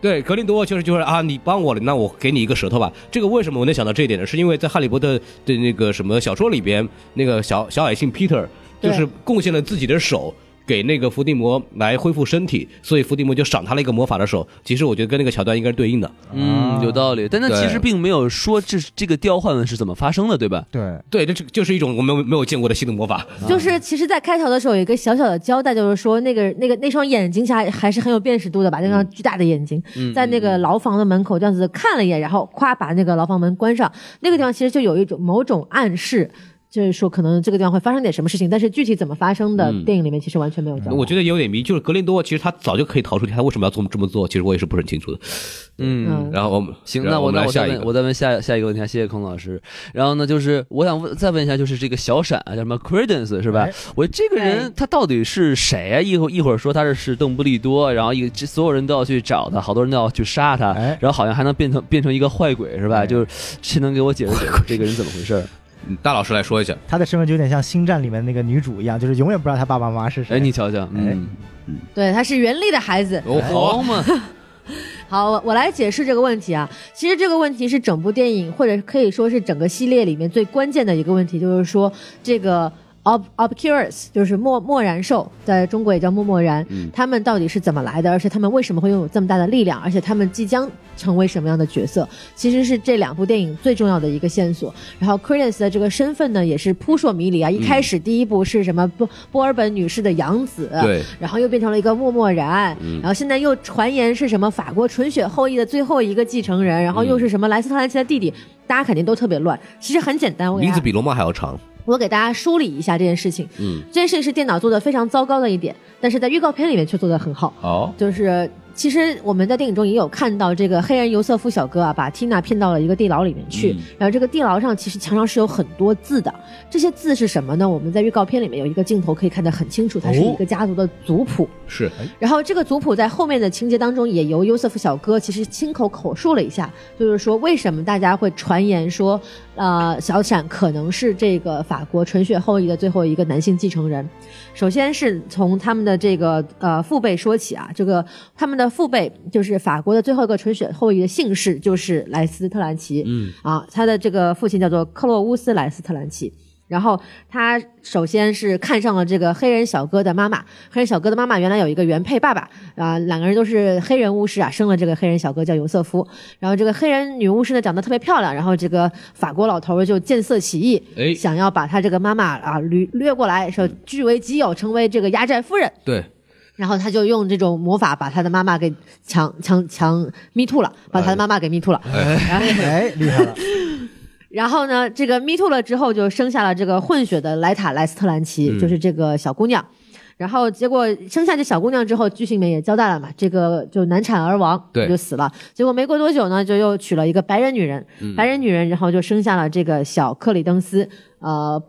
S2: 对，格林德沃就是就是啊，你帮我了，那我给你一个舌头吧。这个为什么我能想到这一点呢？是因为在《哈利波特》的那个什么小说里边，那个小小矮星 Peter
S1: 对
S2: 就是贡献了自己的手。给那个伏地魔来恢复身体，所以伏地魔就赏他了一个魔法的手。其实我觉得跟那个桥段应该是对应的。
S3: 嗯，有道理。但那其
S2: 对
S3: 实并没有说这这个调换是怎么发生的，对吧？
S4: 对，
S2: 对，这这就是一种我们没有没有见过的新的魔法。
S1: 就是其实，在开头的时候有一个小小的交代，就是说那个那个那双眼睛下还是很有辨识度的
S2: 嗯
S1: 吧，那双巨大的眼睛，在那个牢房的门口这样子看了一眼，然后咵把那个牢房门关上，那个地方其实就有一种某种暗示。就是说，可能这个地方会发生点什么事情，但是具体怎么发生的，电影里面其实完全没有交代。
S2: 嗯我觉得有点迷，就是格林多沃其实他早就可以逃出去，他为什么要这么这么做？其实我也是不是很清楚的。
S3: 嗯
S1: 嗯
S2: 然后我们
S3: 行，
S2: 然
S3: 那
S2: 后我
S3: 我
S2: 们
S3: 那
S2: 来
S3: 我再
S2: 下一
S3: 问
S2: 个，
S3: 我再问下下一个问题啊，谢谢孔老师。然后呢，就是我想问再问一下，就是这个小闪啊，叫什么 Credence 是吧
S4: 哎？
S3: 我这个人他到底是谁啊？一会儿一会儿说他是是邓布利多，然后一个这所有人都要去找他，好多人都要去杀他，
S4: 哎
S3: 然后好像还能变成变成一个坏鬼是吧？
S4: 哎
S3: 就是谁能给我解释解释这个人怎么回事儿？
S2: 嗯大老师来说一下。
S4: 他的身份就有点像《星战》里面那个女主一样，就是永远不知道他爸爸妈妈是谁。
S3: 哎，你瞧瞧，嗯，
S1: 对，他是袁立的孩子，
S2: 哦
S3: 好嘛，
S1: 好，我我来解释这个问题啊。其实这个问题是整部电影，或者可以说是整个系列里面最关键的一个问题，就是说这个 ob obcurus 就是默默然兽，在中国也叫默默然，他们到底是怎么来的，而且他们为什么会拥有这么大的力量，而且他们即将成为什么样的角色，其实是这两部电影最重要的一个线索。然后 Credence 的这个身份呢，也是扑朔迷离啊。一开始第一部是什么波波尔本女士的养子，
S2: 对，
S1: 然后又变成了一个默默然，
S2: 嗯
S1: 然后现在又传言是什么法国纯血后裔的最后一个继承人，
S2: 嗯
S1: 然后又是什么莱斯特兰奇的弟弟，大家肯定都特别乱。其实很简单，我给
S2: 名
S1: 大
S2: 字
S1: 家
S2: 比龙猫还要长。
S1: 我给大家梳理一下这件事情。
S2: 嗯，
S1: 这件事情是电脑做的非常糟糕的一点，但是在预告片里面却做的很好。
S2: 哦，
S1: 就是其实我们在电影中也有看到这个黑人尤瑟夫小哥啊，把 Tina 骗到了一个地牢里面
S2: 嗯
S1: 去。然后这个地牢上其实墙上是有很多字的，这些字是什么呢？我们在预告片里面有一个镜头可以看得很清楚，它是
S2: 哦
S1: 一个家族的族谱。
S2: 是
S1: 然后这个族谱在后面的情节当中，也由优瑟夫小哥其实亲口口述了一下，就是说为什么大家会传言说，呃，小闪可能是这个法国纯血后裔的最后一个男性继承人。首先是从他们的这个呃父辈说起啊，这个他们的父辈就是法国的最后一个纯血后裔的姓氏就是莱斯特兰奇，嗯啊，他的这个父亲叫做克洛乌斯莱斯特兰奇。然后他首先是看上了这个黑人小哥的妈妈，黑人小哥的妈妈原来有一个原配爸爸啊、两个人都是黑人巫师啊，生了这个黑人小哥叫尤瑟夫。然后这个黑人女巫师呢长得特别漂亮，然后这个法国老头儿就见色起意，
S2: 哎
S1: 想要把他这个妈妈啊掠掠过来，说据为己有，成为这个压寨夫人。
S2: 对，
S1: 然后他就用这种魔法把他的妈妈给强强强 me too 了，把他的妈妈给 me too 了。然后
S4: 哎，厉害了，
S1: 然后呢，这个 Me Too 了之后，就生下了这个混血的莱塔莱斯特兰奇，
S2: 嗯
S1: 就是这个小姑娘。然后结果生下这小姑娘之后，剧情里面也交代了嘛，这个就难产而亡，
S2: 对
S1: 就死了。结果没过多久呢，就又娶了一个白人女人，
S2: 嗯
S1: 白人女人，然后就生下了这个小克里登斯，呃，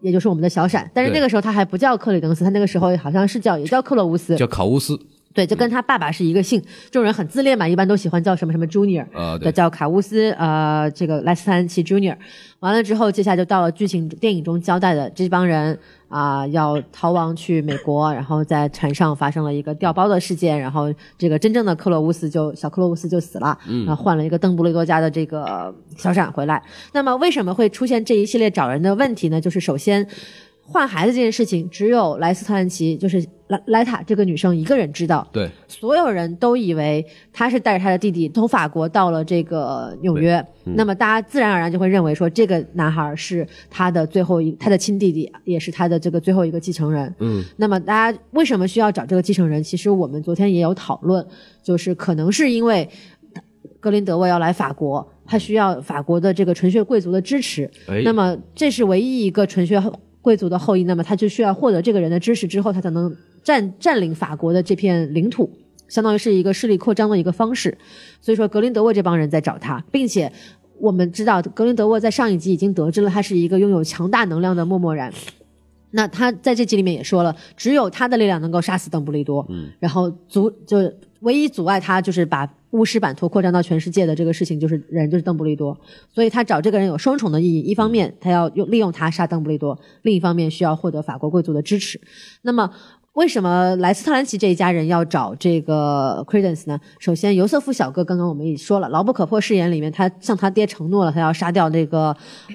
S1: 也就是我们的小闪。但是
S2: 对
S1: 那个时候他还不叫克里登斯，他那个时候好像是叫也叫克洛乌斯，
S2: 叫嗯考乌斯。
S1: 对，就跟他爸爸是一个姓。这种人很自恋嘛，一般都喜欢叫什么什么 Junior，
S2: 啊
S1: 对
S2: 对
S1: 叫卡乌斯，呃，这个莱斯坦奇 Junior。完了之后，接下来就到了剧情电影中交代的这帮人啊、要逃亡去美国，然后在船上发生了一个掉包的事件，然后这个真正的克洛乌斯就小克洛乌斯就死了，嗯，然后换了一个邓布利多家的这个小闪回来。那么为什么会出现这一系列找人的问题呢？就是首先。换孩子这件事情，只有莱斯特兰奇，就是莱莱塔这个女生一个人知道，
S2: 对，
S1: 所有人都以为他是带着他的弟弟从法国到了这个纽约，那么大家自然而然就会认为说这个男孩是他的最后一，他的亲弟弟，也是他的这个最后一个继承人。
S2: 嗯，
S1: 那么大家为什么需要找这个继承人？其实我们昨天也有讨论，就是可能是因为格林德沃要来法国，他需要法国的这个纯血贵族的支持。
S2: 哎
S1: 那么这是唯一一个纯血贵族的后裔，那么他就需要获得这个人的支持之后，他才能占占领法国的这片领土。相当于是一个势力扩张的一个方式，所以说格林德沃这帮人在找他，并且我们知道格林德沃在上一集已经得知了他是一个拥有强大能量的默默然。那他在这集里面也说了，只有他的力量能够杀死邓布利多，
S2: 嗯
S1: 然后阻就唯一阻碍他就是把巫师版图扩张到全世界的这个事情，就是人就是邓布利多，所以他找这个人有双重的意义：一方面他要用利用他杀邓布利多，另一方面需要获得法国贵族的支持。那么。为什么莱斯特兰奇这一家人要找这个 Credence 呢？首先，尤瑟夫小哥刚刚我们也说了，《牢不可破》誓言里面，他向他爹承诺了，他要杀掉那个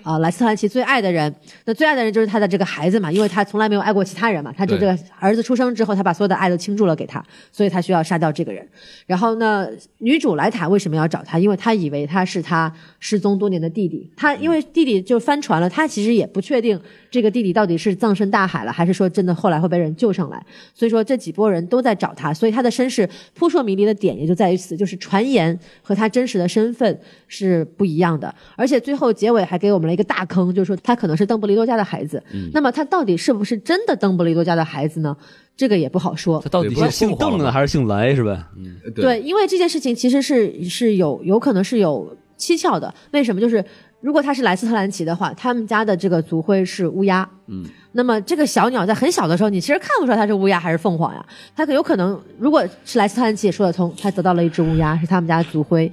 S1: 啊、呃莱斯特兰奇最爱的人。那最爱的人就是他的这个孩子嘛，因为他从来没有爱过其他人嘛。他就这
S2: 对
S1: 个儿子出生之后，他把所有的爱都倾注了给他，所以他需要杀掉这个人。然后呢，女主莱塔为什么要找他？因为她以为他是她失踪多年的弟弟。她因为弟弟就翻船了，她其实也不确定这个弟弟到底是葬身大海了，还是说真的后来会被人救上来。所以说这几波人都在找他，所以他的身世扑朔迷离的点也就在于此，就是传言和他真实的身份是不一样的。而且最后结尾还给我们了一个大坑，就是说他可能是邓布利多家的孩子。那么他到底是不是真的邓布利多家的孩子呢？这个也不好说。
S3: 他到底
S2: 对不是
S3: 是姓
S2: 凤凰
S3: 邓呢，
S2: 吗
S3: 还是姓来，是吧？
S1: 对，因为这件事情其实是是有有可能是有蹊跷的。为什么？就是如果他是莱斯特兰奇的话，他们家的这个族徽是乌鸦。嗯，那么这个小鸟在很小的时候，你其实看不出来它是乌鸦还是凤凰呀。它有可能，如果是莱斯特兰奇也说得通，他得到了一只乌鸦，是他们家的族徽。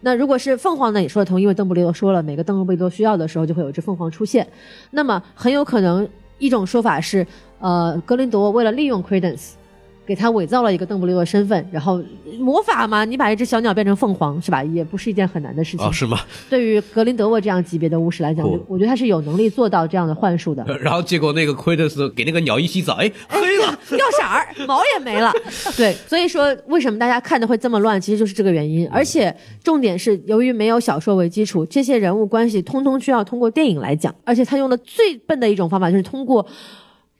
S1: 那如果是凤凰呢，也说得通，因为邓布利多说了，每个邓布利多需要的时候就会有一只凤凰出现。那么很有可能一种说法是，呃，格林德沃为了利用 Credence，给他伪造了一个邓布利多的身份，然后魔法嘛，你把一只小鸟变成凤凰是吧？也不是一件很难的事情。
S2: 啊是吗？
S1: 对于格林德沃这样级别的巫师来讲，
S2: 不
S1: 我我觉得他是有能力做到这样的幻术的。
S2: 然后结果那个 Kratos 给那个鸟一洗澡，哎，黑了。
S1: 掉色儿，毛也没了。 对，所以说为什么大家看的会这么乱，其实就是这个原因。而且重点是，由于没有小说为基础，这些人物关系通通需要通过电影来讲。而且他用的最笨的一种方法就是通过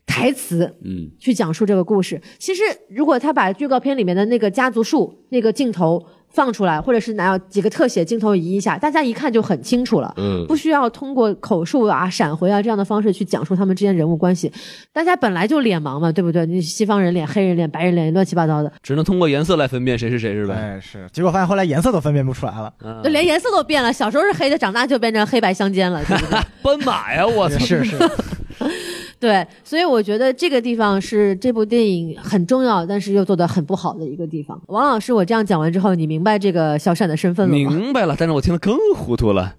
S1: 台词，
S2: 嗯，
S1: 去讲述这个故事。其实如果他把预告片里面的那个家族树那个镜头。放出来，或者是拿几个特写镜头移一下，大家一看就很清楚了。
S2: 嗯
S1: 不需要通过口述啊、闪回啊这样的方式去讲述他们之间人物关系。大家本来就脸盲嘛，对不对？你西方人脸、黑人脸、白人脸，乱七八糟的，
S3: 只能通过颜色来分辨谁是谁，是吧？
S4: 哎，是，结果发现后来颜色都分辨不出来了，
S3: 啊
S1: 就连颜色都变了。小时候是黑的，长大就变成黑白相间了，对 不对？
S3: 斑马呀，我操！
S4: 是是，
S1: 对，所以我觉得这个地方是这部电影很重要，但是又做得很不好的一个地方。王老师，我这样讲完之后，你明白这个小闪的身份了吗？
S3: 明白了，但是我听得更糊涂了。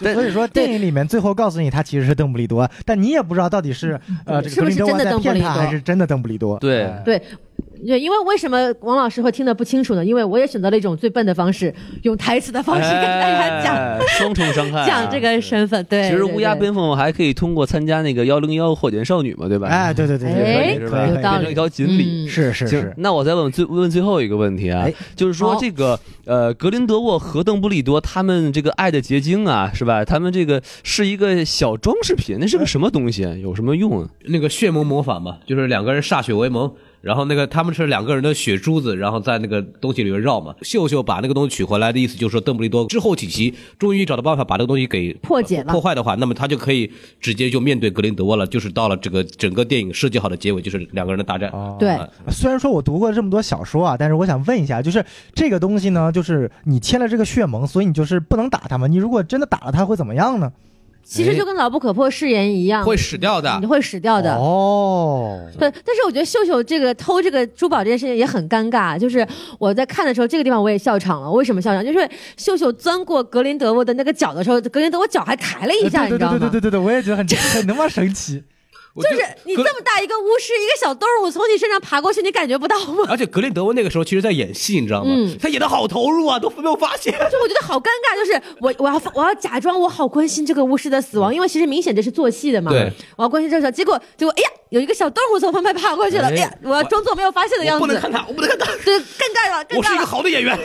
S4: 就所以说电影里面最后告诉你他其实是邓布利多，但你也不知道到底是呃这
S1: 是
S4: 个格
S1: 不
S4: 林
S1: 是真的
S4: 德沃在
S1: 邓布
S4: 骗
S1: 利
S4: 他
S1: 多
S4: 还是真的邓布利多？
S3: 对
S4: 哎
S1: 对，对，因为为什么王老师会听得不清楚呢？因为我也选择了一种最笨的方式，用台词的方式跟大家讲、
S3: 哎 双重伤害啊。
S1: 讲这个身份。对，
S3: 其实
S1: 对
S3: 乌鸦
S1: 对
S3: 奔凤凰还可以通过参加那个幺零幺火箭少女嘛，对吧？
S4: 哎，对对对
S1: 哎
S4: 对，
S3: 是
S4: 可
S1: 有
S3: 吧？
S4: 以可以
S3: 变
S1: 道
S4: 可
S1: 理
S3: 成一条锦鲤。
S1: 嗯
S4: 以，是是
S3: 行
S4: 是，
S3: 那我再问最问最后一个问题啊
S4: 哎，
S3: 就是说
S1: 好
S3: 这个呃，格林德沃和邓布利多他们这个爱的结晶啊，是吧？他们这个是一个小装饰品，那是个什么东西？有什么用啊？
S2: 那个血盟魔法嘛，就是两个人歃血为盟，然后那个他们是两个人的血珠子，然后在那个东西里面绕嘛。秀秀把那个东西取回来的意思就是说，邓布利多之后几期终于找到办法把这个东西给
S1: 破解了
S2: 破坏的话，那么他就可以直接就面对格林德沃了，就是到了这个整个电影设计好的结尾，就是两个人的大战。
S4: 哦
S1: 对
S4: 虽然说我读过这么多小说啊，但是我想问一下，就是这个东西呢，就是你签了这个血盟，所以你就是不能打他们。你如果真的打了他，会怎么样呢？
S1: 其
S4: 哎
S1: 实就跟《牢不可破》誓言一样，
S2: 会死掉的
S1: 你。会死掉的。
S4: 哦，
S1: 对，但是我觉得秀秀这个偷这个珠宝这件事情也很尴尬。就是我在看的时候，这个地方我也笑场了。为什么笑场？就是秀秀钻过格林德沃的那个脚的时候，格林德沃脚还抬了一下，
S4: 呃
S1: 你
S4: 对对对对
S1: 知道
S4: 对
S1: 吗？
S4: 对对对，我也觉得很 很他妈 神奇。
S2: 就是
S1: 你这么大一个巫师，一个小动物从你身上爬过去，你感觉不到吗？
S2: 而且格林德沃那个时候其实在演戏，你知道吗？
S1: 嗯
S2: 他演的好投入啊，都没有发现。
S1: 就我觉得好尴尬，就是我我要我要假装我好关心这个巫师的死亡，因为其实明显这是做戏的嘛。
S2: 嗯对，
S1: 我要关心这个，结果结果哎呀，有一个小动物从旁边爬过去了，哎呀，我要装作没有发现的样
S2: 我不
S1: 子
S2: 能，看他，我不能看他，
S1: 对，尴尬了，尴
S2: 我是一
S1: 尬
S2: 个
S1: 了。
S2: 好的 演员。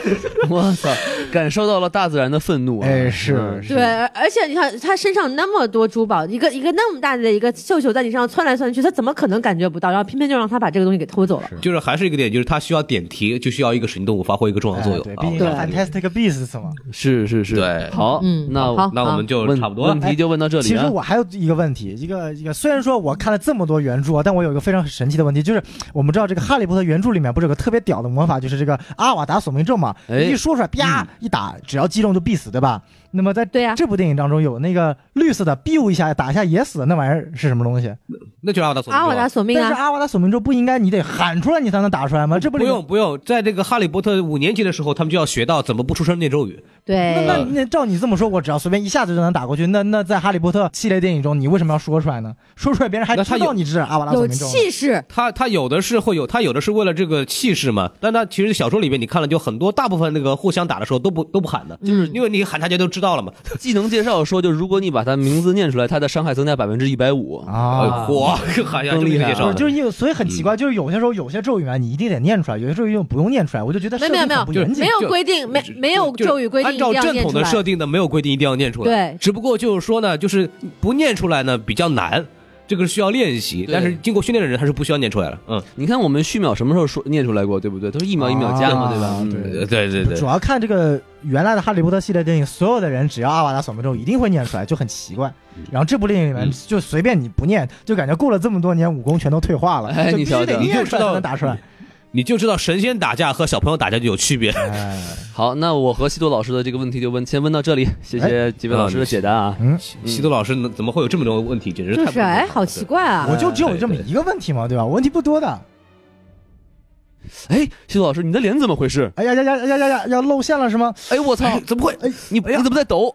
S3: 我操，感受到了大自然的愤怒啊！
S4: 哎是
S3: 嗯
S1: 对，而而且你看他身上那么多珠宝，一个一个那么大的一个绣球在你身上窜来窜去，他怎么可能感觉不到？然后偏偏就让他把这个东西给偷走了。
S2: 就是还是一个点，就是他需要点题，就需要一个神动物发挥一个重要作用
S4: 哎对，
S2: 啊
S4: 毕。竟是
S1: 对
S4: Fantastic Beasts 嘛。
S3: 是是是，
S2: 对
S3: 好，
S1: 嗯
S3: 那
S1: 好
S2: 那我们就
S3: 问
S2: 差不多了
S1: 哎
S3: 问。题就问到这里
S4: 其实
S3: 啊。
S4: 我还有一个问题，一个一个，虽然说我看了这么多原原著啊，但我有一个非常神奇的问题，就是我们知道这个《哈利波特》原著里面不是有个特别屌的魔法，就是这个阿瓦达索命咒嘛，
S3: 哎
S4: 一说出来啪一打，只要击中就必死，对吧？那么在
S1: 对呀
S4: 这部电影当中有那个绿色的 biu 一下打一下也死，那玩意儿是什么东西？
S2: 那就是阿瓦达索命
S1: 阿
S2: 咒
S1: 瓦达
S2: 啊。
S1: 索命
S4: 但是
S1: 啊，
S4: 阿瓦达索命咒不应该你得喊出来你才能打出来吗？这
S2: 不
S4: 部里面
S2: 用不用，在这个《哈利波特》五年级的时候，他们就要学到怎么不出声念咒语。
S1: 对，
S4: 那那那照你这么说，我只要随便一下子就能打过去，那那在《哈利波特》系列电影中，你为什么要说出来呢？ 说出来别人还
S2: 那他
S4: 知
S2: 有
S4: 道你是啊阿瓦拉索
S1: 有
S4: 命中。
S1: 气势，
S2: 他他有的是会有，他有的是为了这个气势嘛。但他其实小说里面你看了，就很多大部分那个互相打的时候都不都不喊的，就是因为你喊大家都知道了嘛。
S3: 技能介绍说，就如果你把他名字念出来，他的伤害增加百分之一百五。
S2: 哎
S4: 啊，
S2: 嚯， 喊下这
S3: 更
S2: 么一
S3: 厉
S2: 个
S3: 害
S2: 介
S3: 了
S2: 绍的，
S4: 就是就是因为所以很奇怪，就是有些时候有些咒语啊，你一定得念出来，有些咒语又不用念出来，我就觉得
S1: 没有没有没
S4: 设
S1: 有
S4: 计很不严谨
S1: 没有
S2: 嗯就
S1: 规定，没没有
S2: 就是
S1: 咒语规定
S2: 按
S1: 一定
S2: 照
S1: 要
S2: 正
S1: 念
S2: 统
S1: 出
S2: 的
S1: 来。
S2: 设定的，没有规定一定要念出来。
S1: 对
S2: 只不过就是说呢，就是不念出来呢比较难，这个是需要练习。
S3: 对
S2: 但是经过训练的人，他是不需要念出来了。嗯，
S3: 你看我们续秒什么时候说念出来过，对不对？都是一秒一秒加嘛，
S4: 啊
S3: 对吧？嗯
S4: 对
S2: 对对对
S4: 主。要看这个原来的《哈利波特》系列电影，所有的人只要阿瓦达索命咒一定会念出来，就很奇怪。然后这部电影里面
S2: 嗯
S4: 就随便你不念，就感觉过了这么多年，武功全都退化 了，
S3: 哎
S4: 就
S3: 你
S4: 必须
S3: 瞧
S4: 得
S3: 瞧
S4: 念
S2: 你
S4: 出来
S2: 就知道
S4: 才能打出来。
S2: 你就知道神仙打架和小朋友打架就有区别。
S4: 哎，
S3: 好，那我和西多老师的这个问题就问，先问到这里，谢谢几位老师的解答啊。
S4: 嗯，
S2: 西多老师能怎么会有这么多问题？简直太
S1: 就
S2: 不
S1: 是哎，好奇怪啊！
S4: 我就只有这么一个问题嘛，对吧？我问题不多的。
S3: 哎，西多老师，你的脸怎么回事？
S4: 哎呀呀呀呀呀呀！要露馅了是吗？
S3: 哎，我操，
S2: 怎么会？
S3: 你你怎么在抖？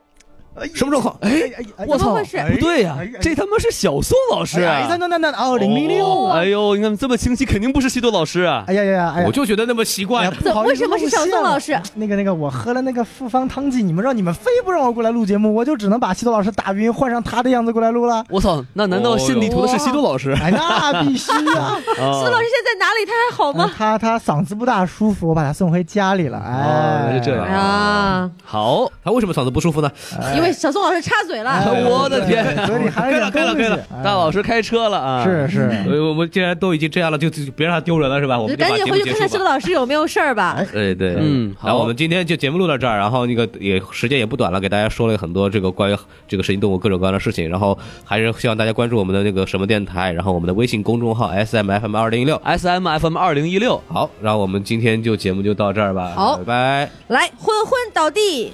S2: 什么状况？
S4: 哎哎哎！
S3: 我
S1: 怎么
S3: 操，
S1: 回事
S3: 不对呀
S4: 哎哎，
S3: 这他妈是小宋老师啊。
S4: 哎，等等等等，哦，零零六！
S3: 哎呦，你看这么清晰，肯定不是西多老师啊。
S4: 哎呀呀呀！哎呀
S2: 我，就觉得那么奇
S3: 哎
S2: 怪。
S1: 怎么为什么是小宋老师？
S4: 那个那个，我喝了那个复方汤剂，你们让你们非不让我过来录节目，我就只能把西多老师打晕，换上他的样子过来录了。
S3: 我操，那难道
S4: 哦
S3: 献地图的是西多老师？
S4: 哎，那必须呀、
S3: 哦
S1: 苏老师现在哪里？他还好
S4: 啊
S1: 吗？！
S4: 他他嗓子不大舒服，我把他送回家里了。
S3: 哦
S4: 哎，
S3: 那就这样
S1: 啊，
S3: 好，
S2: 他为什么嗓子不舒服呢？
S1: 因为小宋老师插嘴了，
S4: 哎
S3: 我的天
S4: 对嘴里 含着点
S2: 开了
S4: 东西
S2: 开了。
S4: 哎
S3: 大老师开车了啊。
S4: 是是，
S2: 呃我我们既然都已经这样了，就就别让他丢人了，是吧？我
S1: 就
S2: 们
S1: 赶紧回去看看
S2: 这
S1: 小
S2: 个。
S1: 宋老师有没有事儿吧
S4: 哎。
S2: 对对，
S3: 嗯好
S2: 然后我们今天就节目录到这儿，然后那个也时间也不短了，给大家说了很多这个关于这个神奇动物各种各样的事情，然后还是希望大家关注我们的那个什么电台，然后我们的微信公众号 S M F M 二零一六。
S3: S M F M 二零一六，
S2: 好，然后我们今天就节目就到这儿吧，
S1: 好
S2: 拜拜。
S1: 来，昏昏倒地。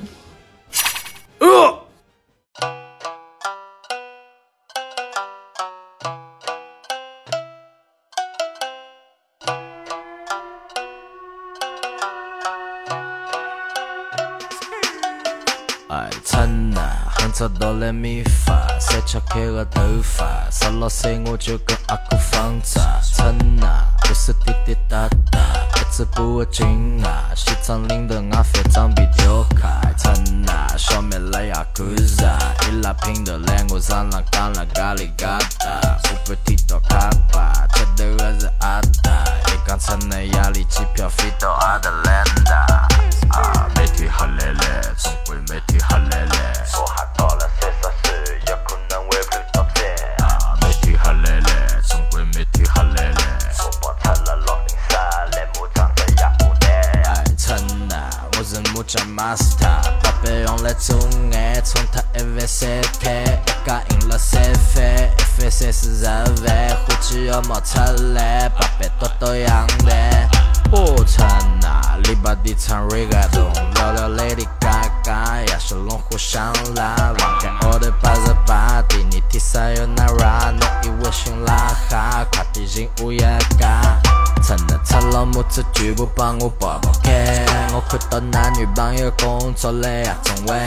S5: 唉，親啊，肯測到你咪發，洗出佢個頭髮，十六歲我就跟阿哥放債。親啊，不是滴滴答答，一直不會停啊，西藏領的阿飛藏比較開。親啊，小妹來阿哥仔，伊拉拼得來我上浪干了咖喱嘎達，我不提到卡巴，吃的我是阿達，一剛才那壓力機票飛到阿德蘭大。啊，媒体黑嘞嘞，总归媒体黑嘞嘞。我喊到了三十四，也可能会碰到这。啊，媒体黑嘞嘞，总归媒体黑嘞嘞。我包出了老兵杀，来木长的也不得。哎，真啊，我是木匠 master，把别用来做爱，从他一万三台，一家赢了三番，一番三四十万，伙计要冒出来，把别多多养来。我操那，里巴底唱 reggaeton，聊聊 Lady Gaga，也是龙虎上来，忘干我的八十八，对你提啥有那啥，侬一微信拉黑，快点进乌鸦家。真的赤老母子全部帮我包包开，我看到男女朋友工作来也中位，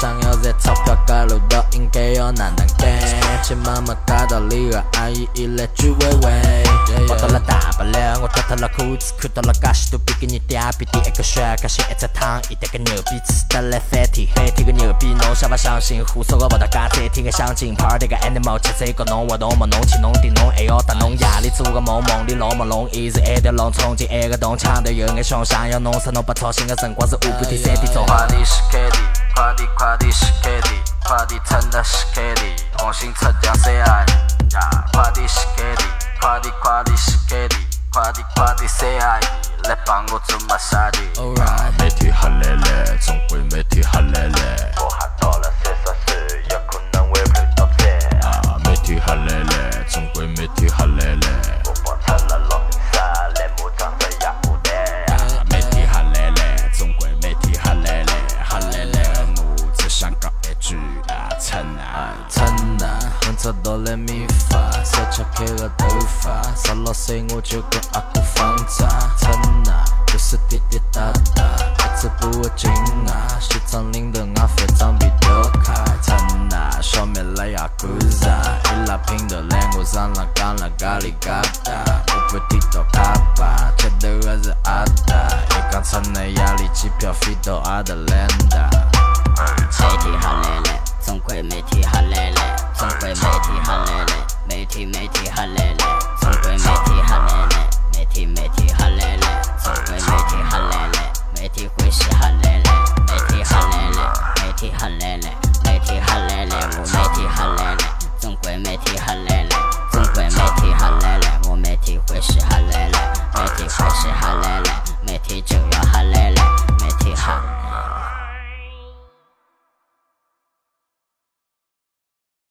S5: 想要赚钞票搿路道应该要哪能改？去妈妈家道理个阿姨伊来居委会，跑到了大不了我脱脱了裤子，看到了介许多比基尼店，比第一个帅，个心一只烫，一点个牛逼吹得来翻天，翻天个牛逼侬相勿相信？火烧个勿搭家，餐厅个香精，party 个 animal，吃这个侬活动么侬去侬顶侬还要搭侬夜里做个梦，梦里老朦胧，一直爱条龙冲进埃个洞，抢得有眼凶，想要弄死侬不操心个辰光是下半天三点钟。快点是开的，快点快点是开的，快点趁的是开的，红星出江三海呀，快点是开的，快点快点是开的，快点快点三海，来帮我做马杀的。每天黑来来，总归每天黑来来。我喊到了三十岁，也可能会碰到灾。啊，每天黑来来，总归每天黑来来。这哆来咪发，谁扯开个头发，十六岁我就跟阿哥放炸，趁啊，就是滴滴答答，一直不会停啊，西装领头阿反装备丢开，趁啊，小妹来呀干啥，伊拉拼头来我上了干了咖喱疙瘩，我不提到卡巴，接头还是阿达，一讲趁的压力，机票飞到阿德兰大。
S6: 媒体喊累累，总归媒体喊累累，总归媒体喊累累，媒体媒体喊累累，总归媒体喊累累，